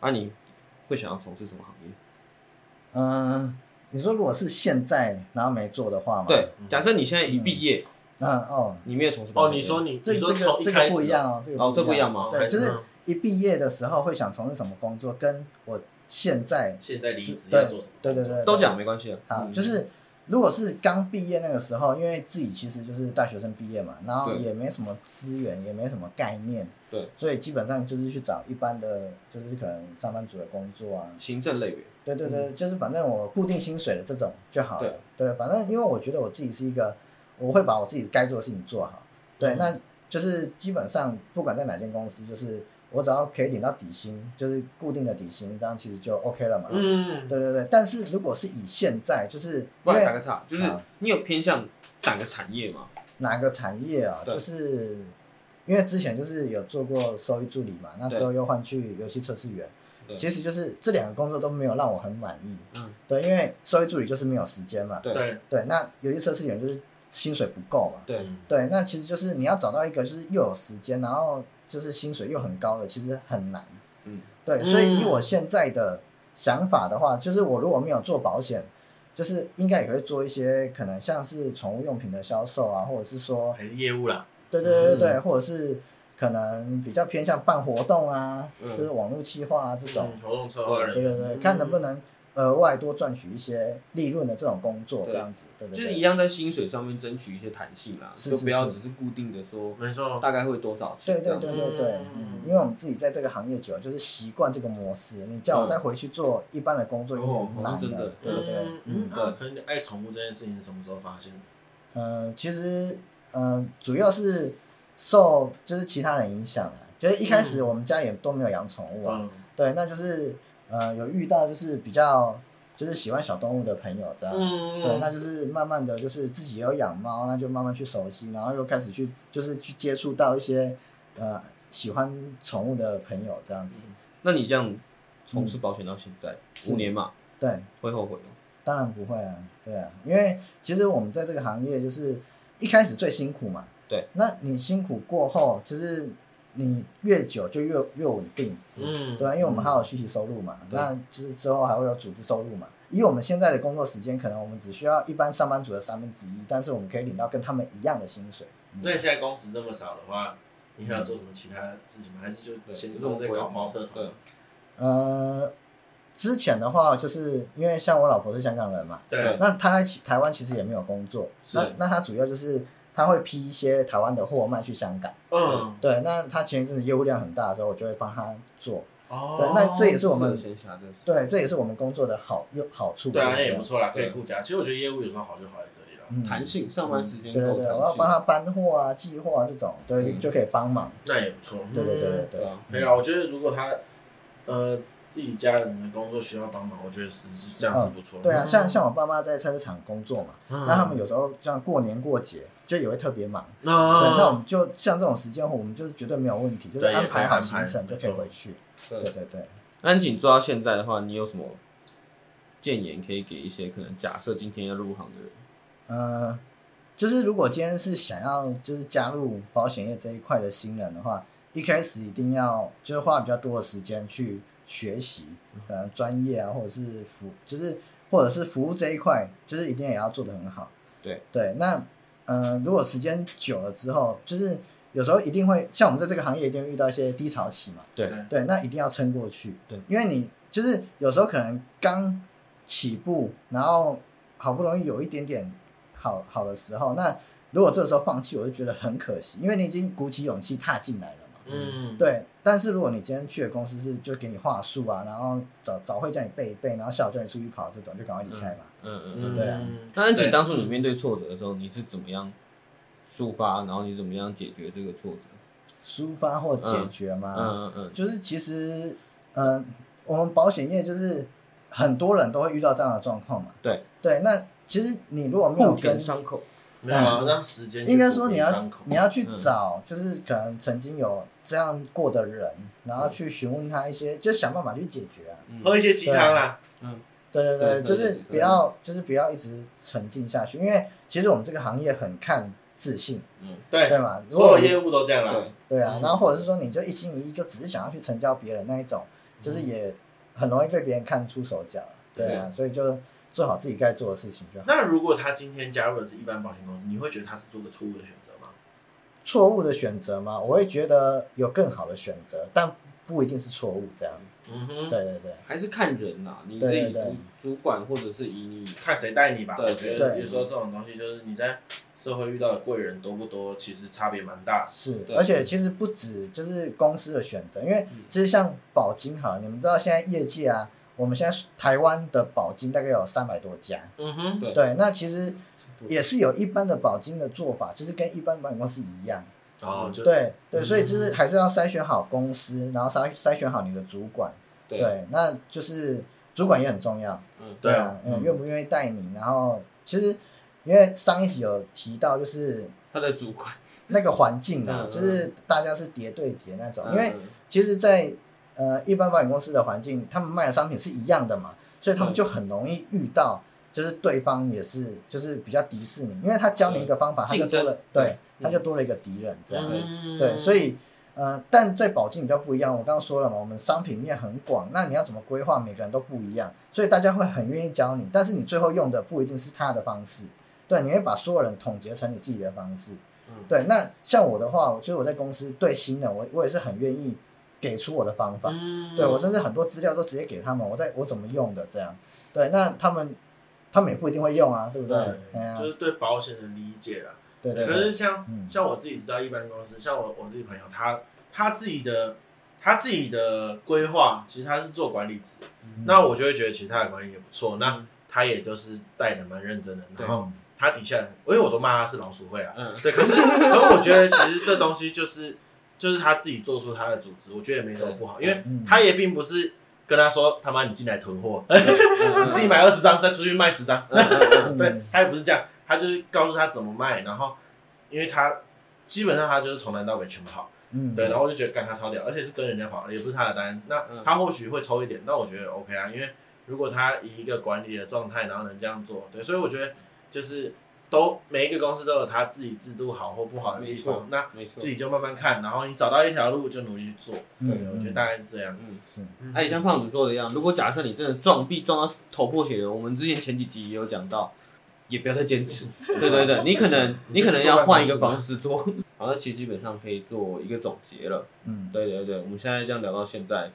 Speaker 4: 啊，你会想要从事什么行业？
Speaker 3: 嗯，你说如果是现在然后没做的话嘛，，
Speaker 4: 对
Speaker 2: 嗯，
Speaker 4: 假设你现在一毕业，
Speaker 3: 那哦，
Speaker 4: 你没有从事
Speaker 2: 哦，
Speaker 4: 保险
Speaker 2: 你
Speaker 4: 业
Speaker 2: 说你，
Speaker 3: 这
Speaker 2: 你说
Speaker 3: 这
Speaker 2: 从
Speaker 3: 个
Speaker 2: 一
Speaker 3: 这
Speaker 2: 开
Speaker 3: 个
Speaker 2: 始
Speaker 3: 不一，样哦，这个
Speaker 4: 哦，这
Speaker 3: 不
Speaker 4: 不
Speaker 3: 一
Speaker 4: 一
Speaker 3: 样
Speaker 4: 样。吗？
Speaker 3: 对，就是
Speaker 2: 嗯
Speaker 3: 一毕业的时候会想从事什么工作，跟我现在
Speaker 2: 现在离职
Speaker 3: 对
Speaker 2: 要做什么？
Speaker 3: 对对对，对
Speaker 4: 都讲没关系啊。
Speaker 3: 好，就是如果是刚毕业那个时候，因为自己其实就是大学生毕业嘛，然后
Speaker 4: 对
Speaker 3: 也没什么资源，也没什么概念，
Speaker 4: 对，
Speaker 3: 所以基本上就是去找一般的，就是可能上班族的工作啊，
Speaker 4: 行政类别，
Speaker 3: 对对对，就是反正我固定薪水的这种就好了。对，反正因为我觉得我自己是一个，我会把我自己该做的事情做好。对，那就是基本上不管在哪间公司，就是我只要可以领到底薪，就是固定的底薪，这样其实就 OK 了嘛。
Speaker 2: 嗯，
Speaker 3: 对对对，但是如果是以现在，就是
Speaker 4: 不
Speaker 3: 因
Speaker 4: 然打
Speaker 3: 为
Speaker 4: 个岔，就是
Speaker 3: 好
Speaker 4: 你有偏向哪个产业吗？
Speaker 3: 哪个产业啊，
Speaker 4: 对
Speaker 3: 就是因为之前就是有做过收益助理嘛，那
Speaker 4: 对
Speaker 3: 之后又换去游戏测试员，
Speaker 4: 对
Speaker 3: 其实就是这两个工作都没有让我很满意。
Speaker 4: 嗯，
Speaker 3: 对，因为收益助理就是没有时间嘛，
Speaker 4: 对
Speaker 2: 对，嗯
Speaker 3: 对，那游戏测试员就是薪水不够嘛，
Speaker 4: 对，
Speaker 3: 对，那其实就是你要找到一个就是又有时间，然后就是薪水又很高的，其实很难。
Speaker 4: 嗯，
Speaker 3: 对，所以以我现在的想法的话，就是我如果没有做保险，就是应该也会做一些可能像是宠物用品的销售啊，或者是说，
Speaker 2: 还是业务啦，
Speaker 3: 对对对对，
Speaker 4: 嗯
Speaker 3: 或者是可能比较偏向办活动啊，
Speaker 4: 嗯
Speaker 3: 就是网络企划啊这种，
Speaker 2: 嗯活动策划人
Speaker 3: 对
Speaker 2: 员，
Speaker 3: 对对，看能不能额外多赚取一些利润的这种工作，这样子，对对
Speaker 4: 就
Speaker 3: 对。
Speaker 4: 是一样在薪水上面争取一些弹性啊，
Speaker 3: 是
Speaker 4: 就是不要
Speaker 3: 是
Speaker 4: 只是固定的说
Speaker 2: 没错，
Speaker 4: 大概会多少
Speaker 3: 对
Speaker 4: 钱这
Speaker 3: 对
Speaker 4: 样子。
Speaker 3: 对对对，
Speaker 2: 嗯
Speaker 3: 嗯，因为我们自己在这个行业久了，就是习惯这个模式。你叫我再回去做一般的工作，有点难
Speaker 4: 哦真的
Speaker 3: 对对对，
Speaker 2: 嗯，
Speaker 3: 嗯
Speaker 2: 那可能你爱宠物这件事情是什么时候发现？
Speaker 3: 嗯，其实嗯，主要是受就是其他人影响啊，就是一开
Speaker 4: 嗯
Speaker 3: 始我们家也都没有养宠物啊，
Speaker 2: 嗯，
Speaker 3: 对，那就是呃有遇到就是比较就是喜欢小动物的朋友这样，对，
Speaker 2: 嗯，
Speaker 3: 那就是慢慢的就是自己也有养猫，那就慢慢去熟悉，然后又开始去就是去接触到一些呃喜欢宠物的朋友这样子。
Speaker 4: 那你这样从事保险到现在
Speaker 3: 嗯是
Speaker 4: 五年嘛，
Speaker 3: 对，
Speaker 4: 会后悔吗？
Speaker 3: 当然不会啊，对啊，因为其实我们在这个行业就是一开始最辛苦嘛。
Speaker 4: 对，
Speaker 3: 那你辛苦过后，就是你越久就越越稳定，
Speaker 2: 嗯，
Speaker 3: 对啊，因为我们还有续期收入嘛，
Speaker 4: 对
Speaker 3: 那就是之后还会有组织收入嘛。以我们现在的工作时间，可能我们只需要一般上班族的三分之一，但是我们可以领到跟他们一样的薪水。
Speaker 2: 那你现在工时这么少的话，你
Speaker 3: 啊
Speaker 2: 还要做什么其他事情吗？还是就先做这个搞猫社团？
Speaker 4: 对，
Speaker 3: 呃，之前的话，就是因为像我老婆是香港人嘛，
Speaker 2: 对，嗯
Speaker 3: 那她在其台湾其实也没有工作，
Speaker 2: 是
Speaker 3: 那那她主要就是她会批一些台湾的货卖去香港。
Speaker 2: 嗯，
Speaker 3: 对，啊那她前一阵子业务量很大的时候，我就会帮她做。对啊
Speaker 2: 哦，，
Speaker 3: 那这也是我们
Speaker 4: 闲暇的事
Speaker 3: 对，这也是我们工作的好有好处。
Speaker 2: 对啊，那
Speaker 3: 这
Speaker 2: 也
Speaker 3: 样
Speaker 2: 不错啦，可以
Speaker 4: 对
Speaker 2: 顾家。其实我觉得业务有时候好就好在这里了，
Speaker 3: 嗯
Speaker 4: 弹性，上班时间
Speaker 3: 对对
Speaker 4: 够
Speaker 3: 对，我要帮
Speaker 4: 弹性。
Speaker 3: 他搬货啊、寄货啊这种，对，
Speaker 4: 嗯
Speaker 3: 就可以帮忙。
Speaker 2: 那也不错。
Speaker 3: 对对对
Speaker 2: 嗯
Speaker 3: 对
Speaker 4: 对
Speaker 3: 对，
Speaker 4: 啊，
Speaker 2: 可以啊，我觉得如果他呃自己家人的工作需要帮忙，我觉得是是这样是不错。
Speaker 3: 对啊，
Speaker 2: 嗯
Speaker 3: 像像我爸妈在菜市场工作嘛，那他们有时候像过年过节就也会特别忙，
Speaker 2: 那
Speaker 3: 对，那我们就像这种时间，我们就是绝对没有问题，就是
Speaker 2: 嗯对
Speaker 3: 安排好
Speaker 2: 也可以安排
Speaker 3: 行程就可以
Speaker 2: 没错
Speaker 3: 回去。对
Speaker 4: 对
Speaker 3: 对对，
Speaker 4: 安景做到现在的话，你有什么建言可以给一些可能假设今天要入行的人？
Speaker 3: 呃，就是如果今天是想要就是加入保险业这一块的新人的话，一开始一定要就是花比较多的时间去学习，可能专业啊，或者是服，就是或者是服务这一块，就是一定也要做得很好。
Speaker 4: 对
Speaker 3: 对，那呃，如果时间久了之后，就是有时候一定会像我们在这个行业一定会遇到一些低潮期嘛。
Speaker 4: 对
Speaker 3: 对，那一定要撑过去。
Speaker 4: 对，
Speaker 3: 因为你就是有时候可能刚起步，然后好不容易有一点点好好的时候，那如果这时候放弃，我就觉得很可惜，因为你已经鼓起勇气踏进来了嘛。
Speaker 2: 嗯，
Speaker 3: 对，但是如果你今天去的公司是就给你话术啊，然后早早会叫你背一背，然后下午叫你出去跑这种，就赶快离开吧。
Speaker 4: 嗯嗯嗯。
Speaker 2: 嗯
Speaker 3: 对啊
Speaker 4: 那安景当初你面对挫折的时候，你是怎么样抒发？然后你怎么样解决这个挫折？
Speaker 3: 抒发或解决嘛，
Speaker 4: 嗯嗯嗯嗯，
Speaker 3: 就是其实，呃，我们保险业就是很多人都会遇到这样的状况嘛。
Speaker 4: 对
Speaker 3: 对，那其实你如果没有
Speaker 4: 互
Speaker 3: 跟
Speaker 4: 填，伤口。
Speaker 2: 没有啊，让时间去
Speaker 3: 应该说
Speaker 2: 抚平
Speaker 3: 你要
Speaker 2: 伤口
Speaker 3: 你要去找，就是可能曾经有这样过的人，然后去询问他一些，就想办法去解决啊。
Speaker 4: 嗯
Speaker 2: 喝一些鸡汤啦，
Speaker 3: 对对对，
Speaker 4: 对对
Speaker 3: 就是
Speaker 4: 对
Speaker 3: 不要就是不要一直沉浸下去，因为其实我们这个行业很看自信，
Speaker 2: 对，
Speaker 3: 对吗？如
Speaker 2: 所
Speaker 3: 果
Speaker 2: 有
Speaker 3: 你
Speaker 2: 业务都这样啦。
Speaker 4: 对，
Speaker 3: 对啊，
Speaker 2: 嗯
Speaker 3: 然后或者是说你就一心一意就只是想要去成交别人那一种，就是也很容易被别人看出手脚啊。对啊，所以就做好自己该做的事情就好。
Speaker 2: 那如果他今天加入的是一般保险公司，你会觉得他是做个错误的选择吗？
Speaker 3: 错误的选择嘛，我会觉得有更好的选择，但不一定是错误这样。
Speaker 2: 嗯
Speaker 3: 对
Speaker 2: 哼，
Speaker 3: 对对，
Speaker 4: 还是看人啦，你自
Speaker 3: 对
Speaker 4: 己
Speaker 3: 对对
Speaker 4: 主主管或者是以你
Speaker 2: 看谁带你吧。
Speaker 4: 对
Speaker 2: 我觉得
Speaker 3: 对
Speaker 2: 有时候这种东西就是你在社会遇到的贵人多不多，其实差别蛮大。
Speaker 3: 是
Speaker 4: 对。
Speaker 3: 而且其实不止就是公司的选择，因为其实像保金好了，你们知道现在业界啊，我们现在台湾的保金大概有三百多家，
Speaker 2: 嗯哼，
Speaker 4: 对
Speaker 3: 对，那其实也是有一般的保金的做法，就是跟一般保险公司一样。
Speaker 2: 哦，就
Speaker 3: 对对，所以就是还是要筛选好公司，然后筛筛选好你的主管。
Speaker 4: 对
Speaker 3: 那就是主管也很重要。
Speaker 4: 嗯
Speaker 2: 对啊
Speaker 3: 啊，嗯，愿不愿意带你？然后其实因为上一集有提到，就是
Speaker 4: 他的主管，
Speaker 3: 那个环境啊
Speaker 4: 嗯，嗯
Speaker 3: 就是大家是叠对叠那种，
Speaker 4: 嗯
Speaker 3: 因为其实在，呃一般保险公司的环境，他们卖的商品是一样的嘛，所以他们
Speaker 4: 对
Speaker 3: 就很容易遇到，就是对方也是就是比较敌视你，因为他教你一个方法，他就
Speaker 4: 对
Speaker 3: 多了，
Speaker 4: 争
Speaker 3: 对，他就多了一个敌人这样。
Speaker 2: 嗯
Speaker 3: 对，所以呃，但在保健比较不一样，我刚刚说了嘛，我们商品面很广，那你要怎么规划，每个人都不一样，所以大家会很愿意教你，但是你最后用的不一定是他的方式，对，你会把所有人统结成你自己的方式。
Speaker 4: 嗯
Speaker 3: 对，那像我的话，我就是我在公司对新人，我我也是很愿意给出我的方法，
Speaker 2: 嗯
Speaker 3: 对我甚至很多资料都直接给他们，我在我怎么用的这样，对，那他们他们也不一定会用啊，对不对？哎呀、
Speaker 2: 就是对保险的理解啦。
Speaker 3: 对对
Speaker 2: 可
Speaker 3: 对，
Speaker 2: 是像
Speaker 3: 嗯
Speaker 2: 像我自己知道，一般公司像我我自己朋友，他他自己的他自己的规划，其实他是做管理职，那我就会觉得其实他的管理也不错，那他也就是带的蛮认真的，
Speaker 4: 对
Speaker 2: 然后他底下，因为我都骂他是老鼠会啊，
Speaker 4: 嗯，
Speaker 2: 对，可是可我觉得其实这东西就是就是他自己做出他的组织，我觉得也没什么不好，因为
Speaker 3: 嗯
Speaker 2: 他也并不是跟他说他妈你进来囤货，
Speaker 4: 嗯
Speaker 2: 你自己买二十张再出去卖十张，
Speaker 4: 嗯嗯嗯
Speaker 3: 嗯
Speaker 2: 对他也不是这样，他就是告诉他怎么卖，然后因为他基本上他就是从南到北全部跑，
Speaker 3: 嗯，
Speaker 2: 对，然后我就觉得干他超屌，而且是跟人家跑，也不是他的单，那
Speaker 4: 嗯
Speaker 2: 他或许会抽一点，那我觉得 OK 啊，因为如果他以一个管理的状态，然后能这样做，对，所以我觉得就是都每一个公司都有他自己制度好或不好的地
Speaker 4: 没错
Speaker 2: 方，那
Speaker 4: 嗯没错
Speaker 2: 自。己就慢慢看，然后你找到一条路就努力去做，对，
Speaker 3: 嗯
Speaker 2: 我觉得大概是这样，
Speaker 4: 嗯
Speaker 3: 是
Speaker 2: 嗯
Speaker 4: 哎，像胖子说的一样，如果假设你真的撞壁撞到头破血流，我们之前前几集也有讲到，也不要再坚持。
Speaker 3: 嗯
Speaker 4: 对对对，你可能你可能要换一个方式做。好，那其实基本上可以做一个总结了。
Speaker 3: 嗯
Speaker 4: 对对对，我们现在这样聊到现在，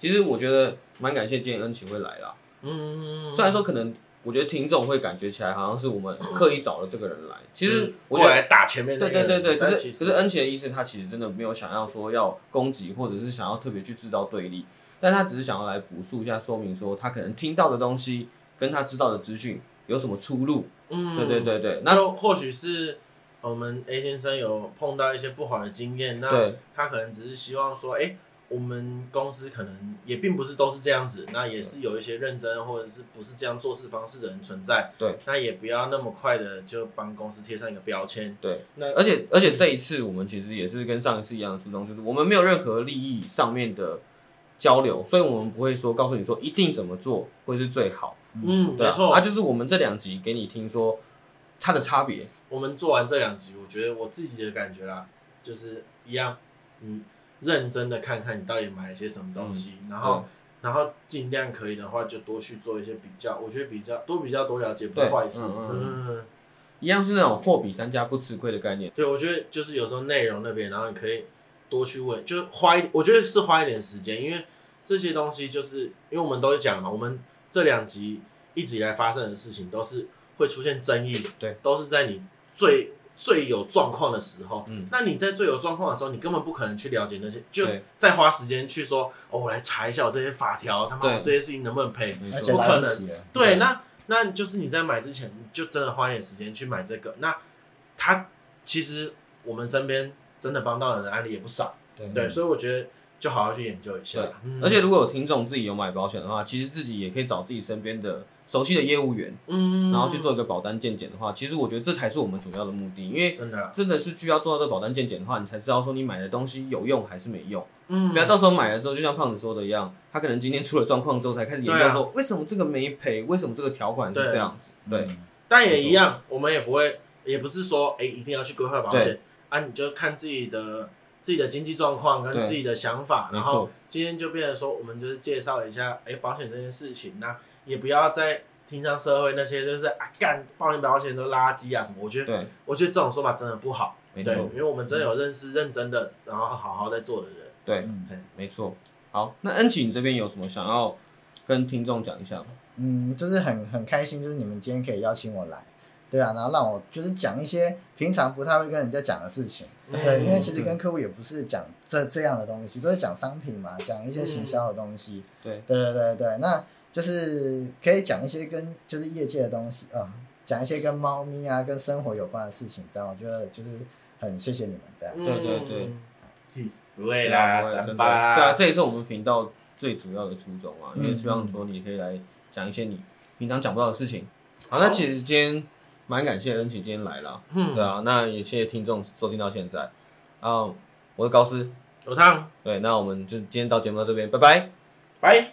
Speaker 4: 其实我觉得蛮感谢今天恩情会来啦，
Speaker 2: 嗯，
Speaker 4: 虽然说可能我觉得听众会感觉起来好像是我们刻意找了这个人来，其实我觉
Speaker 2: 嗯过
Speaker 4: 得
Speaker 2: 来打前面那
Speaker 4: 对
Speaker 2: 个人
Speaker 4: 对对对，可
Speaker 2: 但
Speaker 4: 是
Speaker 2: 其
Speaker 4: 可
Speaker 2: 实
Speaker 4: 是呃恩奇的意思，他其实真的没有想要说要攻击，或者是想要特别去制造对立，但他只是想要来补述一下，说明说他可能听到的东西跟他知道的资讯有什么出入。
Speaker 2: 嗯，
Speaker 4: 对对对对，
Speaker 2: 那
Speaker 4: 那
Speaker 2: 就或许是我们 A 先生有碰到一些不好的经验，那
Speaker 4: 对
Speaker 2: 他可能只是希望说，哎、我们公司可能也并不是都是这样子，那也是有一些认真或者是不是这样做事方式的人存在，
Speaker 4: 对，
Speaker 2: 那也不要那么快的就帮公司贴上一个标签，
Speaker 4: 对，
Speaker 2: 那
Speaker 4: 而且而且这一次我们其实也是跟上一次一样的初衷，就是我们没有任何利益上面的交流，所以我们不会说告诉你说一定怎么做会是最好。
Speaker 2: 嗯，没
Speaker 4: 对啊，
Speaker 2: 错，
Speaker 4: 啊，就是我们这两集给你听说它的差别。
Speaker 2: 我们做完这两集，我觉得我自己的感觉啦，就是一样，你认真的看看你到底买了些什么东西，
Speaker 4: 嗯
Speaker 2: 然后然后尽量可以的话就多去做一些比较，我觉得比较多比较多了解不是
Speaker 4: 对
Speaker 2: 坏事。
Speaker 4: 嗯
Speaker 2: 嗯
Speaker 4: 一样是那种货比三家不吃亏的概念。
Speaker 2: 对，我觉得就是有时候内容那边，然后你可以多去问，就是花一，我觉得是花一点时间，因为这些东西就是因为我们都讲了嘛，我们这两集一直以来发生的事情都是会出现争议，
Speaker 4: 对，
Speaker 2: 都是在你最最有状况的时候，
Speaker 4: 嗯，
Speaker 2: 那你在最有状况的时候，你根本不可能去了解那些，就
Speaker 4: 对
Speaker 2: 再花时间去说，哦，我来查一下我这些法条，他妈
Speaker 4: 对
Speaker 2: 我这些事情能不能赔，
Speaker 4: 没
Speaker 3: 而且
Speaker 4: 错，
Speaker 2: 不
Speaker 3: 来
Speaker 2: 可
Speaker 3: 不
Speaker 2: 能
Speaker 3: 及了。
Speaker 2: 对，那那就是你在买之前，你就真的花一点时间去买这个。那他其实我们身边真的帮到人的案例也不少，对，所以我觉得就好好去研究一下
Speaker 4: 对。
Speaker 2: 嗯
Speaker 4: 而且，如果有听众自己有买保险的话，其实自己也可以找自己身边的熟悉的业务员，
Speaker 2: 嗯
Speaker 4: 然后去做一个保单鉴检的话，其实我觉得这才是我们主要的目的，因为
Speaker 2: 真的，
Speaker 4: 真的是需要做到这个保单鉴检的话，你才知道说你买的东西有用还是没用。
Speaker 2: 嗯
Speaker 4: 不要到时候买了之后，就像胖子说的一样，他可能今天出了状况之后才开始研
Speaker 2: 对
Speaker 4: 究
Speaker 2: 啊
Speaker 4: 说为什么这个没赔，为什么这个条款是
Speaker 2: 对
Speaker 4: 这样子。对，
Speaker 3: 嗯，
Speaker 2: 但也一样，我们也不会，也不是说哎、一定要去规划保险啊，你就看自己的自己的经济状况跟
Speaker 4: 对
Speaker 2: 自己的想法，
Speaker 4: 没
Speaker 2: 然后
Speaker 4: 错，
Speaker 2: 今天就变成说，我们就是介绍一下，哎、保险这件事情、那也不要再听上社会那些就是啊，干保险保险都垃圾啊什么。我觉得，
Speaker 4: 对，
Speaker 2: 我觉得这种说法真的不好，
Speaker 4: 没
Speaker 2: 对
Speaker 4: 错，，
Speaker 2: 因为我们真的有认识认真的，然后好好在做的人。
Speaker 4: 对
Speaker 3: 嗯，
Speaker 4: 没错。好，那恩琪，你这边有什么想要跟听众讲一下吗？
Speaker 3: 嗯，就是很很开心，就是你们今天可以邀请我来，对啊，然后让我就是讲一些平常不太会跟人家讲的事情，
Speaker 2: 嗯
Speaker 3: 对，嗯因为
Speaker 4: 嗯
Speaker 3: 其实跟客户也不是讲这这样的东西，都是讲商品嘛，讲
Speaker 2: 嗯
Speaker 3: 一些行销的东西，
Speaker 4: 对，
Speaker 3: 对对对对，那就是可以讲一些跟就是业界的东西啊，讲一些跟猫咪啊、跟生活有关的事情，这样我觉得就是很谢谢你们这样，
Speaker 2: 嗯
Speaker 4: 对对对，
Speaker 3: 嗯
Speaker 2: 不会
Speaker 4: 不会
Speaker 2: 啦，
Speaker 4: 真
Speaker 2: 三
Speaker 4: 的
Speaker 2: 八
Speaker 4: 对啊
Speaker 2: 啦，，
Speaker 4: 这也是我们频道最主要的初衷啊，因为
Speaker 3: 嗯
Speaker 4: 希望说你可以来讲一些你平常讲不到的事情。好，那其实今天蛮感谢恩琪今天来了，
Speaker 2: 嗯
Speaker 4: 对啊，那也谢谢听众收听到现在。啊，我是高斯，
Speaker 2: 有汤，
Speaker 4: 对，那我们就今天到节目到这边，拜拜。
Speaker 2: 拜。